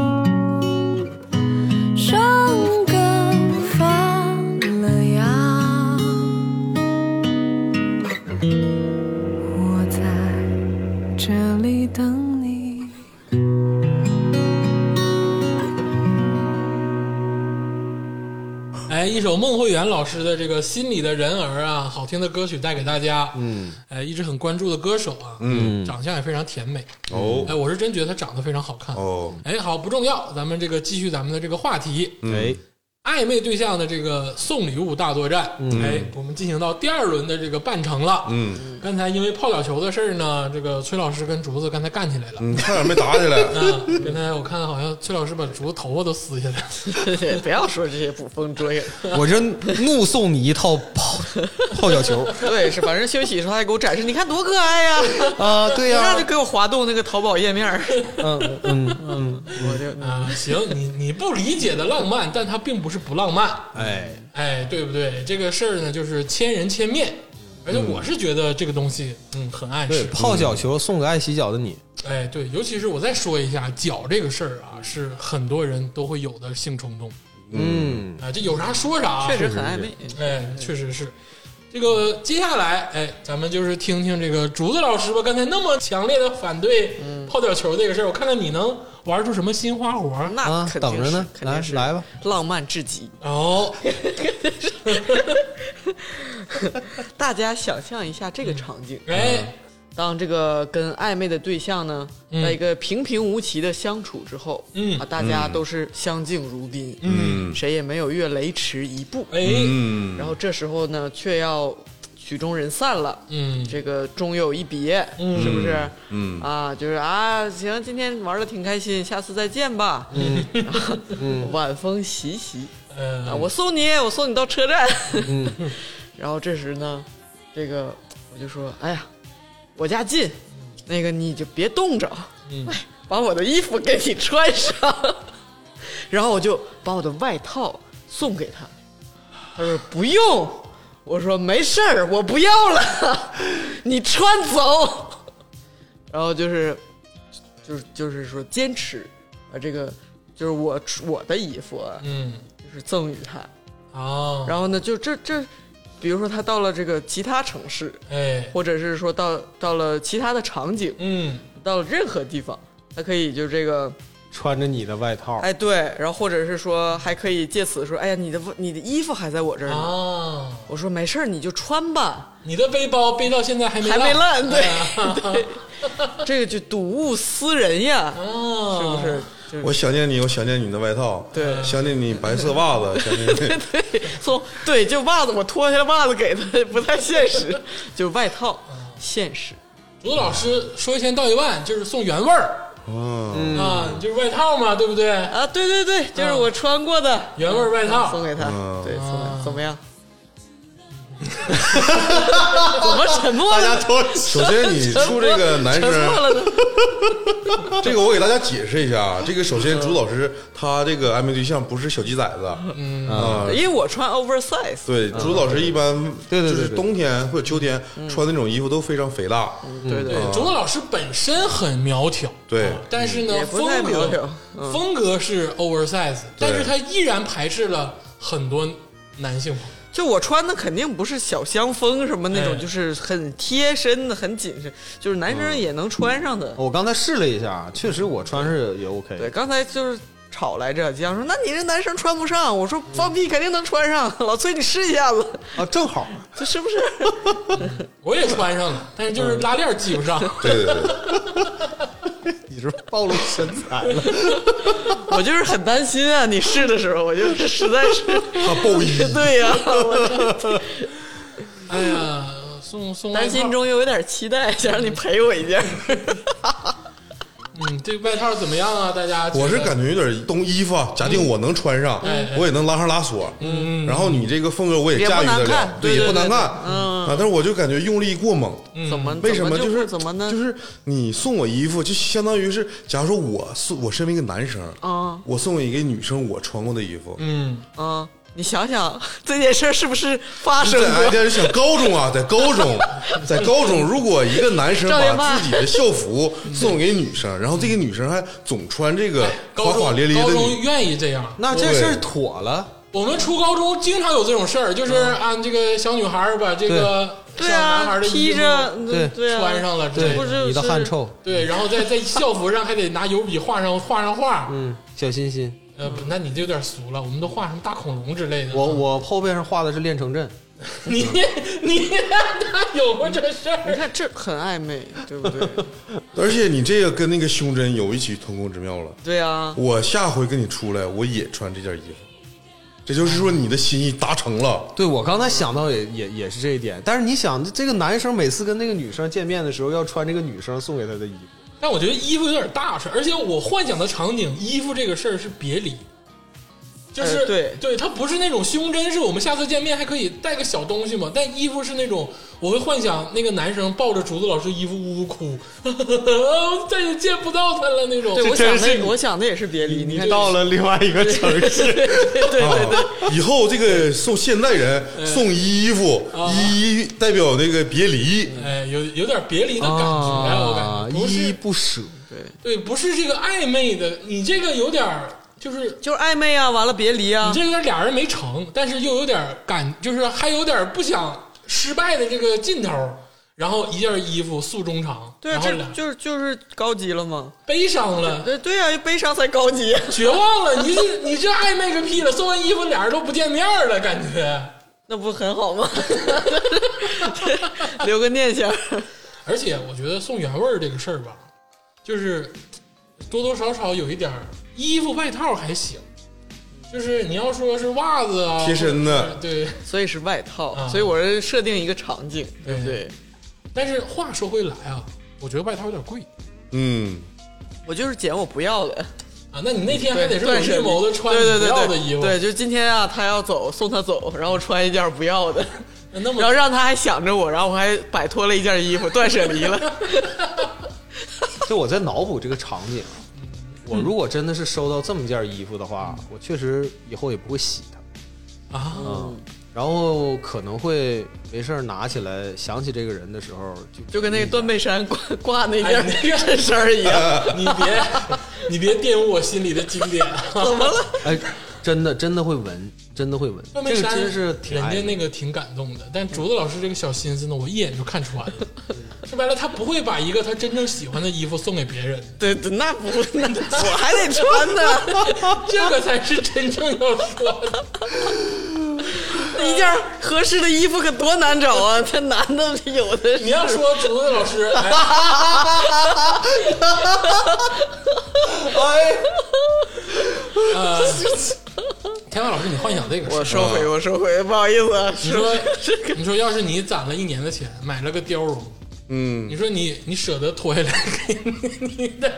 [SPEAKER 5] 伤感放了羊。我在这里等你。
[SPEAKER 1] 哎，一首孟慧圆老师的这个《心里的人儿》啊，好听的歌曲带给大家。嗯，哎，一直很关注的歌手啊，嗯，长相也非常甜美。
[SPEAKER 3] 哦
[SPEAKER 1] 哎，我是真觉得她长得非常好看。
[SPEAKER 3] 哦，
[SPEAKER 1] 哎，好，不重要，咱们这个继续咱们的这个话题，
[SPEAKER 4] 哎，
[SPEAKER 1] 暧昧对象的这个送礼物大作战。哎，我们进行到第二轮的这个半程了。
[SPEAKER 3] 嗯，
[SPEAKER 1] 刚才因为泡脚球的事儿呢，这个崔老师跟竹子刚才干起来了。
[SPEAKER 3] 嗯，差点没打起来。
[SPEAKER 1] 嗯，刚才我看好像崔老师把竹子头发都撕下来了。
[SPEAKER 2] 不要说这些捕风捉影。
[SPEAKER 4] 嗯我这怒送你一套泡泡脚球
[SPEAKER 2] 对，是反正休息的时候他还给我展示，你看多可爱呀、
[SPEAKER 4] 啊！对
[SPEAKER 2] 一
[SPEAKER 4] 呀、
[SPEAKER 2] 下就给我滑动那个淘宝页面儿，
[SPEAKER 4] 嗯嗯嗯，
[SPEAKER 2] 我就
[SPEAKER 1] 啊，行，你你不理解的浪漫，但它并不是不浪漫，
[SPEAKER 4] 哎，
[SPEAKER 1] 哎，对不对？这个事儿呢，就是千人千面，而
[SPEAKER 2] 嗯
[SPEAKER 1] 且我是觉得这个东西，嗯，很暗
[SPEAKER 4] 对，
[SPEAKER 1] 示，
[SPEAKER 4] 泡脚球送给爱洗脚的你，
[SPEAKER 1] 哎，对，尤其是我再说一下脚这个事儿啊，是很多人都会有的性冲动
[SPEAKER 4] 嗯，
[SPEAKER 1] 啊，这有啥说啥，
[SPEAKER 2] 确实很暧昧。
[SPEAKER 1] 哎，确实是。这个接下来，哎，咱们就是听听这个竹子老师吧。刚才那么强烈的反对
[SPEAKER 2] 嗯
[SPEAKER 1] 泡脚球这个事儿，我看看你能玩出什么新花活儿。
[SPEAKER 2] 那
[SPEAKER 4] 啊，
[SPEAKER 2] 肯定
[SPEAKER 4] 等着呢
[SPEAKER 2] 是，肯
[SPEAKER 4] 来
[SPEAKER 2] 定是
[SPEAKER 4] 来吧，
[SPEAKER 2] 浪漫至极。
[SPEAKER 1] 哦，
[SPEAKER 2] 大家想象一下这个场景，
[SPEAKER 1] 哎，
[SPEAKER 2] 当这个跟暧昧的对象呢，
[SPEAKER 1] 嗯
[SPEAKER 2] 在一个平平无奇的相处之后，
[SPEAKER 1] 嗯
[SPEAKER 2] 啊，大家都是相敬如宾，
[SPEAKER 1] 嗯，
[SPEAKER 2] 谁也没有越雷池一步。
[SPEAKER 1] 哎，
[SPEAKER 3] 嗯，
[SPEAKER 2] 然后这时候呢，却要曲终人散了，
[SPEAKER 1] 嗯
[SPEAKER 2] 这个终有一别，
[SPEAKER 1] 嗯
[SPEAKER 2] 是不是？
[SPEAKER 3] 嗯，
[SPEAKER 2] 啊，就是啊，行，今天玩的挺开心，下次再见吧。嗯，
[SPEAKER 1] 嗯
[SPEAKER 2] 晚风习习啊，
[SPEAKER 1] 呃，
[SPEAKER 2] 我送你，我送你到车站。 然后这时呢，这个我就说，哎呀，我家近，那个你就别冻着，
[SPEAKER 1] 嗯
[SPEAKER 2] 哎把我的衣服给你穿上。 然后我就把我的外套送给他，他说不用，我说没事儿，我不要了， 你穿走。然后就是，就是就是说坚持啊，这个就是我我的衣服啊
[SPEAKER 1] 嗯，
[SPEAKER 2] 就是赠予他。
[SPEAKER 1] 哦，
[SPEAKER 2] 然后呢，就这这，比如说他到了这个其他城市，
[SPEAKER 1] 哎，
[SPEAKER 2] 或者是说到到了其他的场景，
[SPEAKER 1] 嗯，
[SPEAKER 2] 到了任何地方，他可以就这个，
[SPEAKER 4] 穿着你的外套，
[SPEAKER 2] 哎，对，然后或者是说还可以借此说，哎呀，你的你的衣服还在我这儿呢。
[SPEAKER 1] 啊，
[SPEAKER 2] 我说没事儿，你就穿吧，
[SPEAKER 1] 你的背包背到现在还没
[SPEAKER 2] 还没
[SPEAKER 1] 烂，
[SPEAKER 2] 烂，对，对这个就睹物思人呀，
[SPEAKER 1] 啊，
[SPEAKER 2] 是不是？就
[SPEAKER 3] 我想念你，我想念你的外套，
[SPEAKER 2] 对
[SPEAKER 3] 想念你白色袜子，想念 你，
[SPEAKER 2] 对，从对，就袜子，我脱下来袜子给他，不太现实，就外套，现实。
[SPEAKER 1] 竹子老师说一千道一万，就是送原味儿，嗯啊，就是外套嘛，对不对？
[SPEAKER 2] 啊，对对对，就是我穿过的
[SPEAKER 1] 原味儿外套
[SPEAKER 2] 送给他，
[SPEAKER 3] 嗯
[SPEAKER 2] 对，送给
[SPEAKER 1] 啊
[SPEAKER 2] 他怎 么样？怎么沉默
[SPEAKER 3] 大家
[SPEAKER 2] 了？
[SPEAKER 3] 都。 首先，你出这个男
[SPEAKER 2] 沉默
[SPEAKER 3] 生，
[SPEAKER 2] 了呢？
[SPEAKER 3] 这个我给大家解释一下，啊这个首先朱老师他这个暧昧对象不是小鸡崽子，嗯啊。
[SPEAKER 2] 因为我穿 oversize，
[SPEAKER 3] 对，朱老师一般
[SPEAKER 4] 嗯对对对嗯
[SPEAKER 3] 就是
[SPEAKER 4] 对
[SPEAKER 3] 冬天或者秋天穿那种衣服都非常肥大，
[SPEAKER 4] 嗯
[SPEAKER 2] 对对
[SPEAKER 1] 对，
[SPEAKER 3] 嗯
[SPEAKER 1] 竹子老师本身很苗条，啊
[SPEAKER 3] 对
[SPEAKER 1] 但是呢，
[SPEAKER 2] 也不太
[SPEAKER 1] 风
[SPEAKER 2] 苗条嗯
[SPEAKER 1] 格风格是 oversize，但是他依然排斥了很多男性朋友。
[SPEAKER 2] 就我穿的肯定不是小香风什么那
[SPEAKER 1] 哎
[SPEAKER 2] 种，就是很贴身的、很紧身，就是男生也能穿上
[SPEAKER 3] 嗯
[SPEAKER 2] 的。
[SPEAKER 4] 我刚才试了一下，啊确实我穿是也 OK，
[SPEAKER 2] 对，刚才就是吵来着，江说：“那你这男生穿不上。”我说：“放屁，肯定能穿上。”老崔，你试一下子，
[SPEAKER 4] 啊，正好，
[SPEAKER 2] 这是不是？
[SPEAKER 1] 我也穿上了，但是
[SPEAKER 3] 嗯
[SPEAKER 1] 就是拉链系不 上。
[SPEAKER 3] 对对对，
[SPEAKER 4] 你是不是暴露身材了，
[SPEAKER 2] 我就是很担心啊，你试的时候，我就是实在 是，
[SPEAKER 3] 他暴 衣，
[SPEAKER 2] 对呀、我
[SPEAKER 1] 哎呀，送送外
[SPEAKER 2] 担
[SPEAKER 1] 套
[SPEAKER 2] 心中又有点期待，想让你陪我一件。
[SPEAKER 1] 嗯，这个外套怎么样啊？大家觉得
[SPEAKER 3] 我是感觉有点冬衣服啊，假定我能穿上，我也能拉上拉锁，嗯，然后你这个风格我也驾
[SPEAKER 2] 也
[SPEAKER 3] 驭得
[SPEAKER 2] 不难
[SPEAKER 3] 了
[SPEAKER 2] 看，
[SPEAKER 3] 也
[SPEAKER 2] 对对
[SPEAKER 3] 不难看，
[SPEAKER 2] 对对嗯
[SPEAKER 3] 啊，但是我就感觉用力过猛，
[SPEAKER 2] 怎么
[SPEAKER 3] 为什么
[SPEAKER 2] 么就
[SPEAKER 3] 就
[SPEAKER 2] 是怎么呢？
[SPEAKER 3] 就是你送我衣服，就相当于是，假如说我送我身为一个男生，
[SPEAKER 2] 啊
[SPEAKER 3] 我送给一个女生我穿过的衣服，
[SPEAKER 1] 嗯，
[SPEAKER 2] 啊，你想想这件事儿是不是发生
[SPEAKER 3] 在哎，
[SPEAKER 2] 过？
[SPEAKER 3] 在想高中啊，在高中，在高中，如果一个男生
[SPEAKER 2] 赵元
[SPEAKER 3] 把
[SPEAKER 2] 霸
[SPEAKER 3] 自己的校服送给女生，然后这个女生还总穿这个
[SPEAKER 1] 高
[SPEAKER 3] 花
[SPEAKER 1] 中
[SPEAKER 3] 花咧咧
[SPEAKER 1] 高
[SPEAKER 3] 的
[SPEAKER 1] 中
[SPEAKER 3] 女，
[SPEAKER 1] 愿意这样。
[SPEAKER 4] 那这事儿妥了。
[SPEAKER 1] 我们初高中经常有这种事儿，就是
[SPEAKER 4] 嗯
[SPEAKER 1] 啊，这个小女孩儿把这个小
[SPEAKER 2] 对
[SPEAKER 1] 男孩
[SPEAKER 2] 啊
[SPEAKER 1] 儿，的衣
[SPEAKER 2] 披
[SPEAKER 1] 服
[SPEAKER 2] 着
[SPEAKER 4] 对
[SPEAKER 2] 对啊，
[SPEAKER 1] 穿上了之类
[SPEAKER 2] 不
[SPEAKER 1] 的，
[SPEAKER 2] 是
[SPEAKER 4] 你的
[SPEAKER 2] 是
[SPEAKER 4] 汗臭，
[SPEAKER 1] 对，然后在在校服上还得拿油笔画上画上画，
[SPEAKER 4] 嗯，小心心，
[SPEAKER 1] 呃，不那你这有点俗了，我们都画什么大恐龙之类的。
[SPEAKER 4] 我我后背上画的是练成阵，
[SPEAKER 1] 你你 他有过这事
[SPEAKER 2] 你
[SPEAKER 1] 儿？啊
[SPEAKER 2] 看这很暧昧，对不对？
[SPEAKER 3] 而且你这个跟那个胸针有异曲同工之妙了。
[SPEAKER 2] 对啊，
[SPEAKER 3] 我下回跟你出来，我也穿这件衣服，这就是说你的心意达成了。
[SPEAKER 4] 对我刚才想到也也也是这一点，但是你想，这个男生每次跟那个女生见面的时候，要穿这个女生送给他的衣服，
[SPEAKER 1] 但我觉得衣服有点大事儿，而且我幻想的场景，衣服这个事儿是别离，就是、
[SPEAKER 2] 哎对
[SPEAKER 1] 对，它不是那种胸针，是我们下次见面还可以带个小东西嘛。但衣服是那种，我会幻想那个男生抱着竹子老师衣服呜呜哭， 再也见不到他了那种。
[SPEAKER 2] 对我
[SPEAKER 4] 真
[SPEAKER 2] 想
[SPEAKER 4] 是你
[SPEAKER 2] 的我想的也是别离，你看
[SPEAKER 4] 了另外一个城市，
[SPEAKER 3] 啊！以后这个送现代人
[SPEAKER 1] 嗯
[SPEAKER 3] 送衣服，
[SPEAKER 1] 啊
[SPEAKER 3] 衣代表那个别离，
[SPEAKER 1] 哎，有有点别离的感觉，哎我
[SPEAKER 4] 啊，
[SPEAKER 1] 感觉不
[SPEAKER 4] 依依
[SPEAKER 1] 是
[SPEAKER 4] 不舍，
[SPEAKER 1] 对，不是这个暧昧的，你这个有点儿就是
[SPEAKER 2] 就是暧昧啊，完了别离啊
[SPEAKER 1] 你，这有点俩人没成，但是又有点感，就是还有点不想失败的这个劲头。然后一件衣服诉衷肠，
[SPEAKER 2] 对啊，
[SPEAKER 1] 然后
[SPEAKER 2] 这
[SPEAKER 1] 俩
[SPEAKER 2] 就是就是高级了嘛，
[SPEAKER 1] 悲伤了，
[SPEAKER 2] 对对啊，悲伤才高级。
[SPEAKER 1] 绝望了，你这你这暧昧个屁了！送完衣服俩人都不见面了，感觉。
[SPEAKER 2] 那不很好吗？ 留个念想。
[SPEAKER 1] 而且我觉得送原味儿这个事儿吧，就是多多少少有一点儿衣服外套还行，就是你要说是袜子啊，
[SPEAKER 3] 贴身的
[SPEAKER 1] 或者是对。
[SPEAKER 2] 所以是外套，
[SPEAKER 1] 啊
[SPEAKER 2] 所以我是设定一个场景，
[SPEAKER 1] 对
[SPEAKER 2] 对不对？
[SPEAKER 1] 但是话说回来啊，我觉得外套有点贵
[SPEAKER 3] 嗯，
[SPEAKER 2] 我就是捡我不要的，
[SPEAKER 1] 啊。那你那天还
[SPEAKER 2] 对，
[SPEAKER 1] 得是
[SPEAKER 2] 断
[SPEAKER 1] 有
[SPEAKER 2] 舍
[SPEAKER 1] 预
[SPEAKER 2] 离
[SPEAKER 1] 谋的穿
[SPEAKER 2] 对对
[SPEAKER 1] 你不
[SPEAKER 2] 对
[SPEAKER 1] 要
[SPEAKER 2] 对
[SPEAKER 1] 的衣服，
[SPEAKER 2] 对，就今天啊，他要走，送他走，然后穿一件不 要的，
[SPEAKER 1] 那么
[SPEAKER 2] 然后让他还想着我，然后我还摆脱了一件衣服，断舍离 了。
[SPEAKER 4] 就我在脑补这个场景，啊
[SPEAKER 1] 嗯
[SPEAKER 4] 我如果真的是收到这么件衣服的话，我确实以后也不会洗它。
[SPEAKER 1] 啊，
[SPEAKER 4] 嗯，然后可能会没事儿拿起来，想起这个人的时候就嗯
[SPEAKER 2] 就跟那个断背山挂挂那
[SPEAKER 1] 哎
[SPEAKER 2] 件
[SPEAKER 1] 你
[SPEAKER 2] 衬衫儿一样，
[SPEAKER 1] 你别你别玷污我心里的经典。啊
[SPEAKER 2] 怎 么了？
[SPEAKER 4] 哎，真的真的会闻，真的会闻，
[SPEAKER 1] 断
[SPEAKER 4] 这
[SPEAKER 1] 背
[SPEAKER 4] 个
[SPEAKER 1] 山
[SPEAKER 4] 真是挺
[SPEAKER 1] 人
[SPEAKER 4] 爱
[SPEAKER 1] 家那
[SPEAKER 4] 的
[SPEAKER 1] 个挺感动的，但竹子老师这个小心思呢，我一眼就看穿了。说白了，他不会把一个他真正喜欢的衣服送给别人，
[SPEAKER 2] 对对，那不那我还得穿 呢，
[SPEAKER 1] 这个才是真正要说的。
[SPEAKER 2] 一件合适的衣服可多难找啊！这男的有的是
[SPEAKER 1] 你要说竹子老师， 哎，哎呃，天霸老师，你幻想这个事
[SPEAKER 2] 我
[SPEAKER 1] 儿，
[SPEAKER 4] 嗯
[SPEAKER 2] 收回，我收回，不好意思啊，
[SPEAKER 1] 你
[SPEAKER 2] 是
[SPEAKER 1] 说，你说，要是你攒了一年的钱，买了个貂绒，嗯，你说你你舍得脱下来给你你的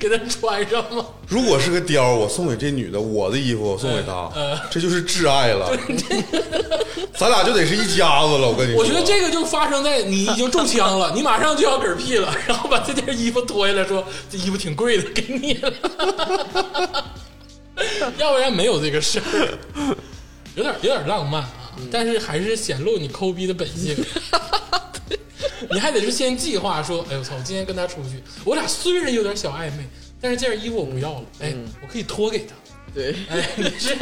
[SPEAKER 1] 给他穿上吗？
[SPEAKER 3] 如果是个貂，我送给这女的，我的衣服我送给她
[SPEAKER 1] 呃呃，
[SPEAKER 3] 这就是挚爱 了。咱俩就得是一家子了，我跟你说。
[SPEAKER 1] 我觉得这个就发生在你已经中枪了，你马上就要嗝屁了，然后把这件衣服脱下来说，这衣服挺贵的，给你了，要不然没有这个事儿，有点有点浪漫啊，
[SPEAKER 2] 嗯
[SPEAKER 1] 但是还是显露你抠逼的本 性。你还得是先计划说，哎呦我操，我今天跟他出去，我俩虽然有点小暧昧，但是这件衣服我不要了，哎，
[SPEAKER 2] 嗯
[SPEAKER 1] 我可以脱给他。
[SPEAKER 2] 对，
[SPEAKER 1] 哎，你是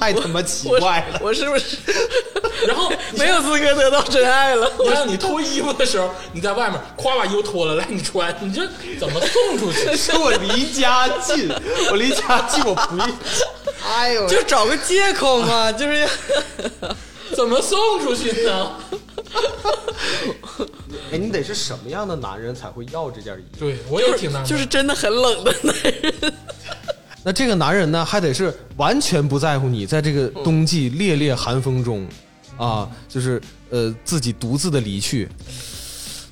[SPEAKER 4] 太他妈奇
[SPEAKER 2] 我
[SPEAKER 4] 怪了。
[SPEAKER 2] 我是不是
[SPEAKER 1] 然 后
[SPEAKER 2] 没有资格得到真爱了？
[SPEAKER 1] 你让你脱衣服的时候，你在外面夸把衣服脱了，来你穿，你这怎么送出去？
[SPEAKER 4] 是我离家近，我离家近，我不愿意。哎呦，
[SPEAKER 2] 就找个借口嘛，就是
[SPEAKER 1] 怎么送出去呢？
[SPEAKER 4] 哎，你得是什么样的男人才会要这件衣服？
[SPEAKER 1] 对我也挺
[SPEAKER 4] 嗯
[SPEAKER 1] 纳闷，
[SPEAKER 2] 就是真的很冷的男人，
[SPEAKER 4] 那这个男人呢，还得是完全不在乎你在这个冬季烈烈寒风中，啊，就是呃自己独自的离去，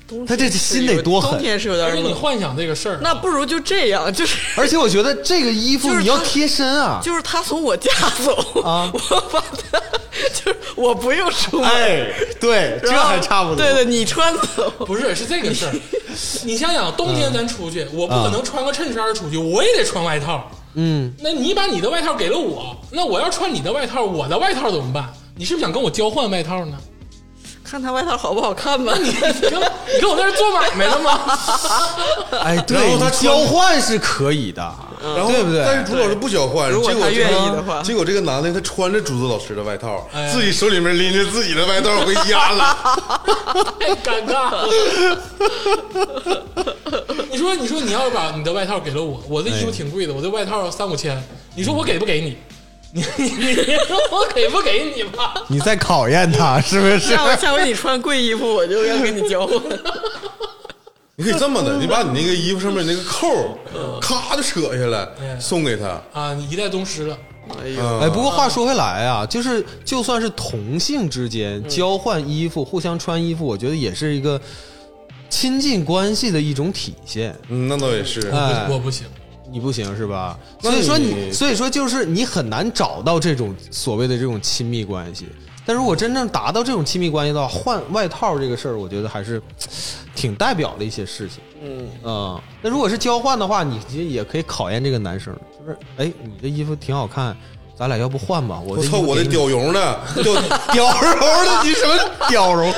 [SPEAKER 2] 冬天
[SPEAKER 4] 他这心得
[SPEAKER 2] 是有
[SPEAKER 4] 多狠
[SPEAKER 2] 冬天是有
[SPEAKER 1] 而
[SPEAKER 2] 点
[SPEAKER 1] 且你
[SPEAKER 2] 冷，
[SPEAKER 1] 幻想这个事儿，
[SPEAKER 2] 那不如就这样，就是
[SPEAKER 4] 而且我觉得这个衣服
[SPEAKER 2] 就是
[SPEAKER 4] 你要
[SPEAKER 2] 他
[SPEAKER 4] 贴身啊，
[SPEAKER 2] 就是他从我家走，
[SPEAKER 4] 啊
[SPEAKER 2] 我把他就是我不用出门，
[SPEAKER 4] 哎，对，这
[SPEAKER 2] 然后
[SPEAKER 4] 还差不多。
[SPEAKER 2] 对对，，你穿走，
[SPEAKER 1] 不是是这个事儿。你想想，冬天咱出去，我不可能穿个衬衫出去，我也得穿外套。
[SPEAKER 4] 嗯，
[SPEAKER 1] 那你把你的外套给了我，那我要穿你的外套，我的外套怎么办？你是不是想跟我交换外套呢？
[SPEAKER 2] 看他外套好不好看吧。 你
[SPEAKER 1] 你跟我你跟我在这儿做买卖了吗？
[SPEAKER 4] 哎，对，
[SPEAKER 3] 然后他穿
[SPEAKER 4] 你
[SPEAKER 3] 嗯
[SPEAKER 4] 交换是可以的，
[SPEAKER 3] 然后
[SPEAKER 4] 对不对？
[SPEAKER 3] 但是朱老师不交换，
[SPEAKER 2] 如果
[SPEAKER 3] 结果
[SPEAKER 2] 他
[SPEAKER 3] 这
[SPEAKER 2] 愿意
[SPEAKER 3] 个
[SPEAKER 2] 的话
[SPEAKER 3] 结果这个男的他穿着竹子老师的外套，
[SPEAKER 1] 哎
[SPEAKER 3] 自己手里面拎着自己的外套回家了，
[SPEAKER 1] 太尴尬了。 你说，你说你要是把你的外套给了我，我的衣
[SPEAKER 4] 哎
[SPEAKER 1] 服挺贵的，我这外套三五千，你说我给不给你？ 你你你说我给不给你吧？
[SPEAKER 4] 你在考验他是不是
[SPEAKER 2] 下？回下回你穿贵衣服，我就要跟你交换。
[SPEAKER 3] 你可以这么的，你把你那个衣服上面那个扣儿咔就扯下来
[SPEAKER 1] 嗯
[SPEAKER 3] 送给他，
[SPEAKER 1] 啊，你一代宗师了，
[SPEAKER 2] 哎呦，
[SPEAKER 3] 嗯
[SPEAKER 4] 哎，不过话说回来啊，就是就算是同性之间交换衣服、互相穿衣服，我觉得也是一个亲近关系的一种体现。
[SPEAKER 3] 嗯，那倒也是，
[SPEAKER 4] 哎，
[SPEAKER 1] 我不行。
[SPEAKER 4] 你不行是吧？
[SPEAKER 3] 那
[SPEAKER 4] 所以说你，
[SPEAKER 3] 你
[SPEAKER 4] 所以说就是你很难找到这种所谓的这种亲密关系。但如果真正达到这种亲密关系的话，换外套这个事儿，我觉得还是挺代表的一些事情。嗯啊、那如果是交换的话，你其实也可以考验这个男生，就是哎，你这衣服挺好看，咱俩要不换吧？我
[SPEAKER 3] 我
[SPEAKER 4] 这
[SPEAKER 3] 操，我的
[SPEAKER 4] 貂
[SPEAKER 3] 屌绒的， 屌
[SPEAKER 4] 貂绒的，你什么貂绒？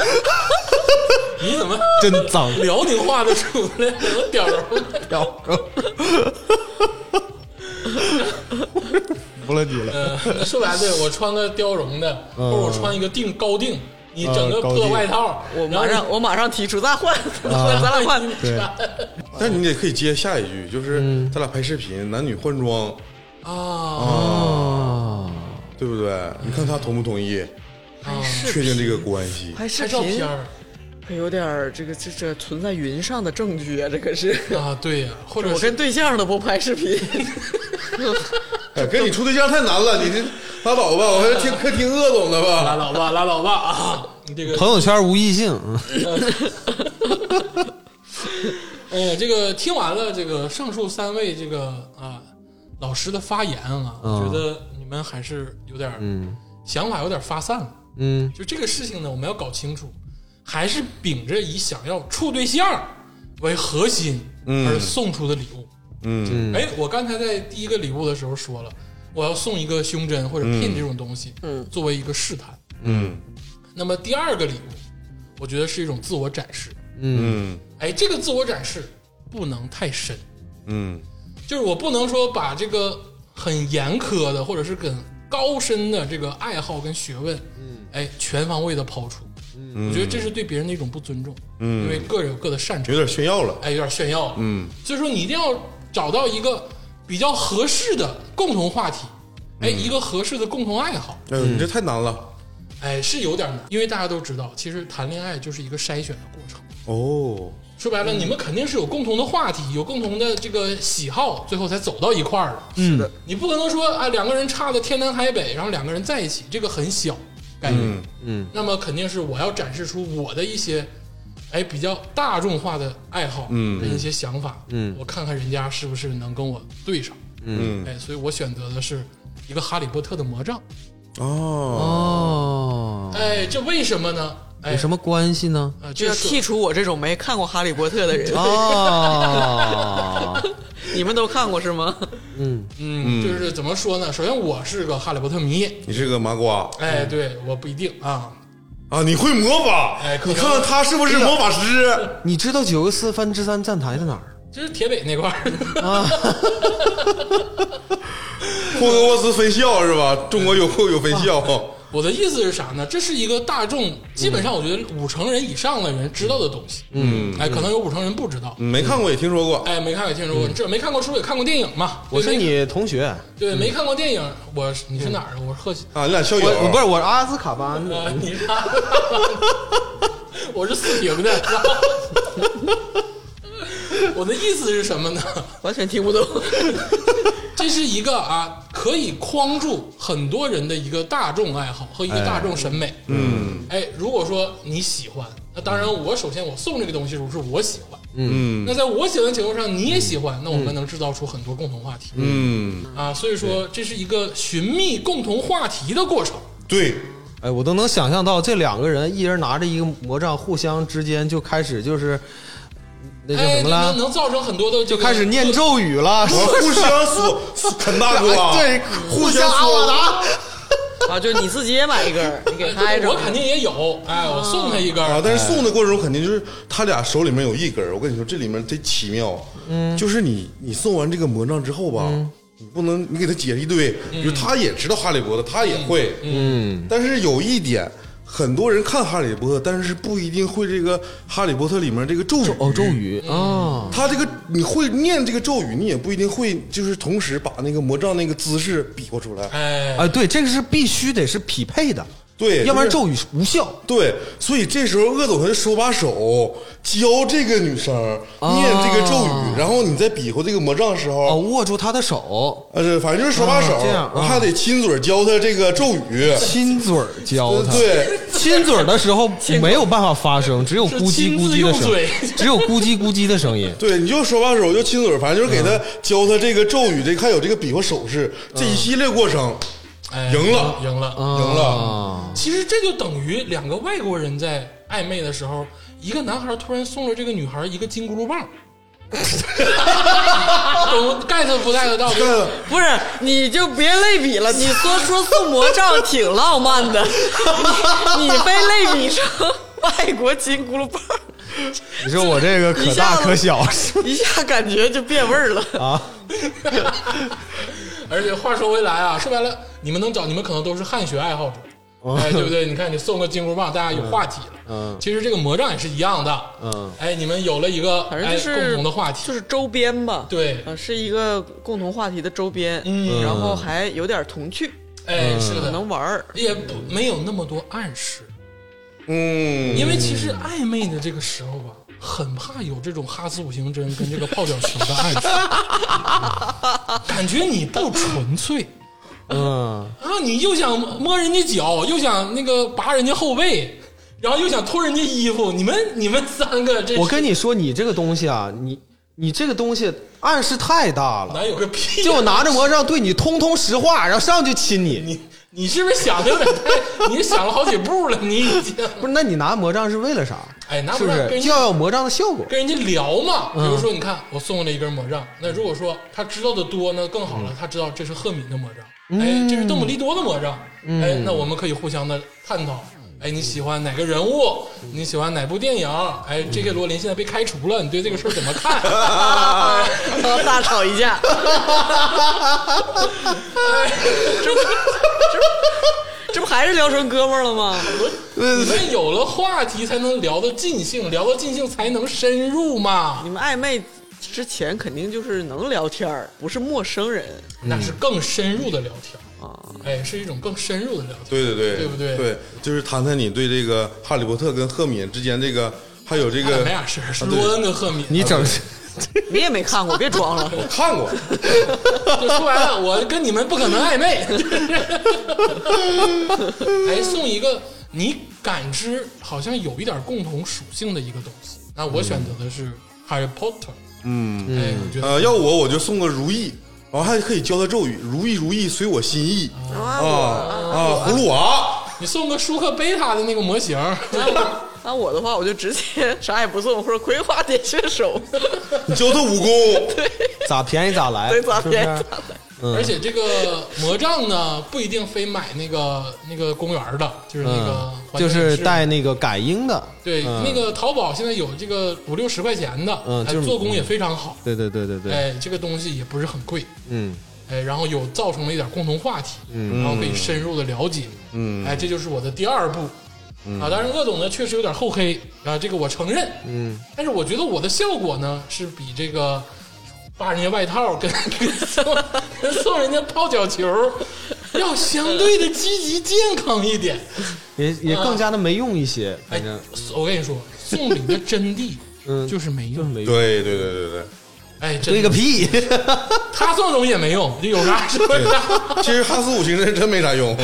[SPEAKER 1] 你怎么
[SPEAKER 4] 真脏，
[SPEAKER 1] 辽宁话都出来了？我屌儿
[SPEAKER 4] 貂绒，服了你了。
[SPEAKER 1] 嗯，说白了，对我穿个貂绒的，或者我穿一个定高定，你整个
[SPEAKER 4] 啊高
[SPEAKER 1] 破
[SPEAKER 4] 定
[SPEAKER 1] 外套，
[SPEAKER 2] 我
[SPEAKER 1] 然后
[SPEAKER 2] 马上我马上提出，咱俩换，
[SPEAKER 4] 啊
[SPEAKER 2] 咱俩换。
[SPEAKER 4] 对，
[SPEAKER 3] 但你得可以接下一句，就是咱俩拍视频，男女换装，
[SPEAKER 1] 啊，
[SPEAKER 4] 啊，
[SPEAKER 3] 对不对？你看他同不同意，哎确定这个关系。
[SPEAKER 2] 拍视
[SPEAKER 1] 拍照
[SPEAKER 2] 频
[SPEAKER 1] 片儿
[SPEAKER 2] 可有点儿这个这这存在云上的证据啊，这可 是。
[SPEAKER 1] 啊，对呀，或者
[SPEAKER 2] 我
[SPEAKER 1] 是
[SPEAKER 2] 跟对象都不拍视频，
[SPEAKER 3] 哎，跟你处对象太难了，你这拉倒吧，我还是听快听鄂总的
[SPEAKER 1] 拉
[SPEAKER 3] 吧。
[SPEAKER 1] 倒吧，拉倒吧啊，你这个
[SPEAKER 4] 朋友圈无异性，
[SPEAKER 1] 哎呀，这个听完了这个上述三位这个啊老师的发言啊，
[SPEAKER 4] 嗯
[SPEAKER 1] 觉得你们还是有点儿
[SPEAKER 4] 嗯
[SPEAKER 1] 想法有点发散了。
[SPEAKER 4] 嗯，
[SPEAKER 1] 就这个事情呢，我们要搞清楚，还是秉着以想要处对象为核心
[SPEAKER 3] 嗯
[SPEAKER 1] 而送出的礼物。
[SPEAKER 3] 嗯
[SPEAKER 4] 嗯
[SPEAKER 1] 哎，我刚才在第一个礼物的时候说了，我要送一个胸针或者 pin 这种东西，
[SPEAKER 2] 嗯
[SPEAKER 1] 作为一个试探。
[SPEAKER 3] 嗯
[SPEAKER 1] 那么第二个礼物，我觉得是一种自我展示。
[SPEAKER 4] 嗯
[SPEAKER 3] 嗯
[SPEAKER 1] 哎，这个自我展示不能太深。
[SPEAKER 3] 嗯
[SPEAKER 1] 就是我不能说把这个很严苛的，或者是很高深的这个爱好跟学问，嗯，哎，全方位的抛出，嗯，我觉得这是对别人的一种不尊重，
[SPEAKER 3] 嗯
[SPEAKER 1] 因为各有各的擅
[SPEAKER 3] 有
[SPEAKER 1] 长，
[SPEAKER 3] 点炫耀了。
[SPEAKER 1] 哎，有点炫耀，
[SPEAKER 3] 嗯，
[SPEAKER 1] 所以说你一定要找到一个比较合适的共同话题，
[SPEAKER 3] 嗯
[SPEAKER 1] 哎，一个合适的共同爱好，
[SPEAKER 3] 哎呦，你这太难了。
[SPEAKER 1] 哎，是有点难，因为大家都知道，其实谈恋爱就是一个筛选的过程。
[SPEAKER 3] 哦，
[SPEAKER 1] 说白了，你们肯定是有共同的话题，有共同的这个喜好，最后才走到一块儿的。
[SPEAKER 4] 嗯，
[SPEAKER 1] 你不可能说啊，两个人差的天南海北，然后两个人在一起，这个很小概率。
[SPEAKER 3] 嗯
[SPEAKER 1] 那么肯定是我要展示出我的一些，哎，比较大众化的爱好，
[SPEAKER 3] 嗯
[SPEAKER 1] 跟一些想法，
[SPEAKER 4] 嗯
[SPEAKER 1] 我看看人家是不是能跟我对上，
[SPEAKER 3] 嗯
[SPEAKER 1] 哎，所以我选择的是一个哈利波特的魔杖，
[SPEAKER 3] 哦，
[SPEAKER 4] 哦，
[SPEAKER 1] 哎，这为什么呢？哎，
[SPEAKER 4] 有什
[SPEAKER 1] 么？
[SPEAKER 4] 么关系呢？
[SPEAKER 1] 啊，
[SPEAKER 2] 就
[SPEAKER 1] 这
[SPEAKER 2] 要
[SPEAKER 1] 是
[SPEAKER 2] 剔除我这种没看过《哈利波特》的人。
[SPEAKER 4] 哦，
[SPEAKER 2] 你们都看过是吗？
[SPEAKER 4] 嗯，
[SPEAKER 1] 嗯，就是怎么说呢？首先，我是个哈利波特迷，
[SPEAKER 3] 你是个麻瓜
[SPEAKER 1] 哎，对，我不一定啊，
[SPEAKER 3] 啊！你会魔法
[SPEAKER 1] 哎，可
[SPEAKER 3] 你看看他是不是魔法 师？
[SPEAKER 4] 你知道九个四分之三站台在哪儿？
[SPEAKER 1] 这是铁北那块儿。
[SPEAKER 3] 霍格沃茨分校是吧？中国有有分校。
[SPEAKER 1] 我的意思是啥呢？这是一个大众，基本上我觉得五成人以上的人知道的东西。嗯，哎，可能有五成人不知道。
[SPEAKER 3] 没看过也听说过，
[SPEAKER 1] 哎，没看过听说过，这没看过书也看过电影嘛？
[SPEAKER 4] 我是
[SPEAKER 1] 对没
[SPEAKER 4] 你同学，
[SPEAKER 1] 对没看过电影，我是你是哪儿的？我是贺喜，
[SPEAKER 3] 啊，你俩校友
[SPEAKER 4] 我我不是我是阿兹卡班的，
[SPEAKER 1] 呃，你是哪儿的 我是四平的。 我的意思是什么呢？
[SPEAKER 2] 完全听不懂。
[SPEAKER 1] 这是一个啊，可以框住很多人的一个大众爱好和一个大众审美。嗯，哎，如果说你喜欢，那当然我首先我送这个东西时候是我喜欢。嗯，那在我喜欢的情况上你也喜欢，那我们能制造出很多共同话题。
[SPEAKER 3] 嗯，
[SPEAKER 1] 啊，所以说这是一个寻觅共同话题的过程。
[SPEAKER 3] 对，
[SPEAKER 4] 哎，我都能想象到这两个人，一人拿着一个魔杖，互相之间就开始就是那叫
[SPEAKER 1] 哎，
[SPEAKER 4] 什么了
[SPEAKER 1] 能，能造成很多的这
[SPEAKER 4] 就
[SPEAKER 1] 个
[SPEAKER 4] 开始念咒语了，
[SPEAKER 3] 我互相说，啃大哥啊，
[SPEAKER 4] 哎对，互相阿
[SPEAKER 3] 说
[SPEAKER 4] 瓦达。
[SPEAKER 2] 啊，就是你自己也买一根儿， 你给他一
[SPEAKER 1] 我
[SPEAKER 2] 种。
[SPEAKER 1] 肯定也有，哎，我送他一根儿，
[SPEAKER 3] 啊，但是送的过程中肯定就是他俩手里面有一根儿，我跟你说这里面贼奇妙，嗯，就是你你送完这个魔杖之后吧，你不能你给他解释一堆，就是他也知道哈利波特，他也会，嗯，但是有一点。很多人看《哈利波特》，但是不一定会这个《哈利波特》里面这个咒语。
[SPEAKER 4] 哦，咒语啊，
[SPEAKER 3] 他这个你会念这个咒语，你也不一定会，就是同时把那个魔杖那个姿势比划出来。
[SPEAKER 1] 哎，
[SPEAKER 4] 哎，对，这个是必须得是匹配的，
[SPEAKER 3] 对
[SPEAKER 4] 要不然
[SPEAKER 3] 就是
[SPEAKER 4] 咒语无效。
[SPEAKER 3] 对，所以这时候鄂总他就手把手教这个女生念这个咒语，然后你在比划这个魔杖的时
[SPEAKER 4] 啊哦，
[SPEAKER 3] 候，
[SPEAKER 4] 握住他的手，
[SPEAKER 3] 呃，反正就是手把手
[SPEAKER 4] 啊这样，啊
[SPEAKER 3] 还得亲嘴教她这个咒语。
[SPEAKER 4] 亲嘴儿教他。
[SPEAKER 3] 对，
[SPEAKER 4] 亲嘴儿的时候没有办法发声，只有咕叽咕叽的
[SPEAKER 1] 是亲自用
[SPEAKER 4] 声
[SPEAKER 1] 嘴，
[SPEAKER 4] 只有咕叽咕叽的声 音。
[SPEAKER 3] 对，你就手把手，就亲嘴，反正就是给她教她这个咒语，这还有这个比划手势，这一系列过程，
[SPEAKER 1] 哎
[SPEAKER 3] 赢了
[SPEAKER 1] 赢
[SPEAKER 4] 嗯
[SPEAKER 1] 了，
[SPEAKER 3] 赢了。
[SPEAKER 4] 啊，
[SPEAKER 1] 其实这就等于两个外国人在暧昧的时候，一个男孩突然送了这个女孩一个金箍噜 棒，懂 get 不 get 到？就是
[SPEAKER 3] 但
[SPEAKER 2] 不是，你就别类比了。你说说送魔 杖挺浪漫的，你你非类比成 外国金箍噜棒儿，
[SPEAKER 4] 你说我这个可大可小
[SPEAKER 2] 一下感觉就变味儿了。
[SPEAKER 1] 哎
[SPEAKER 4] 啊，
[SPEAKER 1] 而且话说回来啊，说白了，你们能找，你们可能都是汉学爱好者，
[SPEAKER 2] 哦
[SPEAKER 1] 哎，对不对？你看你送个金箍棒，大家有话题了。
[SPEAKER 4] 嗯
[SPEAKER 1] 其实这个魔杖也是一样的。
[SPEAKER 4] 嗯，
[SPEAKER 1] 哎，你们有了一个
[SPEAKER 2] 反正就是、
[SPEAKER 1] 哎、共同的话题，
[SPEAKER 2] 就是周边吧。
[SPEAKER 1] 对
[SPEAKER 2] 呃，是一个共同话题的周边，
[SPEAKER 1] 嗯
[SPEAKER 2] 然后还有点童趣，嗯
[SPEAKER 1] 哎，是的，
[SPEAKER 2] 能玩儿。
[SPEAKER 1] 也不没有那么多暗示。
[SPEAKER 3] 嗯，
[SPEAKER 1] 因为其实暧昧的这个时候吧，很怕有这种哈斯五行针跟这个泡脚球的暗示， 感觉你不纯粹
[SPEAKER 4] 嗯，
[SPEAKER 1] 啊！你又想摸人家脚，又想那个拔人家后背，然后又想偷人家衣服，你们你们三个这是
[SPEAKER 4] 我跟你说，你这个东西啊，你你这个东西暗示太大了，
[SPEAKER 1] 男有个屁！
[SPEAKER 4] 就拿着魔杖对你通通实话，然后上去亲你。
[SPEAKER 1] 你你是不是想的有点太？你想了好几步了，你已经
[SPEAKER 4] 不是，那你拿魔杖是为了啥？
[SPEAKER 1] 哎拿
[SPEAKER 4] 是
[SPEAKER 1] 魔
[SPEAKER 4] 不
[SPEAKER 1] 杖跟
[SPEAKER 4] 是
[SPEAKER 1] 人
[SPEAKER 4] 就要有魔杖的效果？
[SPEAKER 1] 跟人家聊嘛。比如说，你看我送了一根魔杖，那如果说他知道的多，那更好了，他知道这是赫敏的魔杖，哎，这是邓布利多的魔杖，哎，那我们可以互相的探讨。哎，你喜欢哪个人物？你喜欢哪部电影？哎，J.K. 罗琳现在被开除了，你对这个事儿怎么看？
[SPEAKER 2] 然后大吵一架， 这不这不这不还是聊成哥们儿了吗？
[SPEAKER 1] 你们有了话题才能聊得尽兴，聊得尽兴才能深入嘛，
[SPEAKER 2] 你们暧昧之前肯定就是能聊天儿，不是陌生人。
[SPEAKER 1] 那是更深入的聊天哎，是一种更深入的聊天。
[SPEAKER 3] 对对对，
[SPEAKER 1] 对不对
[SPEAKER 3] 对，就是谈谈你对这个哈利波特跟赫敏之间这个，还有这
[SPEAKER 1] 他俩
[SPEAKER 4] 啊
[SPEAKER 3] 个
[SPEAKER 1] 没啥事儿，哎是罗恩跟赫敏。
[SPEAKER 4] 你啊整
[SPEAKER 2] 你也没看过，别 装了。
[SPEAKER 3] 看过，
[SPEAKER 1] 就说白了，我跟你们不可能暧昧。 还送一个你感知好像有一点共同属性的一个东西。那我选择的是 Harry Potter。嗯，哎，我觉得
[SPEAKER 3] 呃，要我我就送个如意，然后还可以教他咒语，如意如意，随我心意啊
[SPEAKER 4] 哦
[SPEAKER 3] 啊，葫芦娃，
[SPEAKER 1] 你送个舒克贝塔的那个模型，
[SPEAKER 2] 那我的话，我就直接啥也不送，或者葵花点穴 手，
[SPEAKER 3] 你教他武功，
[SPEAKER 4] 咋便宜咋来，
[SPEAKER 2] 对咋
[SPEAKER 4] 是不是啊
[SPEAKER 2] 便宜
[SPEAKER 4] 嗯
[SPEAKER 1] 而且这个魔杖呢，不一定非买那个那个公园的，就是那个
[SPEAKER 4] 嗯，
[SPEAKER 1] 环境
[SPEAKER 4] 就
[SPEAKER 1] 影视、
[SPEAKER 4] 是带那个感应的，
[SPEAKER 1] 对、
[SPEAKER 4] 嗯
[SPEAKER 1] 那个淘宝现在有这个五六十块钱的，
[SPEAKER 4] 嗯
[SPEAKER 1] 哎
[SPEAKER 4] 就是
[SPEAKER 1] 做工也非常好，
[SPEAKER 4] 对对对对对，
[SPEAKER 1] 哎，这个东西也不是很贵，
[SPEAKER 4] 嗯，
[SPEAKER 1] 哎，然后有造成了一点共同话题，然后可以深入的了解，嗯，哎，这就是我的第二步。啊，当然，鄂总呢确实有点厚黑啊，这个我承认。嗯，但是我觉得我的效果呢是比这个扒人家外套跟跟送跟送人家泡脚球要相对的积极健康一点。
[SPEAKER 4] 也也更加的没用一些，
[SPEAKER 1] 哎
[SPEAKER 4] 反正，
[SPEAKER 1] 我跟你说，送礼的真谛
[SPEAKER 4] 嗯
[SPEAKER 1] 就是没
[SPEAKER 4] 就是
[SPEAKER 1] 用。
[SPEAKER 4] 没用。
[SPEAKER 3] 对对对对对，
[SPEAKER 1] 哎，
[SPEAKER 4] 对
[SPEAKER 1] 这
[SPEAKER 4] 个屁！
[SPEAKER 1] 他纵容也没用，有啥说啥，
[SPEAKER 3] 其实哈斯五行真真没啥用，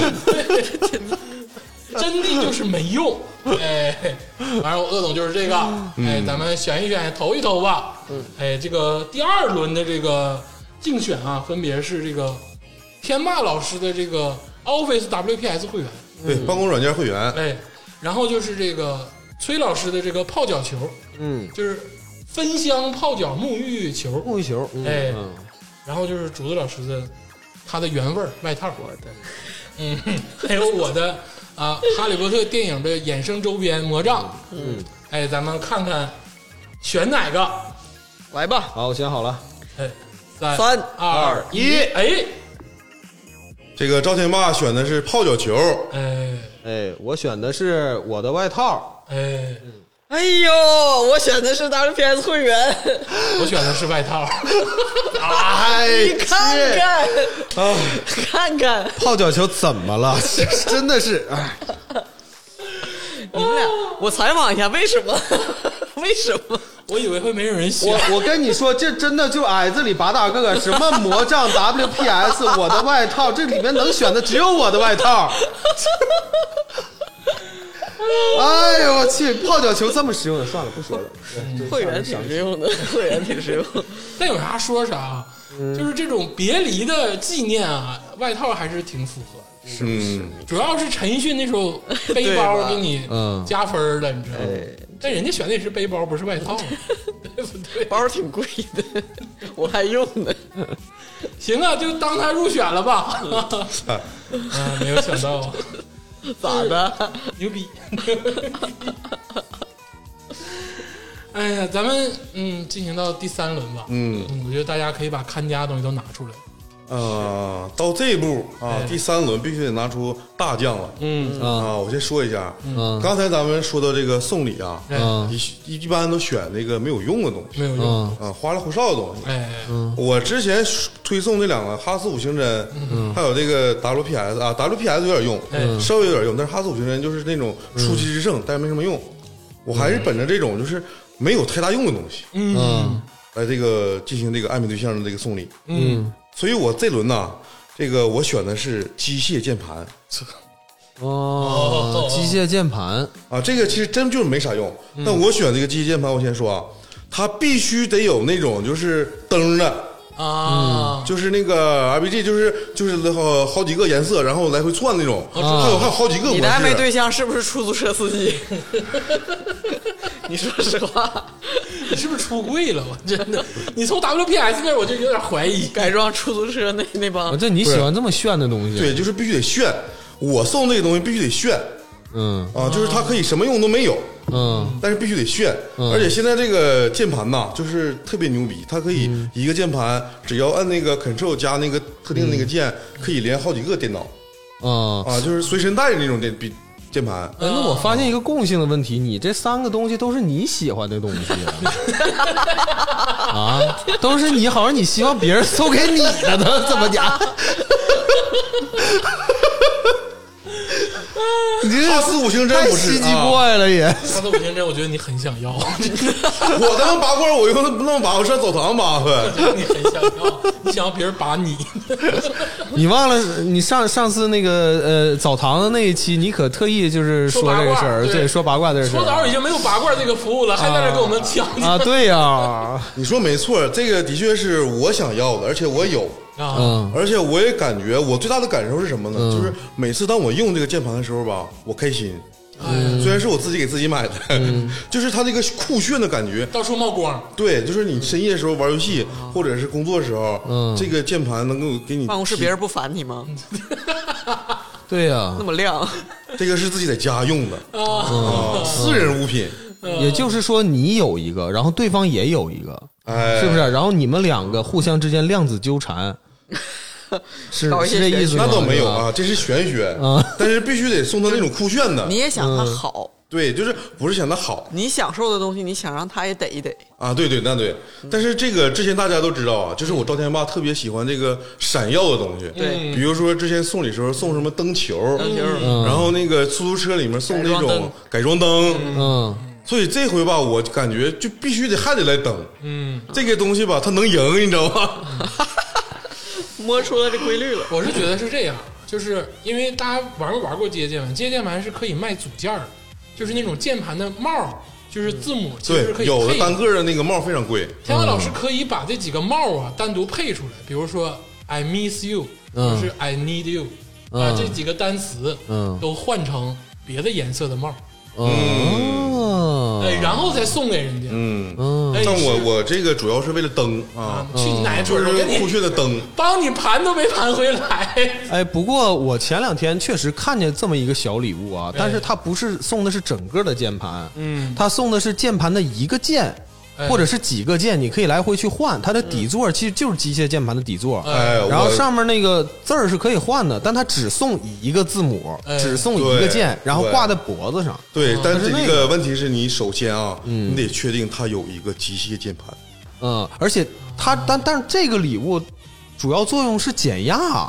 [SPEAKER 1] 真的就是没用。哎，反正我鄂总就是这个，哎，咱们选一选，投一投吧。哎，这个第二轮的这个竞选啊，分别是这个天霸老师的这个 Office WPS 会员，
[SPEAKER 3] 对，办公软件会员，
[SPEAKER 1] 哎，然后就是这个崔老师的这个泡脚球，
[SPEAKER 4] 嗯，
[SPEAKER 1] 就是芬香泡脚沐浴球，
[SPEAKER 4] 沐浴球，嗯
[SPEAKER 1] 哎
[SPEAKER 4] 嗯
[SPEAKER 1] 然后就是竹子老师的他的原味儿外套，
[SPEAKER 2] 我的
[SPEAKER 1] 嗯，还有我的啊《哈利波特》电影的衍生周边魔杖，
[SPEAKER 4] 嗯，
[SPEAKER 1] 哎，咱们看看选哪个？
[SPEAKER 2] 来吧，
[SPEAKER 4] 好，我想好了，
[SPEAKER 1] 哎，三
[SPEAKER 2] 三
[SPEAKER 1] 二
[SPEAKER 4] 一
[SPEAKER 1] 哎
[SPEAKER 3] 这个赵天霸选的是泡脚球，
[SPEAKER 1] 哎
[SPEAKER 4] 哎，我选的是我的外套，
[SPEAKER 1] 哎，
[SPEAKER 2] 哎呦，我选的是 WPS 会员，
[SPEAKER 1] 我选的是外套，
[SPEAKER 4] 哎，
[SPEAKER 2] 你看看
[SPEAKER 4] 啊，
[SPEAKER 2] 看看，
[SPEAKER 4] 泡脚球怎么了？ 真的是，哎，
[SPEAKER 2] 你们俩，我采访一下，为什 么？为什么？
[SPEAKER 1] 我以为会没有人选。
[SPEAKER 4] 我我跟你说，这真的就矮子里拔大个个，什么魔杖 WPS，我的外套，这里面能选的只有我的外套。哎呦我去，泡脚球这么实用的，算了，不说了。
[SPEAKER 2] 会员挺实用的， 会员挺实用。
[SPEAKER 1] 但有啥说啥，
[SPEAKER 3] 嗯
[SPEAKER 1] 就是这种别离的纪念啊，外套还是挺符合。
[SPEAKER 3] 嗯，
[SPEAKER 1] 主要是陈奕迅那时 候背包给你
[SPEAKER 4] 嗯
[SPEAKER 1] 加分儿了，你知道吗？
[SPEAKER 3] 哎
[SPEAKER 1] 但人家选的也是背包，不是外 套，啊对不对？
[SPEAKER 2] 包挺贵的， 我还用呢。
[SPEAKER 1] 行啊，就当他入选了吧。
[SPEAKER 3] 哎
[SPEAKER 1] 啊，没有想到啊，
[SPEAKER 2] 咋的？
[SPEAKER 1] 牛逼！哎呀，咱们嗯，进行到第三轮吧。
[SPEAKER 3] 嗯
[SPEAKER 1] 我觉得大家可以把看家的东西都拿出来。
[SPEAKER 3] 啊，到这一步啊，第三轮必须得拿出大将了。
[SPEAKER 4] 嗯
[SPEAKER 3] 啊，我先说一下，
[SPEAKER 4] 嗯
[SPEAKER 3] 刚才咱们说到这个送礼啊，
[SPEAKER 1] 哎，
[SPEAKER 4] 嗯
[SPEAKER 3] 一一般都选那个没有用的东西
[SPEAKER 1] 没有用。
[SPEAKER 4] 嗯
[SPEAKER 3] 啊，花里胡哨的东西。
[SPEAKER 1] 哎，
[SPEAKER 3] 我之前推送这两个哈斯五行针，
[SPEAKER 4] 嗯
[SPEAKER 3] 还有这个 WPS 啊，WPS 有点
[SPEAKER 1] 嗯
[SPEAKER 4] 哎
[SPEAKER 3] 用，稍微有点用，但是哈斯五行针就是那种
[SPEAKER 4] 嗯
[SPEAKER 3] 出奇制胜，但是没什么用。我还是本着这种就是没有太大用的东西
[SPEAKER 4] 嗯
[SPEAKER 3] 来这个进行这个暧昧对象的这个送礼，
[SPEAKER 4] 嗯
[SPEAKER 3] 所以我这轮呐，这个我选的是机械键盘
[SPEAKER 4] 哦，机械键盘，
[SPEAKER 3] 啊，这个其实真就是没啥用。
[SPEAKER 4] 嗯
[SPEAKER 3] 但我选这个机械键盘，我先说啊，它必须得有那种就是灯的。
[SPEAKER 1] 啊，
[SPEAKER 3] 就是那个 RPG，就是就是好好几个颜色，然后来回窜那种，还有还有好几个模
[SPEAKER 2] 你
[SPEAKER 3] 式。
[SPEAKER 2] 的暧昧对象是不是出租车司 机？你说实话，
[SPEAKER 1] 你是不是出柜了？我 真的，你从 WPS 那儿我就有点怀疑。
[SPEAKER 2] 改装出租车那那帮
[SPEAKER 4] 啊，这你喜欢这么炫的东西？，
[SPEAKER 3] 对，就是必须得炫。我送这个东西必须得炫
[SPEAKER 4] 嗯
[SPEAKER 3] 啊，就是它可以什么用都没有，
[SPEAKER 4] 嗯
[SPEAKER 3] 但是必须得炫。而且现在这个键盘呐，就是特别牛逼，它可以一个键盘只要按那个 Ctrl 加那个特定的那个键，可以连好几个电脑
[SPEAKER 4] 啊。
[SPEAKER 3] 啊，就是随身带的那种电笔键盘。
[SPEAKER 4] 哎，那我发现一个共性的问题，你这三个东西都是你喜欢的东西啊，啊都是你好像你希望别人送给你的呢，怎么讲？ 你这
[SPEAKER 3] 哈啊斯五行针
[SPEAKER 4] 哎太
[SPEAKER 3] 不是
[SPEAKER 4] 稀奇
[SPEAKER 3] 啊
[SPEAKER 4] 怪了 也，
[SPEAKER 1] 他的五行针，我觉得你很想 要，
[SPEAKER 3] 我他妈拔罐，我用不弄拔，我上澡堂拔去。
[SPEAKER 1] 你很想要，你想要别人把你。
[SPEAKER 4] 你忘了你上上次那个呃澡堂的那一期，你可特意就是
[SPEAKER 1] 说
[SPEAKER 4] 说
[SPEAKER 1] 八
[SPEAKER 4] 这个
[SPEAKER 1] 卦
[SPEAKER 4] 事儿，
[SPEAKER 1] 对
[SPEAKER 4] 对，说八卦的事
[SPEAKER 1] 搓澡已
[SPEAKER 4] 儿
[SPEAKER 1] 经没有拔罐这个服务了，还在那儿跟我们抢
[SPEAKER 4] 啊，对呀、
[SPEAKER 3] 你说没错，这个的确是我想要的，而且我有。
[SPEAKER 1] 啊！
[SPEAKER 4] 嗯
[SPEAKER 3] 而且我也感觉，我最大的感受是什么呢？
[SPEAKER 4] 嗯
[SPEAKER 3] 就是每次当我用这个键盘的时候吧，我开心。
[SPEAKER 4] 嗯
[SPEAKER 3] 虽然是我自己给自己买的， 就是它那个酷炫的感觉。
[SPEAKER 1] 到处冒光，
[SPEAKER 3] 对，就是你深夜的时候玩游戏，或者是工作的时候，
[SPEAKER 4] 嗯
[SPEAKER 3] 这个键盘能够给你
[SPEAKER 2] 办公室，别人不烦你吗？
[SPEAKER 4] 对呀、
[SPEAKER 2] 那么亮，
[SPEAKER 3] 这个是自己在家用的啊，私人物品。
[SPEAKER 4] 也就是说，你有一个，然后对方也有一个，
[SPEAKER 3] 哎，
[SPEAKER 4] 是不是？？然后你们两个互相之间量子纠缠，是
[SPEAKER 2] 搞一些
[SPEAKER 4] 是这意思吗？
[SPEAKER 3] 那倒没有
[SPEAKER 4] 对吧
[SPEAKER 3] 啊，这是玄学
[SPEAKER 4] 啊，
[SPEAKER 3] 但是必须得送他那种酷炫的
[SPEAKER 2] 你。也想他好，
[SPEAKER 3] 对，就是不是想他好，
[SPEAKER 2] 你享受的东西，你想让他也逮一逮。
[SPEAKER 3] 啊，对对，那对。但是这个之前大家都知道啊，就是我赵天霸特别喜欢这个闪耀的东西，
[SPEAKER 2] 对
[SPEAKER 3] 比如说之前送礼时候送什么灯球，
[SPEAKER 2] 嗯灯球
[SPEAKER 3] 然后那个出租车里面送
[SPEAKER 2] 改
[SPEAKER 3] 那
[SPEAKER 2] 装
[SPEAKER 3] 种
[SPEAKER 2] 灯
[SPEAKER 3] 改装灯，
[SPEAKER 4] 嗯，
[SPEAKER 3] 所以这回吧，我感觉就必须得还得来等。嗯，这个东西吧，它能赢，你知道吧？
[SPEAKER 2] 摸出了这规律了。
[SPEAKER 1] 我是觉得是这样，就是因为大家玩没玩过街机键盘？街机键盘是可以卖组件儿的，就是那种键盘的帽儿，就是字母，其实是可
[SPEAKER 3] 对，
[SPEAKER 1] 以
[SPEAKER 3] 有
[SPEAKER 1] 配
[SPEAKER 3] 的单个的那个帽非常贵。
[SPEAKER 1] 天华老
[SPEAKER 4] 嗯
[SPEAKER 1] 师可以把这几个帽啊单独配出来，比如说 I miss you，
[SPEAKER 4] 嗯
[SPEAKER 1] 就是 I need you，
[SPEAKER 4] 嗯
[SPEAKER 1] 把这几个单词
[SPEAKER 4] 嗯
[SPEAKER 1] 都换成别的颜色的帽，
[SPEAKER 4] 哦
[SPEAKER 1] 哎，然后再送给人家。
[SPEAKER 3] 嗯，
[SPEAKER 4] 嗯，
[SPEAKER 1] 哎，
[SPEAKER 3] 但我
[SPEAKER 1] 是
[SPEAKER 3] 我这个主要是为了灯啊
[SPEAKER 1] 啊，去你奶
[SPEAKER 3] 就
[SPEAKER 1] 嘴！
[SPEAKER 3] 是
[SPEAKER 1] 我跟
[SPEAKER 3] 酷
[SPEAKER 1] 你
[SPEAKER 3] 炫的灯。
[SPEAKER 1] 帮你盘都没盘回来。
[SPEAKER 4] 哎，不过我前两天确实看见这么一个小礼物啊，但是他不是送的是整个的键盘，
[SPEAKER 1] 嗯，
[SPEAKER 4] 他送的是键盘的一个键。
[SPEAKER 1] 哎
[SPEAKER 4] 或者是几个键，你可以来回去换。它的底座其实就是机械键盘的底座，
[SPEAKER 3] 哎，
[SPEAKER 4] 然后
[SPEAKER 3] 我
[SPEAKER 4] 上面那个字儿是可以换的，但它只送一个字母，
[SPEAKER 1] 哎
[SPEAKER 4] 只送一个键，
[SPEAKER 3] 对
[SPEAKER 4] 然后挂在脖子上。
[SPEAKER 3] 对，但
[SPEAKER 4] 但是
[SPEAKER 3] 是这
[SPEAKER 4] 那个
[SPEAKER 3] 个问题是你首先啊，你得确定它有一个机械键盘。
[SPEAKER 4] 嗯，而且它但但是这个礼物主要作用是减压，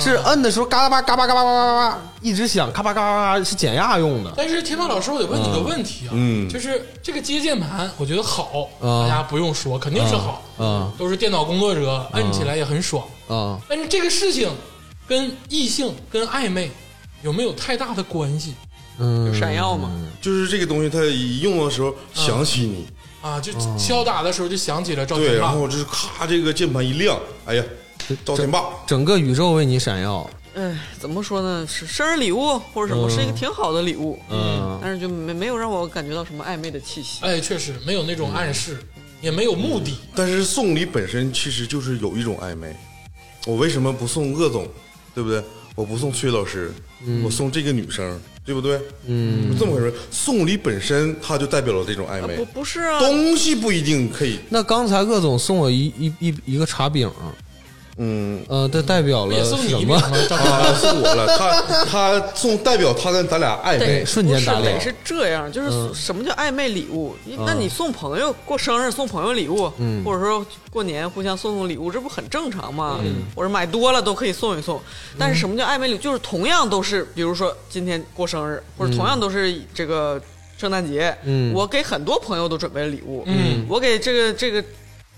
[SPEAKER 4] 是摁的时候嘎啦吧嘎巴嘎巴嘎巴嘎巴一直响，嘎巴嘎巴嘎巴是减压用的。
[SPEAKER 1] 但是天霸老师，我得问你个问题啊，
[SPEAKER 3] 嗯
[SPEAKER 1] 就是这个接键盘，我觉得好，
[SPEAKER 4] 啊
[SPEAKER 1] 大家不用说，肯定是好，
[SPEAKER 4] 嗯
[SPEAKER 1] 都是电脑工作者，摁起来也很爽。
[SPEAKER 4] 啊，
[SPEAKER 1] 但是这个事情跟异性、跟暧昧有没有太大的关系
[SPEAKER 4] 嗯，
[SPEAKER 2] 闪耀嘛，
[SPEAKER 3] 就是这个东西，它一用的时候想起你，
[SPEAKER 1] 啊？就
[SPEAKER 4] 嗯
[SPEAKER 1] 敲打的时候就想起了赵
[SPEAKER 3] 对，
[SPEAKER 1] 天霸，
[SPEAKER 3] 然后就是咔，这个键盘一亮，哎呀，赵天霸，
[SPEAKER 4] 整个宇宙为你闪耀。
[SPEAKER 2] 哎，怎么说呢？是生日礼物或者什么，
[SPEAKER 4] 嗯
[SPEAKER 2] 是一个挺好的礼物，
[SPEAKER 4] 嗯
[SPEAKER 2] 但是就没没有让我感觉到什么暧昧的气息。
[SPEAKER 1] 哎，确实没有那种暗示，
[SPEAKER 4] 嗯
[SPEAKER 1] 也没有目的。
[SPEAKER 3] 但是送礼本身其实就是有一种暧昧。我为什么不送鄂总，对不对？我不送崔老师，我送这个女生，对不对？嗯，就这么回事。送礼本身它就代表了这种暧昧
[SPEAKER 2] 不，，不是啊，
[SPEAKER 3] 东西不一定可以。
[SPEAKER 4] 那刚才鄂总送我一一一一个茶饼，
[SPEAKER 3] 嗯，
[SPEAKER 4] 呃，这代表
[SPEAKER 1] 不
[SPEAKER 4] 了
[SPEAKER 1] 也送你
[SPEAKER 4] 什
[SPEAKER 1] 一饼
[SPEAKER 4] 么？
[SPEAKER 1] 吗？赵天霸
[SPEAKER 3] 他送我了，他他送代表他跟咱俩暧昧
[SPEAKER 4] 对，瞬间打脸嗯
[SPEAKER 2] 不是得是这样，就是什么叫暧昧礼物？你那你送朋友过生日送朋友礼物，
[SPEAKER 4] 嗯
[SPEAKER 2] 或者说过年互相送送礼物，这不很正常吗？
[SPEAKER 4] 嗯
[SPEAKER 2] 或者买多了都可以送一送。但是什么叫暧昧礼？就是同样都是，比如说今天过生日，或者同样都是这个圣诞节，
[SPEAKER 4] 嗯
[SPEAKER 2] 我给很多朋友都准备了礼物，
[SPEAKER 1] 嗯
[SPEAKER 2] 我给这个这个。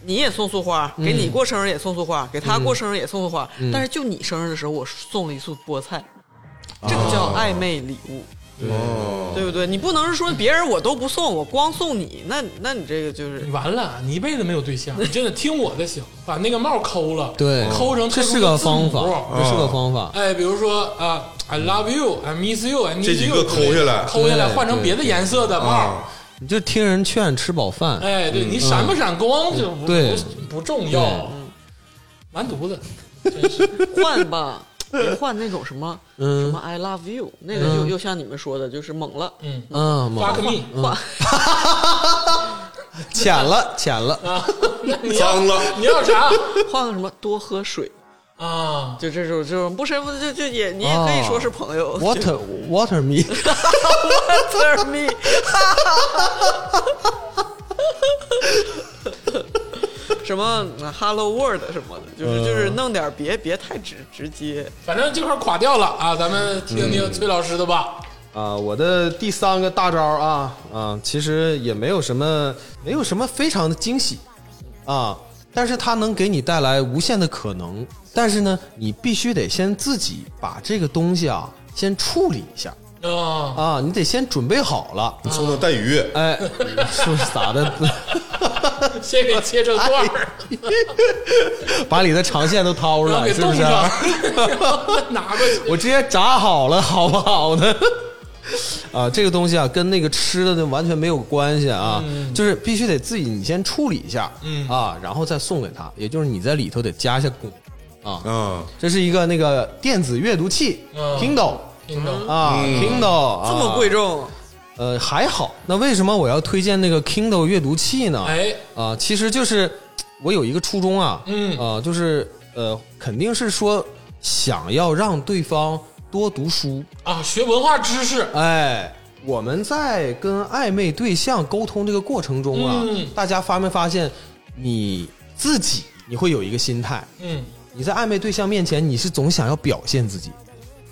[SPEAKER 2] 你也送束花，给
[SPEAKER 4] 嗯
[SPEAKER 2] 你过生日也送束花，给他过生日也送束花，但是就你生日的时候，我送了一束菠菜，
[SPEAKER 4] 哦
[SPEAKER 2] 这个叫暧昧礼物。
[SPEAKER 3] 哦。
[SPEAKER 2] 对不对？你不能是说别人我都不送，我光送你，那那你这个就是
[SPEAKER 1] 你完了，你一辈子没有对象，你真的听我的行， 把那个帽抠了，
[SPEAKER 4] 对，
[SPEAKER 1] 抠成
[SPEAKER 4] 这
[SPEAKER 1] 特殊
[SPEAKER 4] 是
[SPEAKER 1] 的
[SPEAKER 4] 个
[SPEAKER 1] 字母
[SPEAKER 4] 方法，这是个方法。
[SPEAKER 1] 哎，比如说啊，I love you, I miss you, I need you，
[SPEAKER 3] 这几个抠下来
[SPEAKER 1] 抠下来
[SPEAKER 4] 对
[SPEAKER 1] 换成
[SPEAKER 4] 对
[SPEAKER 1] 别的颜色的帽。
[SPEAKER 3] 啊，
[SPEAKER 4] 你就听人劝，吃饱饭。
[SPEAKER 1] 哎，对你闪不闪光就不
[SPEAKER 4] 嗯对
[SPEAKER 1] 不不重要，完犊子。
[SPEAKER 2] 换吧，别换那种什么什么 I love you，那个就
[SPEAKER 4] 嗯
[SPEAKER 2] 又像你们说的，就是猛了，
[SPEAKER 4] 嗯，猛
[SPEAKER 1] Fuck me，
[SPEAKER 2] 换
[SPEAKER 4] 浅了，浅了。
[SPEAKER 3] 脏了，
[SPEAKER 1] 你要啥
[SPEAKER 2] 换个什么多喝水，
[SPEAKER 1] 啊？
[SPEAKER 2] 就这种这种不深不就就也你也可以说是朋友。
[SPEAKER 4] Water water me，
[SPEAKER 2] Water me，什么 Hello World 什么的，就是就是弄点别别太直直接。
[SPEAKER 1] 反正这块垮掉了啊，咱们听
[SPEAKER 4] 嗯
[SPEAKER 1] 听崔老师的吧。
[SPEAKER 4] 啊，我的第三个大招啊啊，其实也没有什么，没有什么非常的惊喜啊，但是它能给你带来无限的可能。但是呢，你必须得先自己把这个东西啊先处理一下
[SPEAKER 1] 啊，
[SPEAKER 4] 啊，你得先准备好了。
[SPEAKER 3] 你送的带鱼，
[SPEAKER 4] 哎，说咋的？
[SPEAKER 1] 先给切成段
[SPEAKER 4] 哎
[SPEAKER 1] 儿，
[SPEAKER 4] 把你的长线都掏出
[SPEAKER 1] 然后
[SPEAKER 4] 来，
[SPEAKER 1] 给
[SPEAKER 4] 是不
[SPEAKER 1] 冻
[SPEAKER 4] 是？啊
[SPEAKER 1] 上，然后再 拿过去。
[SPEAKER 4] 我直接炸好了，好不好呢？ 啊，这个东西啊，跟那个吃的完全没有关系啊，就是必须得自己你先处理一下，
[SPEAKER 1] 嗯
[SPEAKER 4] 啊，然后再送给他，也就是你在里头得加一下功啊。
[SPEAKER 3] 啊，
[SPEAKER 4] 这是一个那个电子阅读器、
[SPEAKER 1] 嗯
[SPEAKER 4] Kindle
[SPEAKER 1] 听懂？
[SPEAKER 4] 啊、
[SPEAKER 3] 嗯
[SPEAKER 4] k i n d l e
[SPEAKER 2] 这么贵重，
[SPEAKER 4] 呃，还好。那为什么我要推荐那个 Kindle 阅读器呢？
[SPEAKER 1] 哎，
[SPEAKER 4] 啊，其实就是我有一个初衷啊，
[SPEAKER 1] 嗯
[SPEAKER 4] 啊，就是呃，肯定是说想要让对方多读书，
[SPEAKER 1] 啊，学文化知识，
[SPEAKER 4] 哎。我们在跟暧昧对象沟通这个过程中啊，
[SPEAKER 1] 嗯
[SPEAKER 4] 大家发没发现你自己你会有一个心态，
[SPEAKER 1] 嗯，啊
[SPEAKER 4] 你在暧昧对象面前你是总想要表现自己，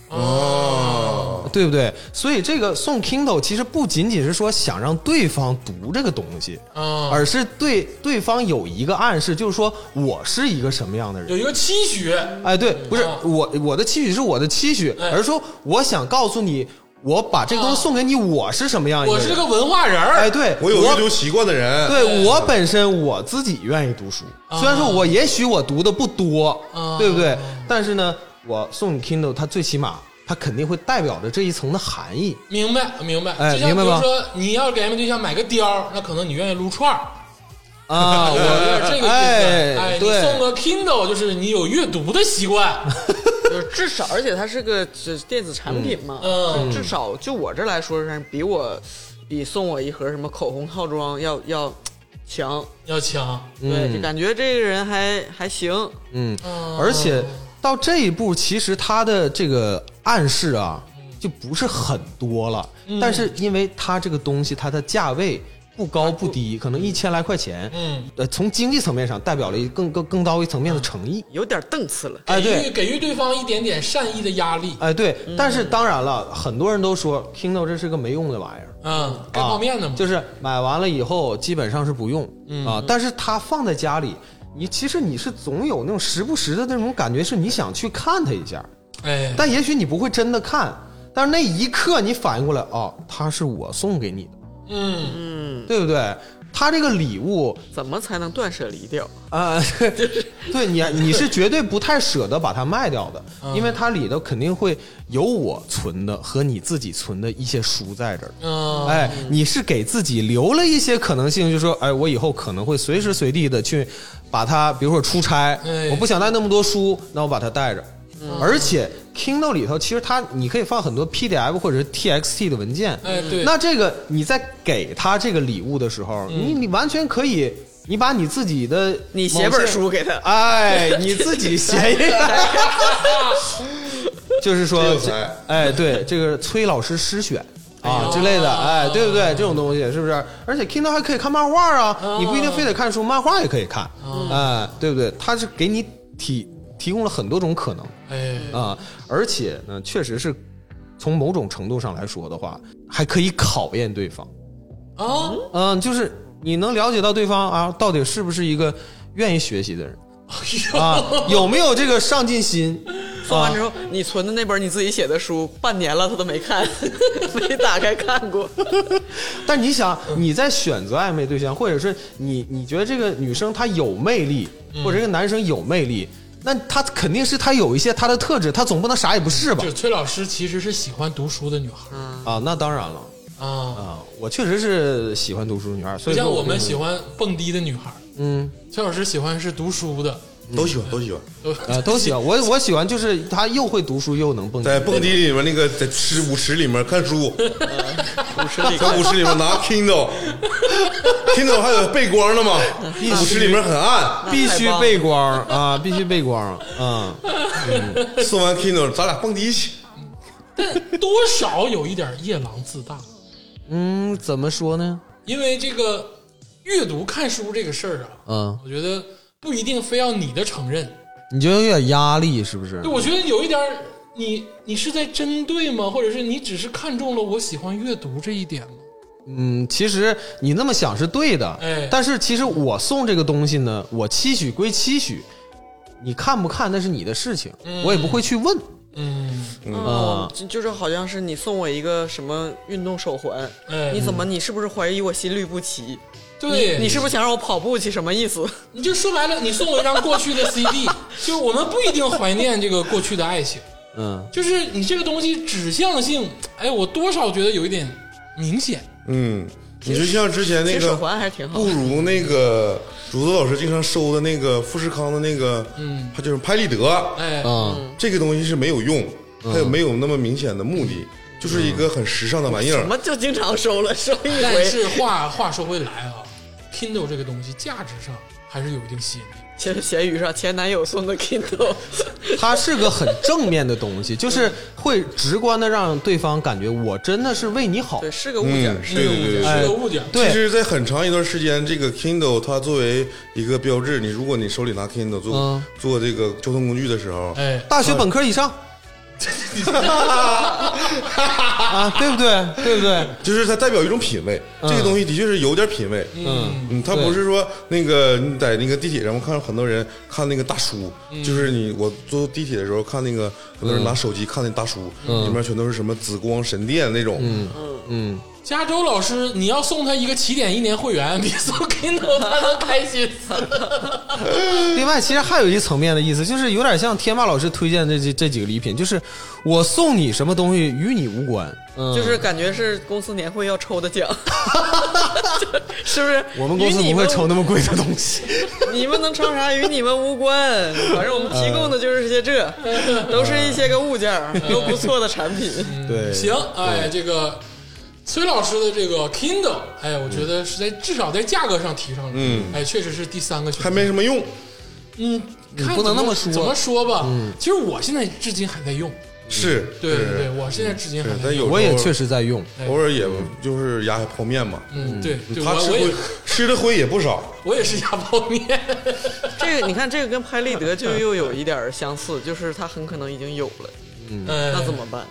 [SPEAKER 1] 哦，
[SPEAKER 4] 对不对？所以这个送 Kindle 其实不仅仅是说想让对方读这个东西，
[SPEAKER 1] 啊
[SPEAKER 4] 而是对对方有一个暗示，就是说我是一个什么样的人
[SPEAKER 1] 有。一个期许，
[SPEAKER 4] 哎，对，不是
[SPEAKER 1] 啊
[SPEAKER 4] 我我的期许是我的期许，
[SPEAKER 1] 哎
[SPEAKER 4] 而是说我想告诉你，我把这个东西送给你，我是什么样一个
[SPEAKER 1] 嗯我
[SPEAKER 4] 人。
[SPEAKER 1] 是个文化人儿
[SPEAKER 4] 哎，对，
[SPEAKER 3] 我有阅读习惯的人，
[SPEAKER 4] 对我本身我自己愿意读书，虽然说我也许我读的不多，
[SPEAKER 1] 啊
[SPEAKER 4] 对不对？但是呢，我送你 Kindle，它最起码它肯定会代表着这一层的含义。
[SPEAKER 1] 明白明白。
[SPEAKER 4] 哎
[SPEAKER 1] 就像比
[SPEAKER 4] 明白
[SPEAKER 1] 如
[SPEAKER 4] 吧
[SPEAKER 1] 说，你要是给 M 对象买个貂儿，那可能你愿意撸串儿，
[SPEAKER 4] 啊，
[SPEAKER 1] 有点
[SPEAKER 4] 我
[SPEAKER 1] 这个意思。
[SPEAKER 4] 哎
[SPEAKER 1] 哎，你
[SPEAKER 4] 对
[SPEAKER 1] 送个 Kindle，就是你有阅读的习 惯。
[SPEAKER 2] 就是至少，而且它是个只电子产品嘛，
[SPEAKER 1] 嗯
[SPEAKER 2] 至少就我这来说是比我比送我一盒什么口红套装要要强，
[SPEAKER 1] 要强，
[SPEAKER 2] 对，就感觉这个人还还行，
[SPEAKER 4] 嗯，而且到这一步，其实它的这个暗示啊，就不是很多了。但是因为它这个东西，它的价位不高啊不低，可能一千来块钱，
[SPEAKER 1] 嗯，
[SPEAKER 4] 呃，从经济层面上代表了一更更更高一层面的诚意。
[SPEAKER 2] 有点档次了。
[SPEAKER 4] 哎，
[SPEAKER 1] 给
[SPEAKER 4] 对
[SPEAKER 1] 予，给予对方一点点善意的压力。
[SPEAKER 4] 哎，对，
[SPEAKER 1] 嗯
[SPEAKER 4] 但是当然了，很多人都说 Kindle 这是个没用的玩意儿，
[SPEAKER 1] 嗯，干
[SPEAKER 4] 啊
[SPEAKER 1] 泡面的嘛，嗯
[SPEAKER 4] 就是买完了以后基本上是不用啊，但是它放在家里，你其实你是总有那种时不时的那种感觉，是你想去看它一下，
[SPEAKER 1] 哎，
[SPEAKER 4] 但也许你不会真的看，但是那一刻你反应过来，哦，它是我送给你的，
[SPEAKER 1] 嗯，
[SPEAKER 4] 对不对？它这个礼物，
[SPEAKER 2] 怎么才能断舍离掉？
[SPEAKER 4] 啊，对你， 你是绝对不太舍得把它卖掉的，
[SPEAKER 1] 嗯
[SPEAKER 4] 因为它里头肯定会有我存的和你自己存的一些书在这儿。
[SPEAKER 1] 嗯，
[SPEAKER 4] 哎，你是给自己留了一些可能性，就说，哎，我以后可能会随时随地的去把它，比如说出差
[SPEAKER 1] 哎，
[SPEAKER 4] 我不想带那么多书，那我把它带着。
[SPEAKER 1] 嗯
[SPEAKER 4] 而且 Kindle 里头其实它你可以放很多 PDF 或者是 TXT 的文件，
[SPEAKER 1] 哎对嗯
[SPEAKER 4] 那这个你在给他这个礼物的时候，你你完全可以，你把你自己的
[SPEAKER 2] 你写本
[SPEAKER 4] 某些
[SPEAKER 2] 书给
[SPEAKER 1] 啊
[SPEAKER 2] 他
[SPEAKER 4] 哎，你自己写一个，就是说
[SPEAKER 3] 真有才，
[SPEAKER 4] 哎，对，这个崔老师诗选。啊
[SPEAKER 1] 呦
[SPEAKER 4] 之类的，哎，对不对？这种东西是不是？而且 Kindle 还可以看漫画啊，你不一定非得看书，漫画也可以看，哎，对不对？它是给你提提供了很多种可能。
[SPEAKER 1] 哎，
[SPEAKER 4] 啊、而且呢，确实是从某种程度上来说的话，还可以考验对方。
[SPEAKER 1] 啊，
[SPEAKER 4] 嗯、就是你能了解到对方啊，到底是不是一个愿意学习的人
[SPEAKER 1] 哎
[SPEAKER 4] 啊， 有没有这个上进心？
[SPEAKER 2] 送完之后，你存的那本你自己写的书，半年了他都没看， 没打开看过。
[SPEAKER 4] 啊但你想，你在选择暧昧对象，或者是你你觉得这个女生她有魅力，或者这个男生有魅力，那他肯定是他有一些他的特质，他总不能啥也不是吧
[SPEAKER 1] 就？崔老师其实是喜欢读书的女孩儿
[SPEAKER 4] 啊，那当然了
[SPEAKER 1] 啊，
[SPEAKER 4] 啊，我确实是喜欢读书的女孩，所
[SPEAKER 1] 不
[SPEAKER 4] 以
[SPEAKER 1] 像
[SPEAKER 4] 说
[SPEAKER 1] 我们喜欢蹦迪的女孩儿，
[SPEAKER 4] 嗯。
[SPEAKER 1] 崔老师喜欢是读书的，
[SPEAKER 3] 都喜欢，都喜欢。
[SPEAKER 1] 都
[SPEAKER 4] 呃，都喜欢。我我喜欢就是他又会读书又能蹦迪。
[SPEAKER 3] 在蹦迪里面，那个在吃舞池里面看 书，
[SPEAKER 2] 五十里
[SPEAKER 3] 在舞池里面拿 Kindle，Kindle 还有背光的 嘛，舞池里面很暗。
[SPEAKER 4] 必须背光 啊，必须背光啊。
[SPEAKER 3] 送完 Kindle，咱俩蹦迪去。
[SPEAKER 1] 多少有一点夜郎自大，
[SPEAKER 4] 嗯，怎么说呢？
[SPEAKER 1] 因为这个阅读看书这个事儿啊，
[SPEAKER 4] 嗯，
[SPEAKER 1] 我觉得不一定非要你的承认，
[SPEAKER 4] 你觉得有点压力是不是
[SPEAKER 1] 对，？我觉得有一点儿，你你是在针对吗？或者是你只是看中了我喜欢阅读这一点吗？
[SPEAKER 4] 嗯，其实你那么想是对的，
[SPEAKER 1] 哎
[SPEAKER 4] 但是其实我送这个东西呢，我期许归期许，你看不看那是你的事情，我也不会去问。
[SPEAKER 1] 嗯，
[SPEAKER 2] 哦，就就是好像是你送我一个什么运动手环，
[SPEAKER 1] 哎
[SPEAKER 2] 你怎么你是不是怀疑我心律不齐？
[SPEAKER 1] 对，
[SPEAKER 2] 你是不是想让我跑步去？什么意思？
[SPEAKER 1] 你就说白了，你送我一张过去的 CD，就是我们不一定怀念这个过去的爱情，
[SPEAKER 4] 嗯，
[SPEAKER 1] 就是你这个东西指向性，哎，我多少觉得有一点明显。
[SPEAKER 3] 嗯，你就像之前
[SPEAKER 2] 其
[SPEAKER 3] 那
[SPEAKER 2] 实手
[SPEAKER 3] 个
[SPEAKER 2] 环还是挺好
[SPEAKER 3] 不
[SPEAKER 2] 的。
[SPEAKER 3] 如那个竹子老师经常收的那个富士康的那个，嗯，它就是拍立得，
[SPEAKER 1] 哎，
[SPEAKER 4] 啊，
[SPEAKER 3] 这个东西是没有用，它也没有那么明显的目的，就是一个很时尚的玩意
[SPEAKER 2] 什
[SPEAKER 3] 儿。
[SPEAKER 2] 么就经常收了，收一
[SPEAKER 1] 但
[SPEAKER 2] 回，
[SPEAKER 1] 是话话说回来啊，Kindle 这个东西价值上还是有一定吸引力。
[SPEAKER 2] 前闲鱼上前男友送的 Kindle，
[SPEAKER 4] 它是个很正面的东西，就是会直观的让对方感觉我真的是为你好
[SPEAKER 2] 对，。是个物件
[SPEAKER 3] 嗯
[SPEAKER 2] 儿，，
[SPEAKER 3] 对对对。
[SPEAKER 1] 是个物件，哎
[SPEAKER 4] 对
[SPEAKER 3] 其实，在很长一段时间，这个 Kindle 它作为一个标志，你如果你手里拿 Kindle 做、
[SPEAKER 4] 嗯
[SPEAKER 3] 做这个交通工具的时候，
[SPEAKER 1] 哎，
[SPEAKER 4] 大学本科以上，啊，对不对？对不对？
[SPEAKER 3] 就是它代表一种品味，
[SPEAKER 1] 嗯
[SPEAKER 3] 这个东西的确是有点品味。
[SPEAKER 4] 嗯，
[SPEAKER 3] 嗯，它不是说那个你在那个地铁上，我看到很多人看那个大叔，
[SPEAKER 1] 嗯
[SPEAKER 3] 就是你我坐地铁的时候看那个很多人拿手机看那大叔，
[SPEAKER 1] 嗯
[SPEAKER 3] 里面全都是什么紫光神殿那种，
[SPEAKER 1] 加州老师，你要送他一个起点一年会员，别 送 Kindle，他能开心死。
[SPEAKER 4] 另外，其实还有一层面的意思，就是有点像天霸老师推荐的这这几个礼品，就是我送你什么东西与你无关，嗯，
[SPEAKER 2] 就是感觉是公司年会要抽的 奖，就是不是？
[SPEAKER 4] 我们公司
[SPEAKER 2] 与你
[SPEAKER 4] 不会抽那么贵的东西。
[SPEAKER 2] 你们能抽啥与你们无关，反正我们提供
[SPEAKER 4] 嗯
[SPEAKER 2] 的就是些这，都是一些个物件儿，都不错的产品。
[SPEAKER 4] 对，
[SPEAKER 1] 行，哎，这个崔老师的这个 Kindle，哎，我觉得是在至少在价格上提上了，嗯，哎，确实是第三个选择，
[SPEAKER 3] 还没什么用。
[SPEAKER 1] 嗯，看
[SPEAKER 4] 不能
[SPEAKER 1] 怎
[SPEAKER 4] 那么说
[SPEAKER 1] 怎么说吧？其实我现在至今还在用，
[SPEAKER 3] 是，
[SPEAKER 1] 对对
[SPEAKER 3] 是
[SPEAKER 1] 对，我现在至今还
[SPEAKER 3] 是
[SPEAKER 1] 在
[SPEAKER 3] 但
[SPEAKER 1] 用，
[SPEAKER 3] 有
[SPEAKER 4] 我也确
[SPEAKER 3] 实
[SPEAKER 4] 实在用，
[SPEAKER 3] 偶尔也就是压下泡面嘛，
[SPEAKER 1] 嗯，对对，
[SPEAKER 3] 他
[SPEAKER 1] 我
[SPEAKER 3] 吃
[SPEAKER 1] 我也
[SPEAKER 3] 亏吃的亏也不少。
[SPEAKER 1] 我也是压泡面，
[SPEAKER 2] 这个你看，这个跟拍立得就又有一点儿相似，就是它很可能已经有了，
[SPEAKER 1] 那
[SPEAKER 2] 那怎么办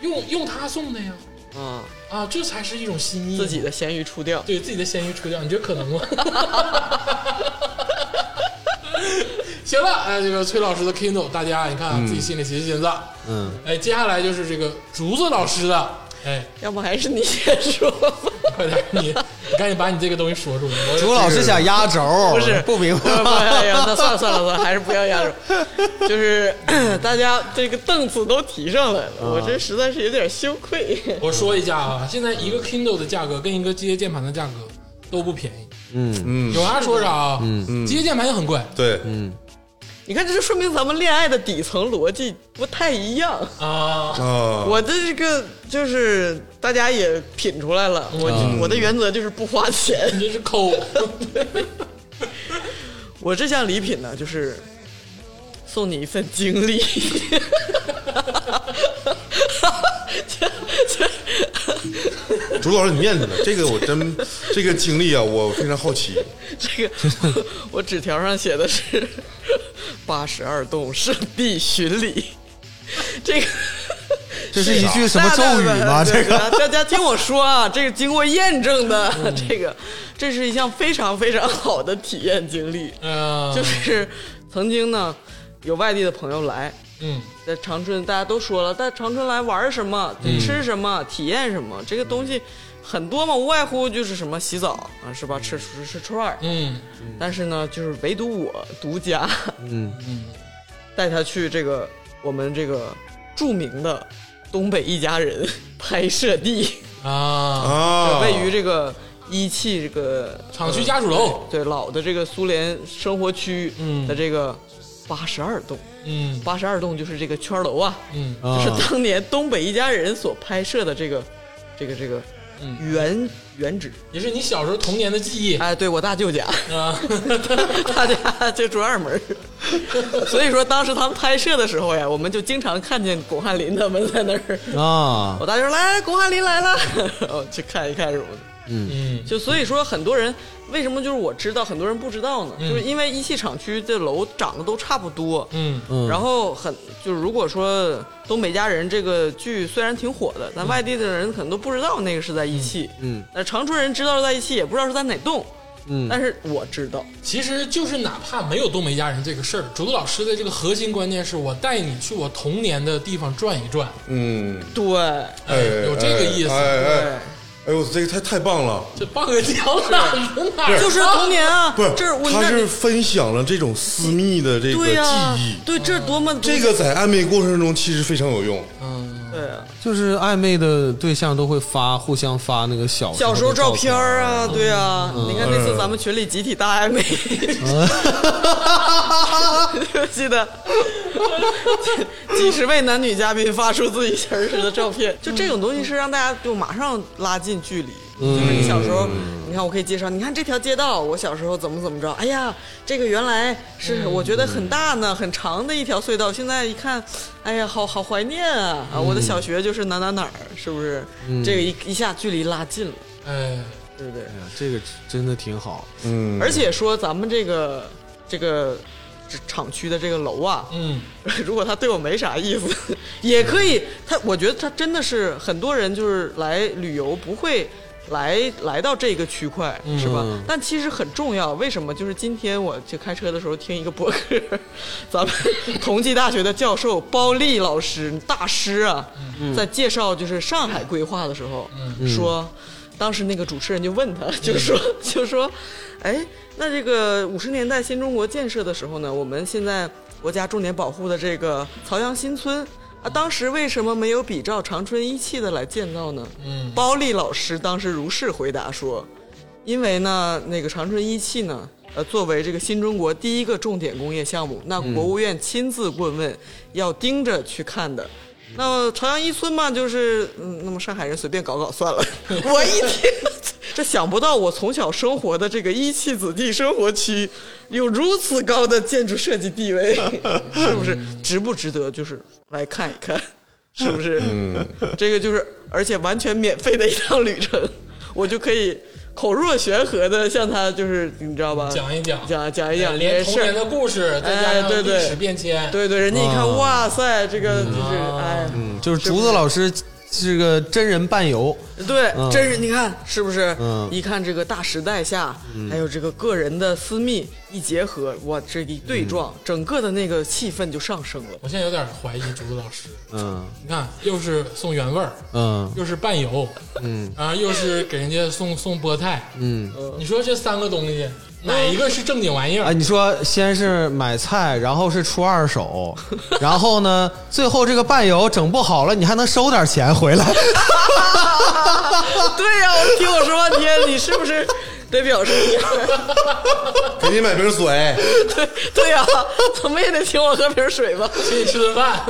[SPEAKER 1] 嗯用用它送的呀？
[SPEAKER 2] 啊？
[SPEAKER 1] 啊，这才是一种心意，
[SPEAKER 2] 自己的咸鱼出掉，
[SPEAKER 1] 对自己的咸鱼出掉，你觉得可能吗？行了，哎，这个崔老师的 Kindle，大家你看啊，自己心里寻思寻思。
[SPEAKER 4] 嗯，
[SPEAKER 1] 哎，接下来就是这个竹子老师的，哎，
[SPEAKER 2] 要不还是你先说 吧。
[SPEAKER 1] 快点，你你赶紧把你这个东西说出来。我
[SPEAKER 4] 朱老师想压轴，不
[SPEAKER 2] 是
[SPEAKER 4] 不明白 吗？
[SPEAKER 2] 哎呀，那算了算了算了，还是不要压轴。就是 大家这个凳子都提上来了，
[SPEAKER 4] 啊
[SPEAKER 2] 我这实在是有点羞愧。
[SPEAKER 1] 我说一下啊，现在一个 Kindle 的价格跟一个机械键盘的价格都不便宜，
[SPEAKER 3] 嗯，
[SPEAKER 1] 有啥说啥啊。嗯，机械键盘也很贵
[SPEAKER 3] 对，
[SPEAKER 2] 你看，这就说明咱们恋爱的底层逻辑不太一样。
[SPEAKER 1] 啊，
[SPEAKER 3] 啊，
[SPEAKER 2] 我的这个就是大家也品出来
[SPEAKER 4] 啊
[SPEAKER 2] 了，我、
[SPEAKER 4] 嗯
[SPEAKER 2] 我的原则就是不花钱。
[SPEAKER 1] 你这是抠。
[SPEAKER 2] 我这项礼品呢，就是送你一份经历。
[SPEAKER 3] 朱老师你念着呢，这个我真这个经历啊，我非常好奇。
[SPEAKER 2] 这个我纸条上写的是八十二洞圣地巡礼，这个。
[SPEAKER 4] 这是一句什么咒语吗？这个
[SPEAKER 2] 个大家听我说啊，这个经过验证的，这个这是一项非常非常好的体验经历。
[SPEAKER 1] 嗯，
[SPEAKER 2] 就是曾经呢，有外地的朋友来，
[SPEAKER 1] 嗯，
[SPEAKER 2] 在长春，大家都说了，在长春来玩什么、
[SPEAKER 4] 嗯
[SPEAKER 2] 吃什么、体验什么，这个东西很多嘛，无外乎就是什么洗澡啊，是吧？吃吃吃串儿，
[SPEAKER 1] 嗯
[SPEAKER 2] 但是呢，就是唯独我独家，嗯嗯， 带他去这个我们这个著名的东北一家人拍摄地，
[SPEAKER 1] 啊，
[SPEAKER 3] 啊，
[SPEAKER 2] 位于这个一汽这个
[SPEAKER 1] 厂区家属楼，
[SPEAKER 2] 对老的这个苏联生活区的这个八十二栋，
[SPEAKER 1] 嗯
[SPEAKER 2] 八十二栋就是这个圈楼啊，
[SPEAKER 1] 嗯
[SPEAKER 4] 哦
[SPEAKER 2] 就是当年东北一家人所拍摄的这个这个这个原原址。
[SPEAKER 1] 也是你小时候童年的记 忆
[SPEAKER 2] 哎，对我大舅家，
[SPEAKER 1] 啊。
[SPEAKER 2] 他家就住二门儿， 所以说当时他们拍摄的时候呀，我们就经常看见巩汉林他们在那儿。
[SPEAKER 4] 啊，
[SPEAKER 2] 我大舅说来，巩汉林来了， 然后去看一看什么的。
[SPEAKER 1] 嗯
[SPEAKER 2] 就所以说，很多人为什么就是我知道，很多人不知道呢？
[SPEAKER 4] 嗯
[SPEAKER 2] 就是因为一汽厂区的楼长得都差不多，
[SPEAKER 1] 嗯
[SPEAKER 2] 然后很就是如果说东北家人这个剧虽然挺火的，但外地的人可能都不知道那个是在一汽，
[SPEAKER 4] 嗯嗯嗯，
[SPEAKER 2] 但长春人知道是在一汽，也不知道是在哪栋，
[SPEAKER 4] 嗯
[SPEAKER 2] 但是我知道，
[SPEAKER 1] 其实就是哪怕没有东北一家人这个事儿，竹子老师的这个核心观念是我带你去我童年的地方转一转，
[SPEAKER 3] 嗯，
[SPEAKER 2] 对，
[SPEAKER 1] 哎，有这个意思。
[SPEAKER 3] 哎哎
[SPEAKER 2] 对，
[SPEAKER 3] 哎，哎呦，这个太太棒了！
[SPEAKER 1] 这半个江哪是哪儿？
[SPEAKER 2] 就是童年啊，
[SPEAKER 3] 不是，
[SPEAKER 2] 这我
[SPEAKER 3] 他
[SPEAKER 2] 那
[SPEAKER 3] 是分享了这种私密的这个
[SPEAKER 2] 对呀、
[SPEAKER 3] 记忆，
[SPEAKER 2] 对，这是多么
[SPEAKER 3] 这个在暧昧过程中其实非常有用。
[SPEAKER 2] 对啊，
[SPEAKER 4] 就是暧昧的对象都会发互相发那个小
[SPEAKER 2] 小时
[SPEAKER 4] 时
[SPEAKER 2] 候
[SPEAKER 4] 候
[SPEAKER 2] 照片
[SPEAKER 4] 片
[SPEAKER 2] 儿，啊，对啊，你看那次咱们群里集体大 暧昧，记得几几十位男女嘉宾发出自己儿时的照片，就这种东西是让大家就马上拉近距离。就是你小时候，你看我可以介绍，你看这条街道，我小时候怎么怎么着，哎呀，这个原来是我觉得很大呢，很长的一条隧道，现在一看，哎呀，好好怀念啊！啊，我的小学就是哪哪哪儿，是不是？这个一一下距离拉近了。
[SPEAKER 1] 哎，
[SPEAKER 2] 对不对？
[SPEAKER 4] 哎呀这个真的挺好，
[SPEAKER 3] 嗯，
[SPEAKER 2] 而且说咱们这个这个这厂区的这个楼啊，
[SPEAKER 1] 嗯，
[SPEAKER 2] 如果他对我没啥意思， 也可以。他我觉得他真的是很多人就是来旅游不会来来到这个区块，是吧？但其实很重要。为什么？就是今天我就开车的时候听一个博客， 咱们同济大学的教授包丽老师大师啊，在介绍就是上海规划的时候、说。当时那个主持人就问他，就说就说，哎，那这个五十年代新中国建设的时候呢，我们现在国家重点保护的这个曹杨新村啊，当时为什么没有比照长春一期的来建造呢？嗯，包丽老师当时如是回答说，因为呢，那个长春一期呢。呃，作为这个新中国第一个重点工业项目，那国务院亲自过问，要盯着去看的。那朝阳一村嘛，就是嗯，那么上海人随便搞搞算了。我一听，这想不到我从小生活的这个一汽子弟生活区，有如此高的建筑设计地位，是不是？值不值得？就是来看一看，是不是？嗯，这个就是，而且完全免费的一趟旅程，我就可以口若悬河的向他，就是你知道吧？
[SPEAKER 1] 讲一讲
[SPEAKER 2] 嗯
[SPEAKER 1] 哎
[SPEAKER 2] 讲讲一讲
[SPEAKER 1] 连
[SPEAKER 2] 这
[SPEAKER 1] 童
[SPEAKER 2] 事儿
[SPEAKER 1] 年的故事，再加
[SPEAKER 2] 哎
[SPEAKER 1] 上
[SPEAKER 2] 对对
[SPEAKER 1] 历史变迁，
[SPEAKER 2] 对对，人家一
[SPEAKER 4] 啊
[SPEAKER 2] 看，哇塞，这
[SPEAKER 4] 嗯
[SPEAKER 2] 个就是
[SPEAKER 1] 啊
[SPEAKER 2] 哎，
[SPEAKER 4] 就是竹子老师是个真人伴游，
[SPEAKER 2] 对，
[SPEAKER 4] 嗯
[SPEAKER 2] 真是你看是不是？
[SPEAKER 4] 嗯
[SPEAKER 2] 一看这个大时代下，还有这个个人的私密一结合，哇，这一对撞，
[SPEAKER 4] 嗯
[SPEAKER 2] 整个的那个气氛就上升了。
[SPEAKER 1] 我现在有点怀疑竹子老师，
[SPEAKER 4] 嗯
[SPEAKER 1] 你看又是送原味儿，
[SPEAKER 4] 嗯
[SPEAKER 1] 又是伴游，嗯啊，又是给人家送送菠菜，呃
[SPEAKER 4] 嗯。
[SPEAKER 1] 你说这三个东西哪一个是正经玩意
[SPEAKER 4] 啊，
[SPEAKER 1] 儿？
[SPEAKER 4] 你说先是买菜，然后是出二 手，然后呢，最后这个伴游整不好了，你还能收点钱回来。
[SPEAKER 2] 对呀、我听我说半天，你是不是得表示一下？
[SPEAKER 3] 给你买瓶水，
[SPEAKER 2] 对对呀、怎么也得请我喝瓶水吧？
[SPEAKER 1] 请你吃顿饭。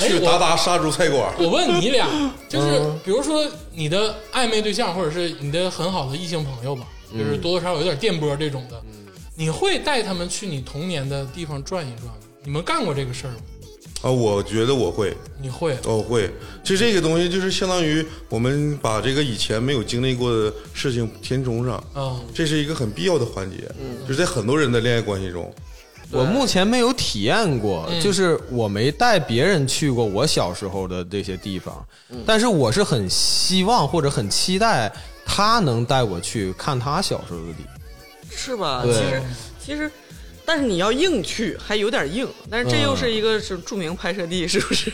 [SPEAKER 1] 哎
[SPEAKER 3] 去，达
[SPEAKER 1] 我
[SPEAKER 3] 达杀猪菜馆。
[SPEAKER 1] 我问你俩，就是比如说你的暧昧对象，或者是你的很好的异性朋友吧，就是多多少少有点电波这种的，你会带他们去你童年的地方转一转吗？你们干过这个事儿吗？
[SPEAKER 3] 啊，我觉得我会，
[SPEAKER 1] 你会？
[SPEAKER 3] 我会。其实这个东西就是相当于我们把这个以前没有经历过的事情填充上，
[SPEAKER 1] 嗯，
[SPEAKER 3] 这是一个很必要的环节，
[SPEAKER 2] 嗯
[SPEAKER 3] 就是在很多人的恋爱关系中，
[SPEAKER 4] 我目前没有体验过，
[SPEAKER 2] 嗯
[SPEAKER 4] 就是我没带别人去过我小时候的这些地方，
[SPEAKER 2] 嗯
[SPEAKER 4] 但是我是很希望或者很期待他能带我去看他小时候的地方。
[SPEAKER 2] 是吧？
[SPEAKER 4] 对
[SPEAKER 2] 其实其实，但是你要硬去还有点硬，但是这又是一个是著名拍摄地，是不是？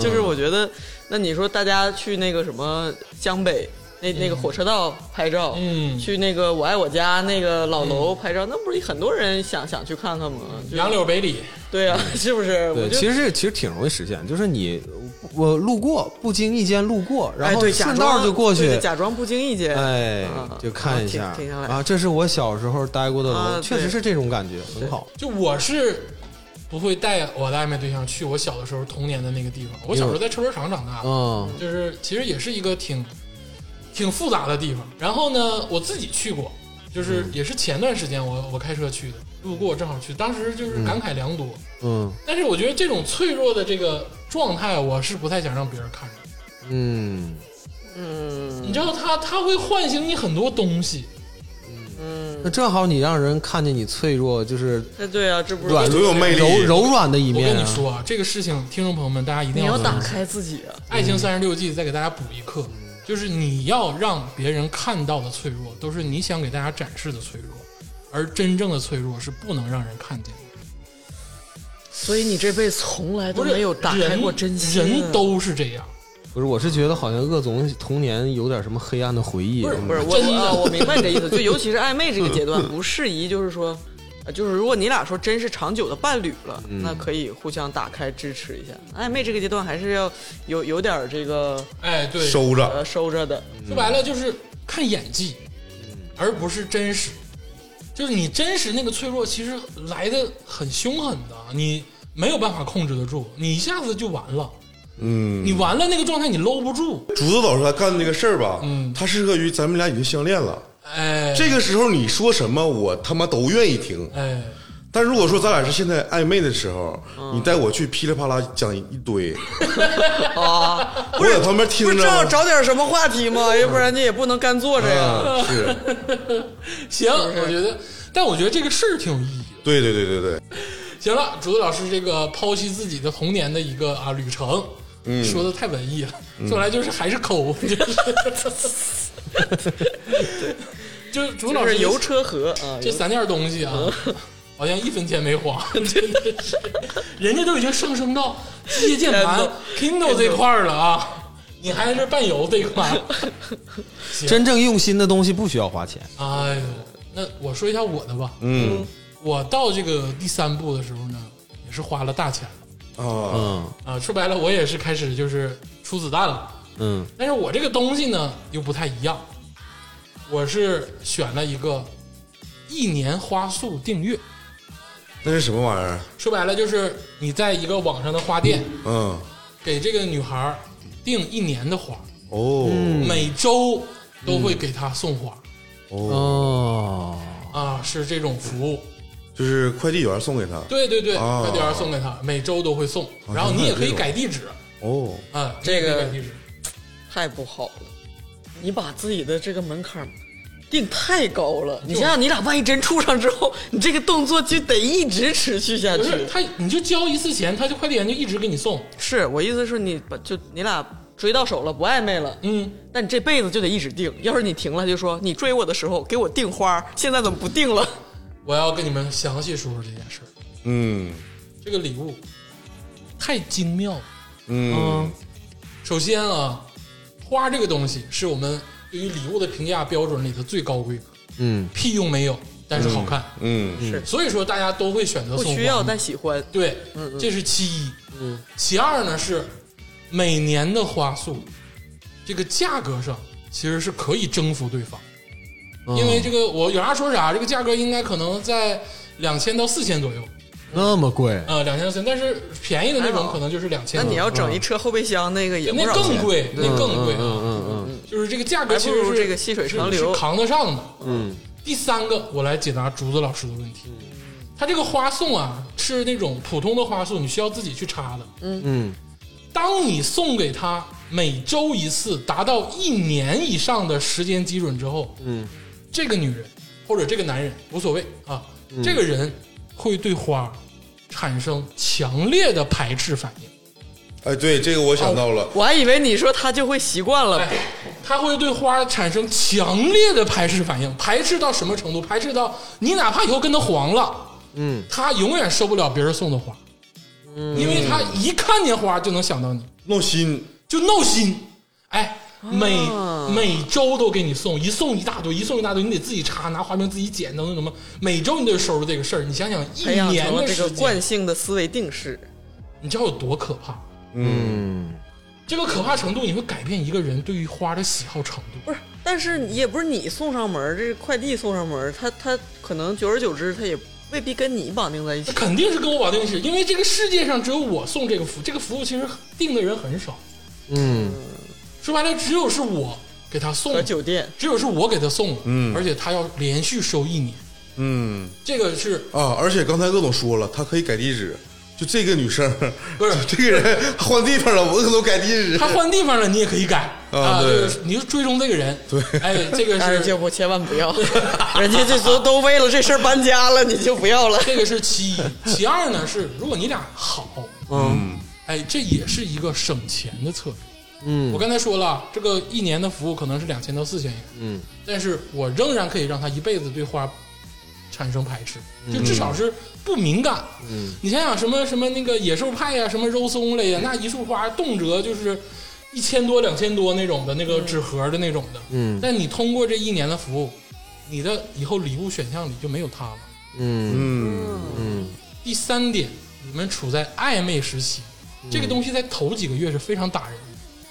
[SPEAKER 2] 就是我觉得，那你说大家去那个什么江北。那
[SPEAKER 4] 嗯
[SPEAKER 2] 那个火车道拍照，
[SPEAKER 1] 嗯
[SPEAKER 2] 去那个我爱我家那个老楼
[SPEAKER 4] 嗯
[SPEAKER 2] 拍照，那不是很多人想想去看看吗？就
[SPEAKER 1] 杨柳北里，
[SPEAKER 2] 对啊， 是不是？我
[SPEAKER 4] 嗯对，
[SPEAKER 2] 就
[SPEAKER 4] 其实这其实挺容易实现，就是你我路过，不经意间路过，然
[SPEAKER 2] 哎
[SPEAKER 4] 后
[SPEAKER 2] 对，假
[SPEAKER 4] 顺道
[SPEAKER 2] 装
[SPEAKER 4] 就过
[SPEAKER 2] 对
[SPEAKER 4] 去
[SPEAKER 2] 对，假装不经意间，
[SPEAKER 4] 哎
[SPEAKER 2] 啊，
[SPEAKER 4] 就看一下
[SPEAKER 2] 啊停停下来
[SPEAKER 4] 啊，这是我小时候待过的
[SPEAKER 2] 啊
[SPEAKER 4] 楼，确实
[SPEAKER 2] 对
[SPEAKER 4] 是这种感觉，很好。
[SPEAKER 1] 就我是不会带我的暧昧对象去我小的时候童年的那个地方。我小时候在车轮厂长大的，
[SPEAKER 4] 嗯
[SPEAKER 1] 就是其实也是一个挺挺复杂的地方。然后呢，我自己去过，
[SPEAKER 4] 嗯
[SPEAKER 1] 就是也是前段时间我我开车去的，路过正好去，当时就是感慨良多。
[SPEAKER 4] 嗯
[SPEAKER 1] 但是我觉得这种脆弱的这个状态，我是不太想让别人看着。
[SPEAKER 4] 嗯
[SPEAKER 2] 嗯
[SPEAKER 1] 你知道他，他会唤醒你很多东西。
[SPEAKER 4] 那正好你让人看见你脆弱，就是
[SPEAKER 2] 嗯哎对啊，这不是
[SPEAKER 4] 软
[SPEAKER 3] 多有魅力
[SPEAKER 2] 哎
[SPEAKER 4] 柔柔软的一
[SPEAKER 1] 我
[SPEAKER 4] 面
[SPEAKER 1] 跟你
[SPEAKER 4] 啊。
[SPEAKER 1] 说啊，这个事情，听众朋友们，大家一定
[SPEAKER 2] 你要
[SPEAKER 1] 要
[SPEAKER 2] 打开自己啊，
[SPEAKER 1] 《爱情三十六计》再给大家补一课，
[SPEAKER 3] 嗯
[SPEAKER 1] 就是你要让别人看到的脆弱，都是你想给大家展示的脆弱，而真正的脆弱是不能让人看见的。
[SPEAKER 2] 所以你这辈子从来都
[SPEAKER 1] 不是
[SPEAKER 2] 没有打开过真心啊，
[SPEAKER 1] 人，人都是这样。
[SPEAKER 4] 不是，我是觉得好像鄂总童年有点什么黑暗的回忆。
[SPEAKER 2] 不是
[SPEAKER 4] 嗯
[SPEAKER 2] 不是，我
[SPEAKER 1] 真
[SPEAKER 2] 我
[SPEAKER 1] 的
[SPEAKER 2] 啊，我明白你这意思，就尤其是暧昧这个阶 段，不适宜就是说，呃就是如果你俩说真是长久的伴侣了，
[SPEAKER 1] 嗯
[SPEAKER 2] 那可以互相打开支持一下。暧昧这个阶段还是要有有点儿这个
[SPEAKER 1] 哎，对，说
[SPEAKER 3] 收着。
[SPEAKER 2] 呃收着的，
[SPEAKER 1] 白了就是看演技，
[SPEAKER 3] 嗯
[SPEAKER 1] 而不是真实。就是你真实那个脆弱，其实来的很凶狠的，你没有办法控制得住，你一下子就完了。嗯，你完了那个状态，你搂不住。
[SPEAKER 3] 竹子老师他干的那个事儿吧，
[SPEAKER 1] 嗯
[SPEAKER 3] 他适合于咱们俩已经相恋了。
[SPEAKER 1] 哎，
[SPEAKER 3] 这个时候你说什么，我他妈都愿意听。
[SPEAKER 1] 哎，
[SPEAKER 3] 但如果说咱俩是现在暧昧的时候，
[SPEAKER 2] 嗯
[SPEAKER 3] 你带我去噼里啪啦讲一堆，
[SPEAKER 2] 啊，
[SPEAKER 3] 我在旁边
[SPEAKER 2] 不
[SPEAKER 3] 听
[SPEAKER 2] 是正
[SPEAKER 3] 着，
[SPEAKER 2] 找点什么
[SPEAKER 1] 嗯
[SPEAKER 3] 哎
[SPEAKER 2] 话题吗？要不然你也不能干坐着呀。
[SPEAKER 3] 啊，是
[SPEAKER 1] 行，我觉得但我觉得这个事儿挺有意义的。
[SPEAKER 3] 对对对对对，
[SPEAKER 1] 行了，竹子老师这个剖析自己的童年的一个啊旅程，说的太文艺了，后来就是还是抠，就是，就是竹子老
[SPEAKER 2] 就
[SPEAKER 1] 师
[SPEAKER 2] 是油车河啊，
[SPEAKER 1] 这三样东西啊，好像一分钱没花，真的是，人家都已经上升到机械键盘 Kindle 这块儿了啊，你还是伴游这一块儿，
[SPEAKER 4] 真正用心的东西不需要花钱。
[SPEAKER 1] 哎呦，那我说一下我的吧，
[SPEAKER 3] 嗯
[SPEAKER 1] 我到这个第三部的时候呢，也是花了大钱了。
[SPEAKER 3] 啊，
[SPEAKER 4] 嗯
[SPEAKER 1] 啊，说白了，我也是开始就是出子弹了。
[SPEAKER 4] 嗯
[SPEAKER 1] 但是我这个东西呢又不太一样，我是选了一个一年花束订阅。
[SPEAKER 3] 那是什么玩意儿？
[SPEAKER 1] 说白了就是你在一个网上的花店
[SPEAKER 3] 嗯，
[SPEAKER 1] 给这个女孩儿订一年的花，
[SPEAKER 3] 哦
[SPEAKER 2] 嗯
[SPEAKER 1] 每周都会给她送花
[SPEAKER 3] 哦，
[SPEAKER 4] 哦，
[SPEAKER 1] 啊，是这种服务。
[SPEAKER 3] 就是快递员送给他。
[SPEAKER 1] 对对对，
[SPEAKER 3] 啊
[SPEAKER 1] 快递员送给她，每周都会送，然后你也可以改地址
[SPEAKER 3] 哦，
[SPEAKER 1] 啊，
[SPEAKER 2] 这个
[SPEAKER 1] 你也可以改地址。
[SPEAKER 2] 太不好了。你把自己的这个门槛儿定太高了，你想想，你俩万一真处上之后，你这个动作就得一直持续下
[SPEAKER 1] 不
[SPEAKER 2] 去。
[SPEAKER 1] 是他，你就交一次钱，他就快递员就一直给你送。
[SPEAKER 2] 是我意思是你把就你俩追到手了，不暧昧了，
[SPEAKER 1] 嗯，
[SPEAKER 2] 但你这辈子就得一直定。要是你停了，就说你追我的时候给我订花儿，现在怎么不定了？
[SPEAKER 1] 我要跟你们详细说说这件事儿。
[SPEAKER 3] 嗯
[SPEAKER 1] 这个礼物太精妙了。
[SPEAKER 3] 嗯，
[SPEAKER 1] 首先啊，花这个东西是我们对于礼物的评价标准里的最高规格，
[SPEAKER 4] 嗯，
[SPEAKER 1] 屁用没有，但是好看。
[SPEAKER 3] 嗯
[SPEAKER 1] 所以说大家都会选择
[SPEAKER 2] 不
[SPEAKER 1] 送花嘛。
[SPEAKER 2] 需要但喜欢，
[SPEAKER 1] 对，
[SPEAKER 2] 嗯
[SPEAKER 1] 这是其一。嗯，其二呢是每年的花束，这个价格上其实是可以征服对方，
[SPEAKER 2] 嗯
[SPEAKER 1] 因
[SPEAKER 4] 嗯
[SPEAKER 1] 为这个我有啥说啥，这个价格应该可能在两千到四千左右，
[SPEAKER 4] 那么贵，
[SPEAKER 1] 呃，两千到四千，但是便宜的那
[SPEAKER 2] 还
[SPEAKER 1] 种
[SPEAKER 2] 好
[SPEAKER 1] 可能就是两千。
[SPEAKER 2] 哎那你要整一车后备箱，那个也不
[SPEAKER 1] 那嗯
[SPEAKER 2] 少
[SPEAKER 1] 更
[SPEAKER 2] 钱，
[SPEAKER 1] 贵，那更贵
[SPEAKER 4] 嗯
[SPEAKER 1] 啊！
[SPEAKER 4] 嗯嗯
[SPEAKER 1] 就是这个价格
[SPEAKER 2] 还
[SPEAKER 1] 其
[SPEAKER 2] 不
[SPEAKER 1] 实
[SPEAKER 2] 如
[SPEAKER 1] 是
[SPEAKER 2] 这个细水长
[SPEAKER 1] 是
[SPEAKER 2] 流
[SPEAKER 1] 是。扛得上的。
[SPEAKER 4] 嗯
[SPEAKER 1] 第三个，我来解答竹子老师的问题。
[SPEAKER 2] 嗯
[SPEAKER 1] 他这个花送啊，是那种普通的花束，你需要自己去插的。
[SPEAKER 4] 嗯嗯，
[SPEAKER 1] 当你送给他每周一次，达到一年以上的时间基准之后，
[SPEAKER 4] 嗯，
[SPEAKER 1] 这个女人或者这个男人无所谓啊，这个人会对花产生强烈的排斥反应。
[SPEAKER 3] 哎，对，这个我想到
[SPEAKER 1] 哦
[SPEAKER 3] 了。
[SPEAKER 2] 我还以为你说他就会习惯了，
[SPEAKER 1] 哎，他会对花产生强烈的排斥反应，排斥到什么程度？排斥到你哪怕以后跟他黄了，
[SPEAKER 4] 嗯，
[SPEAKER 1] 他永远收不了别人送的花，因为他一看见花就能想到你，
[SPEAKER 3] 闹心，
[SPEAKER 1] 就闹心。哎，
[SPEAKER 2] 哦
[SPEAKER 1] 每、每周都给你送，一送一大堆，一送一大堆，你得自己插，拿花瓶自己捡，等等什么，每周你都收拾这个事儿。你想想，一
[SPEAKER 2] 培养
[SPEAKER 1] 年
[SPEAKER 2] 成了
[SPEAKER 1] 的
[SPEAKER 2] 这
[SPEAKER 1] 时
[SPEAKER 2] 个
[SPEAKER 1] 间，
[SPEAKER 2] 惯性的思维定式。
[SPEAKER 1] 你知道有多可怕？
[SPEAKER 4] 嗯
[SPEAKER 1] 这个可怕程度，你会改变一个人对于花的喜好程度。
[SPEAKER 2] 不是，但是你也不是你送上门儿，这快递送上门儿，他他可能久而久之，他也未必跟你绑定在 一起
[SPEAKER 1] 那。肯定是跟我绑定是，因为这个世界上只有我送这个服，这个服务其实定的人很少。
[SPEAKER 4] 嗯
[SPEAKER 1] 说白了，只有是我给他送
[SPEAKER 2] 和
[SPEAKER 1] 的，
[SPEAKER 2] 酒店
[SPEAKER 1] 只有是我给他送的，
[SPEAKER 3] 嗯
[SPEAKER 1] 而且他要连续收一年，
[SPEAKER 3] 嗯
[SPEAKER 1] 这个是
[SPEAKER 3] 啊，而且刚才鄂总说了，他可以改地址，就这个女生，
[SPEAKER 1] 不 是
[SPEAKER 3] 这个人换地方了，我可能改地址
[SPEAKER 1] 他。换地方了，你也可以改
[SPEAKER 3] 啊对
[SPEAKER 1] 就是你就追踪这个人，对，哎，这 个
[SPEAKER 2] 哎，
[SPEAKER 1] 是
[SPEAKER 2] 这不千万不要， 人家这都都为了这事儿搬家了，你就不要了。
[SPEAKER 1] 这个是其一，其二呢是如果你俩好，
[SPEAKER 4] 嗯
[SPEAKER 1] 哎，这也是一个省钱的策略。我
[SPEAKER 4] 嗯
[SPEAKER 1] 刚才说了，这个一年的服务可能是两千到四千元，
[SPEAKER 4] 嗯，
[SPEAKER 1] 但是我仍然可以让他一辈子对花产生排斥，就至少是不敏感。嗯，你想想什么什么那个野兽派呀、什么肉松类呀、那一束花动辄就是一千多、两千多那种的那个纸盒的那种的。
[SPEAKER 4] 嗯
[SPEAKER 1] 但你通过这一年的服务，你的以后礼物选项里就没有它了。
[SPEAKER 4] 嗯
[SPEAKER 3] 嗯
[SPEAKER 1] 第三点，你们处在暧昧时期，这个东西在头几个月是非常打人的。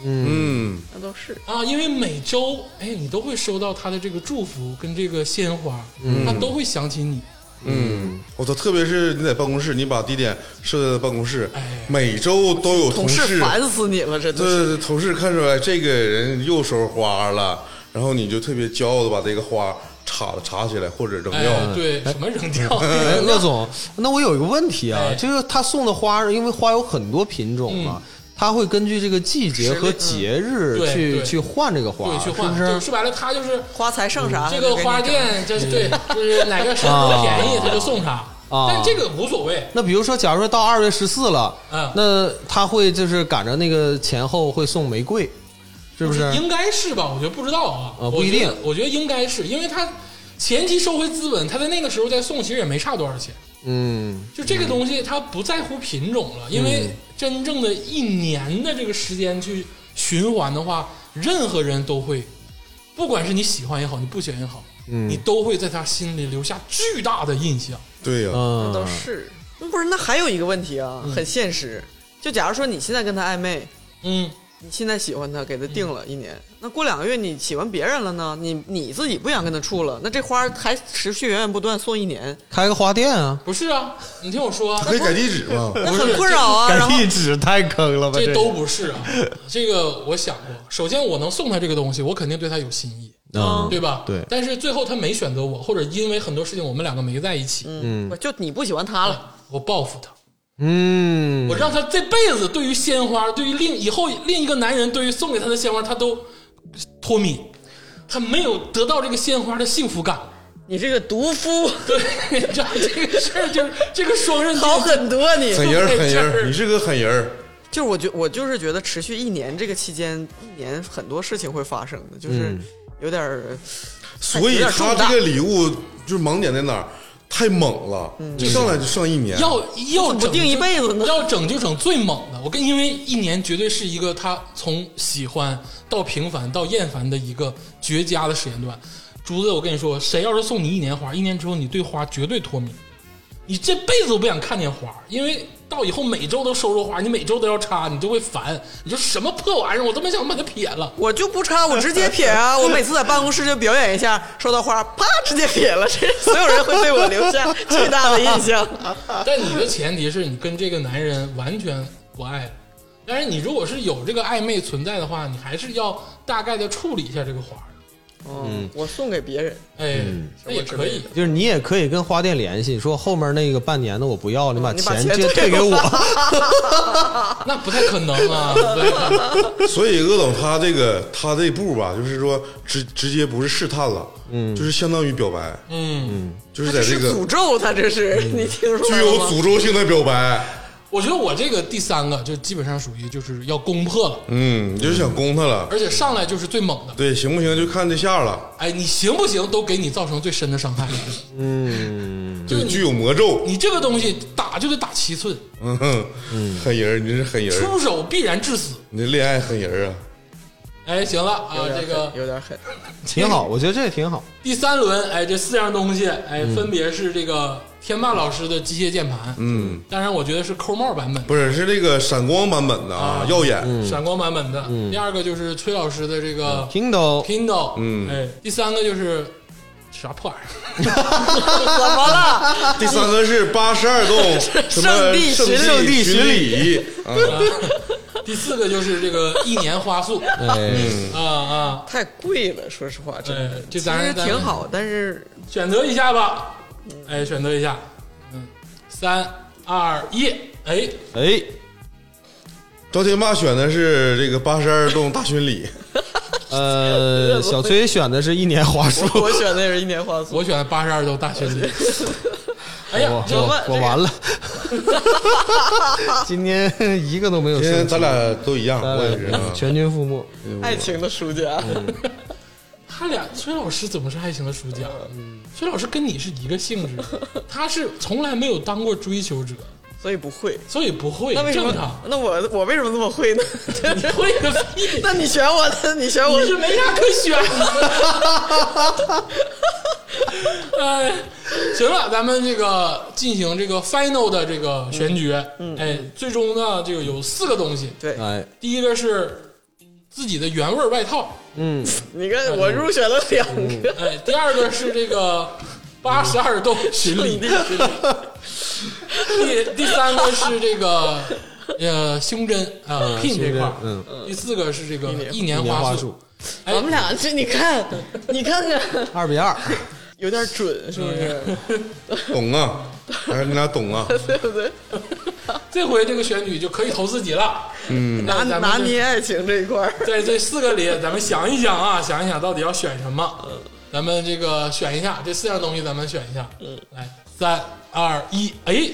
[SPEAKER 4] 嗯
[SPEAKER 3] 嗯
[SPEAKER 2] 那都是
[SPEAKER 1] 啊，因为每周哎，你都会收到他的这个祝福跟这个鲜花，
[SPEAKER 4] 嗯
[SPEAKER 1] 他都会想起你。
[SPEAKER 3] 嗯，我操！特别是你在办公室，你把地点设在办公室
[SPEAKER 1] 哎，
[SPEAKER 3] 每周都有
[SPEAKER 2] 同
[SPEAKER 3] 事
[SPEAKER 2] 事，烦死你了，真的是。
[SPEAKER 3] 对对，同事看出来这个人又收花了，然后你就特别骄傲的把这个花插插起来或者扔
[SPEAKER 1] 哎，
[SPEAKER 3] 掉。
[SPEAKER 1] 对，什么扔 掉？
[SPEAKER 4] 哎，鄂总，那我有一个问题啊
[SPEAKER 1] 哎，嗯
[SPEAKER 4] 这个他送的花，因为花有很多品种嘛，它会根据这个季节和节日
[SPEAKER 1] 对
[SPEAKER 4] 去
[SPEAKER 1] 对
[SPEAKER 4] 去换这个花，
[SPEAKER 1] 对，去
[SPEAKER 4] 是
[SPEAKER 1] 换，
[SPEAKER 4] 不？
[SPEAKER 1] 就是说白了，他就是
[SPEAKER 2] 花材剩啥？
[SPEAKER 1] 这个花店，这是对，就是哪个山坡便宜
[SPEAKER 4] 啊
[SPEAKER 1] 他就送啥，
[SPEAKER 4] 啊
[SPEAKER 1] 但这个无所谓，
[SPEAKER 4] 那比如说，假如说到二月十四了，
[SPEAKER 1] 嗯
[SPEAKER 4] 那他会就是赶着那个前后会送玫瑰，是不是？
[SPEAKER 1] 应该是吧？我觉得不知道啊，
[SPEAKER 4] 啊不一定
[SPEAKER 1] 我觉得，我觉得应该是因为他前期收回资本，他在那个时候再送，其实也没差多少钱。
[SPEAKER 4] 嗯，
[SPEAKER 1] 就这个东西，它不在乎品种了，因为真正的一年的这个时间去循环的话，任何人都会，不管是你喜欢也好，你不喜欢也好，你都会在他心里留下巨大的印象。
[SPEAKER 3] 对呀、
[SPEAKER 4] 嗯，
[SPEAKER 2] 倒是，那不是那还有一个问题啊，很现实。就假如说你现在跟他暧昧，
[SPEAKER 1] 嗯，
[SPEAKER 2] 你现在喜欢他，给他定了一年，那过两个月你喜欢别人了呢？你你自己不想跟他处了，那这花还持续源源不断送一年，
[SPEAKER 4] 开个花店啊，
[SPEAKER 1] 不是啊，你听我说 啊，
[SPEAKER 3] 可以改地址 吗？
[SPEAKER 2] 那很困扰啊。然后
[SPEAKER 4] 址太坑了吧
[SPEAKER 1] 这都不是啊。这个我想过，首先我能送他这个东西，我肯定对他有心意，
[SPEAKER 4] 啊，
[SPEAKER 1] 对吧？
[SPEAKER 4] 对
[SPEAKER 1] 但是最后他没选择我，或者因为很多事情我们两个没在一起，
[SPEAKER 2] 不就你不喜欢他了，
[SPEAKER 1] 我报复他。
[SPEAKER 4] 嗯
[SPEAKER 1] 我，让他这辈子对于鲜花，对于另以后另一个男人对于送给他的鲜花，他都脱敏，他没有得到这个鲜花的幸福感。
[SPEAKER 3] 嗯
[SPEAKER 2] 你这个毒夫
[SPEAKER 1] 对，你知道这个事儿就是这个双刃剑，
[SPEAKER 2] 好很多啊你。
[SPEAKER 3] 狠人儿，狠 人
[SPEAKER 1] 这
[SPEAKER 3] 儿，
[SPEAKER 1] 儿
[SPEAKER 3] 你是个狠人儿。
[SPEAKER 2] 就是我觉我就是觉得持续一年这个期间，一年很多事情会发生的，就是
[SPEAKER 3] 嗯
[SPEAKER 2] 有点儿
[SPEAKER 3] 所以
[SPEAKER 2] 有点
[SPEAKER 3] 他
[SPEAKER 2] 重大
[SPEAKER 3] 这个礼物就是盲点在哪儿？太猛了，
[SPEAKER 2] 嗯
[SPEAKER 3] 就上来就上一年。
[SPEAKER 1] 要要
[SPEAKER 2] 怎么
[SPEAKER 1] 整
[SPEAKER 2] 定一
[SPEAKER 1] 就
[SPEAKER 2] 辈子呢
[SPEAKER 1] 要整就整最猛的。我跟因为一年绝对是一个他从喜欢到平凡到厌烦的一个绝佳的时间段。竹子，我跟你说，谁要是送你一年花，一年之后你对花绝对脱敏，你这辈子都不想看见花，因为到以后每周都收着花，你每周都要插，你就会烦，你就什么破玩意儿，我都没想把它撇了。
[SPEAKER 2] 我就不插，我直接撇 啊！我每次在办公室就表演一下，收到花，啪，直接撇了。这所有人会对我留下巨大的印象。啊
[SPEAKER 1] 但你的前提是你跟这个男人完全不爱了。但是你如果是有这个暧昧存在的话，你还是要大概的处理一下这个花儿。
[SPEAKER 2] 嗯，我送给别人，
[SPEAKER 1] 哎，
[SPEAKER 2] 嗯
[SPEAKER 1] 那也可以。
[SPEAKER 4] 就是你也可以跟花店联系，说后面那个半年的我不要，你把
[SPEAKER 2] 你把
[SPEAKER 4] 钱
[SPEAKER 2] 钱
[SPEAKER 4] 直接
[SPEAKER 2] 退
[SPEAKER 4] 退给
[SPEAKER 2] 给
[SPEAKER 4] 我。
[SPEAKER 1] 那不太可能啊，不太可能
[SPEAKER 3] 所以鄂总他这个他这一步吧，就是说直直接不是试探了，嗯，就是相当于表白，
[SPEAKER 1] 嗯，
[SPEAKER 3] 就是
[SPEAKER 2] 这
[SPEAKER 3] 在这
[SPEAKER 2] 是
[SPEAKER 3] 个嗯
[SPEAKER 2] 诅咒，他这是你听说
[SPEAKER 3] 具
[SPEAKER 2] 了
[SPEAKER 3] 有
[SPEAKER 2] 吗？
[SPEAKER 3] 诅咒性的表白。
[SPEAKER 1] 我觉得我这个第三个就基本上属于就是要攻破了，
[SPEAKER 3] 嗯，你就是想攻他了，
[SPEAKER 1] 而且上来就是最猛的。
[SPEAKER 3] 对，行不行？就看这下了，
[SPEAKER 1] 哎，你行不行都给你造成最深的伤害。
[SPEAKER 4] 嗯
[SPEAKER 2] 嗯
[SPEAKER 3] 就具有魔咒。
[SPEAKER 1] 你这个东西打就得打七寸，
[SPEAKER 3] 嗯哼， 狠人儿，你这是狠人儿，
[SPEAKER 1] 出手必然致死。
[SPEAKER 3] 你这恋爱狠人儿啊！
[SPEAKER 1] 哎，行了啊，这个
[SPEAKER 2] 有点狠，
[SPEAKER 4] 挺好，我觉得这也挺好。
[SPEAKER 1] 第三轮，哎，这四样东西，哎，分别是这个天霸老师的机械键盘，嗯，当然我觉得是扣帽版本，
[SPEAKER 3] 不是，是这个闪光版本的啊
[SPEAKER 1] 啊，
[SPEAKER 3] 耀眼。
[SPEAKER 1] 闪光版本的。第二个就是崔老师的这个嗯
[SPEAKER 4] Kindle，
[SPEAKER 1] Kindle，
[SPEAKER 3] 嗯
[SPEAKER 1] 哎，第三个就是啥破玩意儿，
[SPEAKER 2] 怎么了？
[SPEAKER 3] 第三个是八十 二洞什么
[SPEAKER 2] 圣地巡
[SPEAKER 3] 圣地
[SPEAKER 4] 礼
[SPEAKER 3] 巡礼啊，
[SPEAKER 1] 第四个就是这个一年花束，
[SPEAKER 4] 哎，
[SPEAKER 1] 啊啊，
[SPEAKER 2] 太贵了，说实话，真的
[SPEAKER 1] 哎，这
[SPEAKER 2] 其
[SPEAKER 1] 咱
[SPEAKER 2] 实挺，好，但是
[SPEAKER 1] 咱选择一下吧，哎，选择一下，嗯，三二一，哎，
[SPEAKER 4] 哎，
[SPEAKER 3] 赵天霸选的是这个八十二洞大巡礼，
[SPEAKER 4] 呃，小崔选的是一年花束，
[SPEAKER 2] 我选的也是一年花束。
[SPEAKER 1] 我选的八十二周大学里，哎呀
[SPEAKER 4] 我，
[SPEAKER 1] 这
[SPEAKER 4] 我我完了， 今天一个都没 有
[SPEAKER 3] 今
[SPEAKER 4] 剩。
[SPEAKER 3] 天咱俩都一样，
[SPEAKER 4] 咱
[SPEAKER 3] 我也是
[SPEAKER 4] 俩
[SPEAKER 3] 啊。哎
[SPEAKER 4] 全军覆没。
[SPEAKER 2] 爱情的输 家，
[SPEAKER 1] 他俩崔老师怎么是爱情的输家？
[SPEAKER 2] 嗯
[SPEAKER 1] 崔老师跟你是一个性质，他是从来没有当过追求者，
[SPEAKER 2] 所以不会。
[SPEAKER 1] 所以不会
[SPEAKER 2] 那为什
[SPEAKER 1] 正常
[SPEAKER 2] 么。？那我我为什么这么会呢？
[SPEAKER 1] 你会个屁！
[SPEAKER 2] 那你选我的，你选我
[SPEAKER 1] 你是没啥可选的。哎，行了，咱们这个进行这个 final 的这个选举，
[SPEAKER 2] 嗯
[SPEAKER 1] 哎，最终呢，这个有四个东西，
[SPEAKER 2] 对，
[SPEAKER 4] 哎，
[SPEAKER 1] 第一个是自己的原味儿外套，
[SPEAKER 2] 你看我入选了两个，
[SPEAKER 1] 哎，第二个是这个八十二 洞巡
[SPEAKER 2] 嗯
[SPEAKER 1] 礼，第第三个是这个呃胸针啊、pin 这块儿，
[SPEAKER 4] 嗯，
[SPEAKER 1] 第四个是这个一年
[SPEAKER 4] 一年花
[SPEAKER 1] 束
[SPEAKER 4] 束，，
[SPEAKER 1] 哎
[SPEAKER 2] 我们俩这你看，你看看，嗯
[SPEAKER 4] 二 比二，
[SPEAKER 2] 有点 准是不是？
[SPEAKER 3] 懂啊，还是你俩懂啊？
[SPEAKER 2] 对不对？
[SPEAKER 1] 这回这个选举就可以投自己了。嗯，
[SPEAKER 2] 拿
[SPEAKER 1] 那咱们
[SPEAKER 2] 拿
[SPEAKER 1] 就
[SPEAKER 2] 捏爱情这一块 儿，
[SPEAKER 1] 在这四个里，咱们想一想啊，想一想到底要选什么。
[SPEAKER 2] 嗯
[SPEAKER 1] 咱们这个选一下这四样东西，咱们选一下。
[SPEAKER 2] 嗯
[SPEAKER 1] 来，三二一，哎，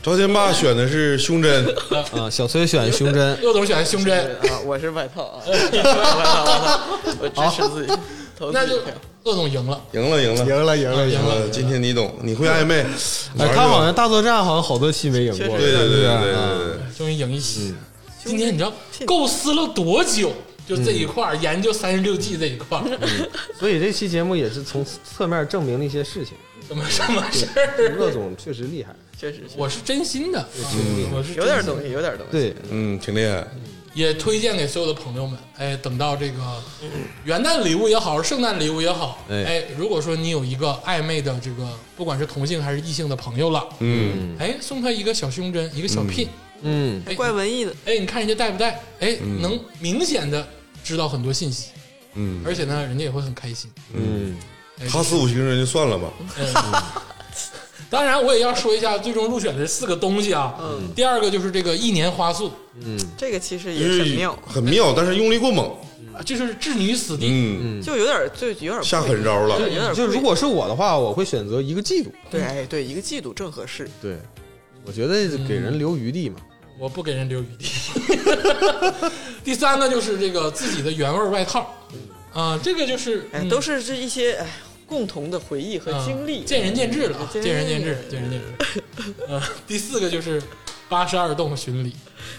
[SPEAKER 3] 赵天霸选的是胸针，
[SPEAKER 4] 啊，小崔选 胸针，
[SPEAKER 1] 六总选的胸针，
[SPEAKER 2] 啊，我是外套 啊，我是外套，外套，我支持自己，投
[SPEAKER 1] 那
[SPEAKER 2] 自己
[SPEAKER 1] 就
[SPEAKER 2] 一票。
[SPEAKER 1] 乐总赢了。
[SPEAKER 3] 赢了，赢了，
[SPEAKER 4] 赢了，赢了，赢
[SPEAKER 3] 赢
[SPEAKER 4] 了。
[SPEAKER 3] 了。今天你懂，你会暧昧，
[SPEAKER 4] 哎，他好像大作战好像好多期没赢过。
[SPEAKER 3] 对对对对对
[SPEAKER 4] 啊
[SPEAKER 3] 对，
[SPEAKER 1] 终于赢一期。今天你知道构思了多久？就这一块儿、研究三十六计这一块
[SPEAKER 2] 嗯
[SPEAKER 1] 儿，
[SPEAKER 4] 所以这期节目也是从侧面证明了一些事情。
[SPEAKER 1] 什么什么事儿？
[SPEAKER 4] 乐总确实厉害，
[SPEAKER 2] 确实是
[SPEAKER 1] 我是真心的，嗯我是
[SPEAKER 2] 有点东西，有点东西。
[SPEAKER 4] 对，
[SPEAKER 3] 嗯，挺厉害。
[SPEAKER 1] 也推荐给所有的朋友们。哎，等到这个元旦礼物也好，圣诞礼物也好，
[SPEAKER 4] 哎
[SPEAKER 1] 哎，如果说你有一个暧昧的这个，不管是同性还是异性的朋友了，
[SPEAKER 3] 嗯，
[SPEAKER 1] 哎，送他一个小胸针，一个小聘，
[SPEAKER 4] 嗯，
[SPEAKER 1] 哎
[SPEAKER 2] 怪文艺的，
[SPEAKER 1] 哎，你看人家戴不戴？哎，能明显的知道很多信息，
[SPEAKER 3] 嗯，
[SPEAKER 1] 而且呢，人家也会很开心。哎
[SPEAKER 3] 他四五行人就算了吧。
[SPEAKER 2] 嗯
[SPEAKER 1] 当然，我也要说一下最终入选的四个东西啊。嗯，第二个就是这个一年花束，
[SPEAKER 2] 这个其实也很妙，
[SPEAKER 3] 嗯很妙，但是用力过猛，
[SPEAKER 1] 啊这就是置你于死地。
[SPEAKER 3] 嗯，
[SPEAKER 2] 就有点就有点
[SPEAKER 3] 下狠招了
[SPEAKER 2] 对，有点
[SPEAKER 4] 就如
[SPEAKER 2] 贵
[SPEAKER 4] 果是我的话，我会选择一个季度。
[SPEAKER 2] 对哎对一个季度正合适，
[SPEAKER 4] 对，我觉得给人留余地嘛。
[SPEAKER 1] 我不给人留余地。 第三呢，就是这个自己的原味儿外套，啊、这个就是
[SPEAKER 2] 哎
[SPEAKER 1] 嗯
[SPEAKER 2] 都是这一些哎共同的回忆和
[SPEAKER 1] 啊
[SPEAKER 2] 经历，
[SPEAKER 1] 见仁见智了啊，见
[SPEAKER 2] 见
[SPEAKER 1] 仁
[SPEAKER 2] 仁
[SPEAKER 1] 见
[SPEAKER 2] 见
[SPEAKER 1] 智
[SPEAKER 2] 智，
[SPEAKER 1] 见仁见智。 呃，第四个就是八十二洞巡礼，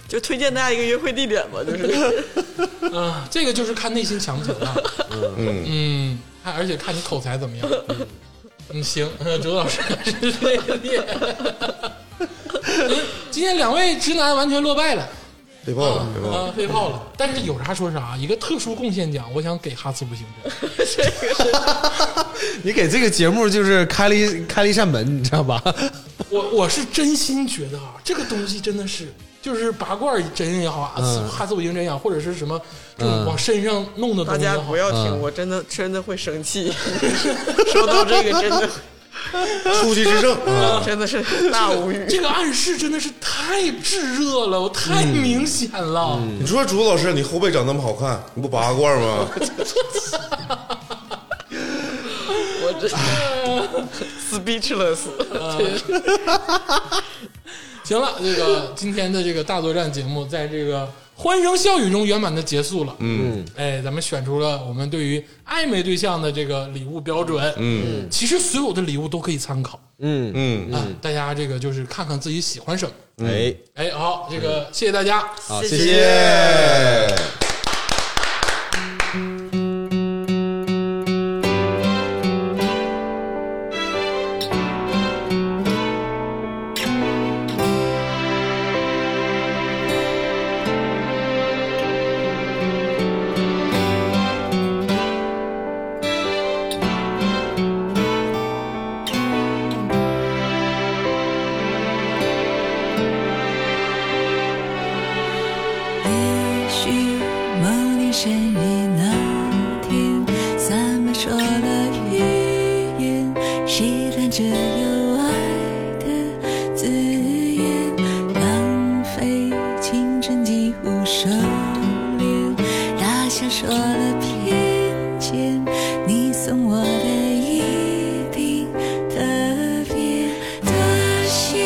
[SPEAKER 2] 就推荐大家一个约会地点 吧，就是
[SPEAKER 1] 啊、这个就是看内心强不强大，
[SPEAKER 3] 嗯，
[SPEAKER 1] 嗯，看而且看你口才怎么样。嗯，行，呃周老师还是累 的。今天两位直男完全落败了，
[SPEAKER 3] 被爆了，被爆
[SPEAKER 1] 啊
[SPEAKER 3] 了，，
[SPEAKER 1] 被泡了。但是有啥说啥，一个特殊贡献奖，我想给哈斯不行 针。
[SPEAKER 3] 嗯
[SPEAKER 4] 你给这个节目就是开了一开了一扇门，你知道吧？
[SPEAKER 1] 我我是真心觉得啊，这个东西真的是，就是拔罐针也好，啊
[SPEAKER 4] 嗯
[SPEAKER 1] 哈斯不行针也好，或者是什么这种
[SPEAKER 4] 嗯
[SPEAKER 1] 往身上弄的东
[SPEAKER 2] 大
[SPEAKER 1] 西也
[SPEAKER 2] 家
[SPEAKER 1] 好
[SPEAKER 2] 不，要
[SPEAKER 4] 嗯
[SPEAKER 2] 听，我真的真的会生气， 说到这个真的嗯
[SPEAKER 3] 出奇制胜
[SPEAKER 1] 嗯
[SPEAKER 3] 啊！
[SPEAKER 2] 真的是大无语，
[SPEAKER 1] 这个暗示真的是太炙热了，我太明显了。
[SPEAKER 3] 嗯你说竹子老师，你后背长那么好看，你不拔罐吗？
[SPEAKER 2] 我真 speechless，
[SPEAKER 1] 行了，这个今天的这个大作战节目，在这个欢声笑语中圆满的结束了。嗯，哎，咱们选出了我们对于暧昧对象的这个礼物标准。嗯，其实所有的礼物都可以参考。
[SPEAKER 4] 嗯，
[SPEAKER 3] 嗯，
[SPEAKER 1] 啊，大家这个就是看看自己喜欢什么。
[SPEAKER 4] 哎，
[SPEAKER 1] 哎，好，这个谢谢大家。
[SPEAKER 4] 好，
[SPEAKER 2] 谢
[SPEAKER 4] 谢
[SPEAKER 2] 谢
[SPEAKER 3] 耶。
[SPEAKER 5] 也许某年生日那天，咱们说了语言，试探着有爱的字眼，浪费青春几乎收敛，大笑说了偏见，你送我的一瓶特别，多谢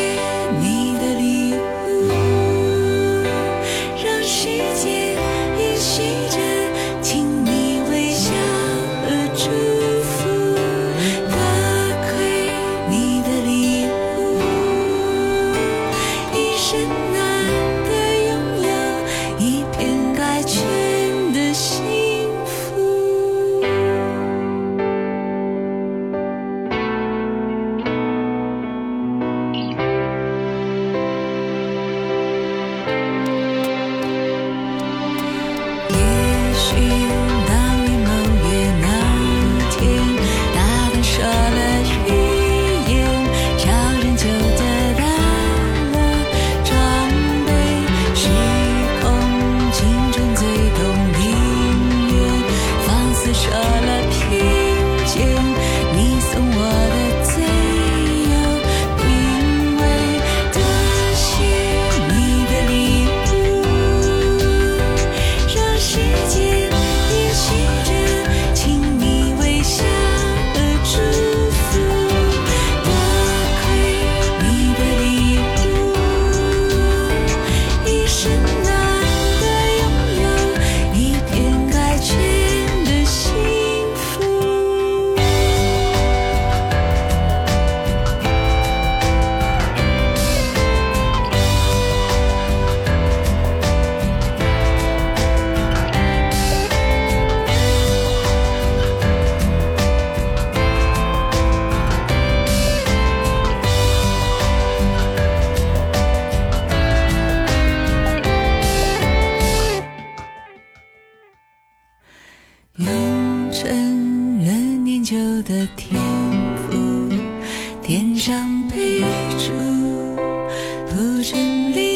[SPEAKER 5] 你的礼物。让世界延续着青追逐，不经力。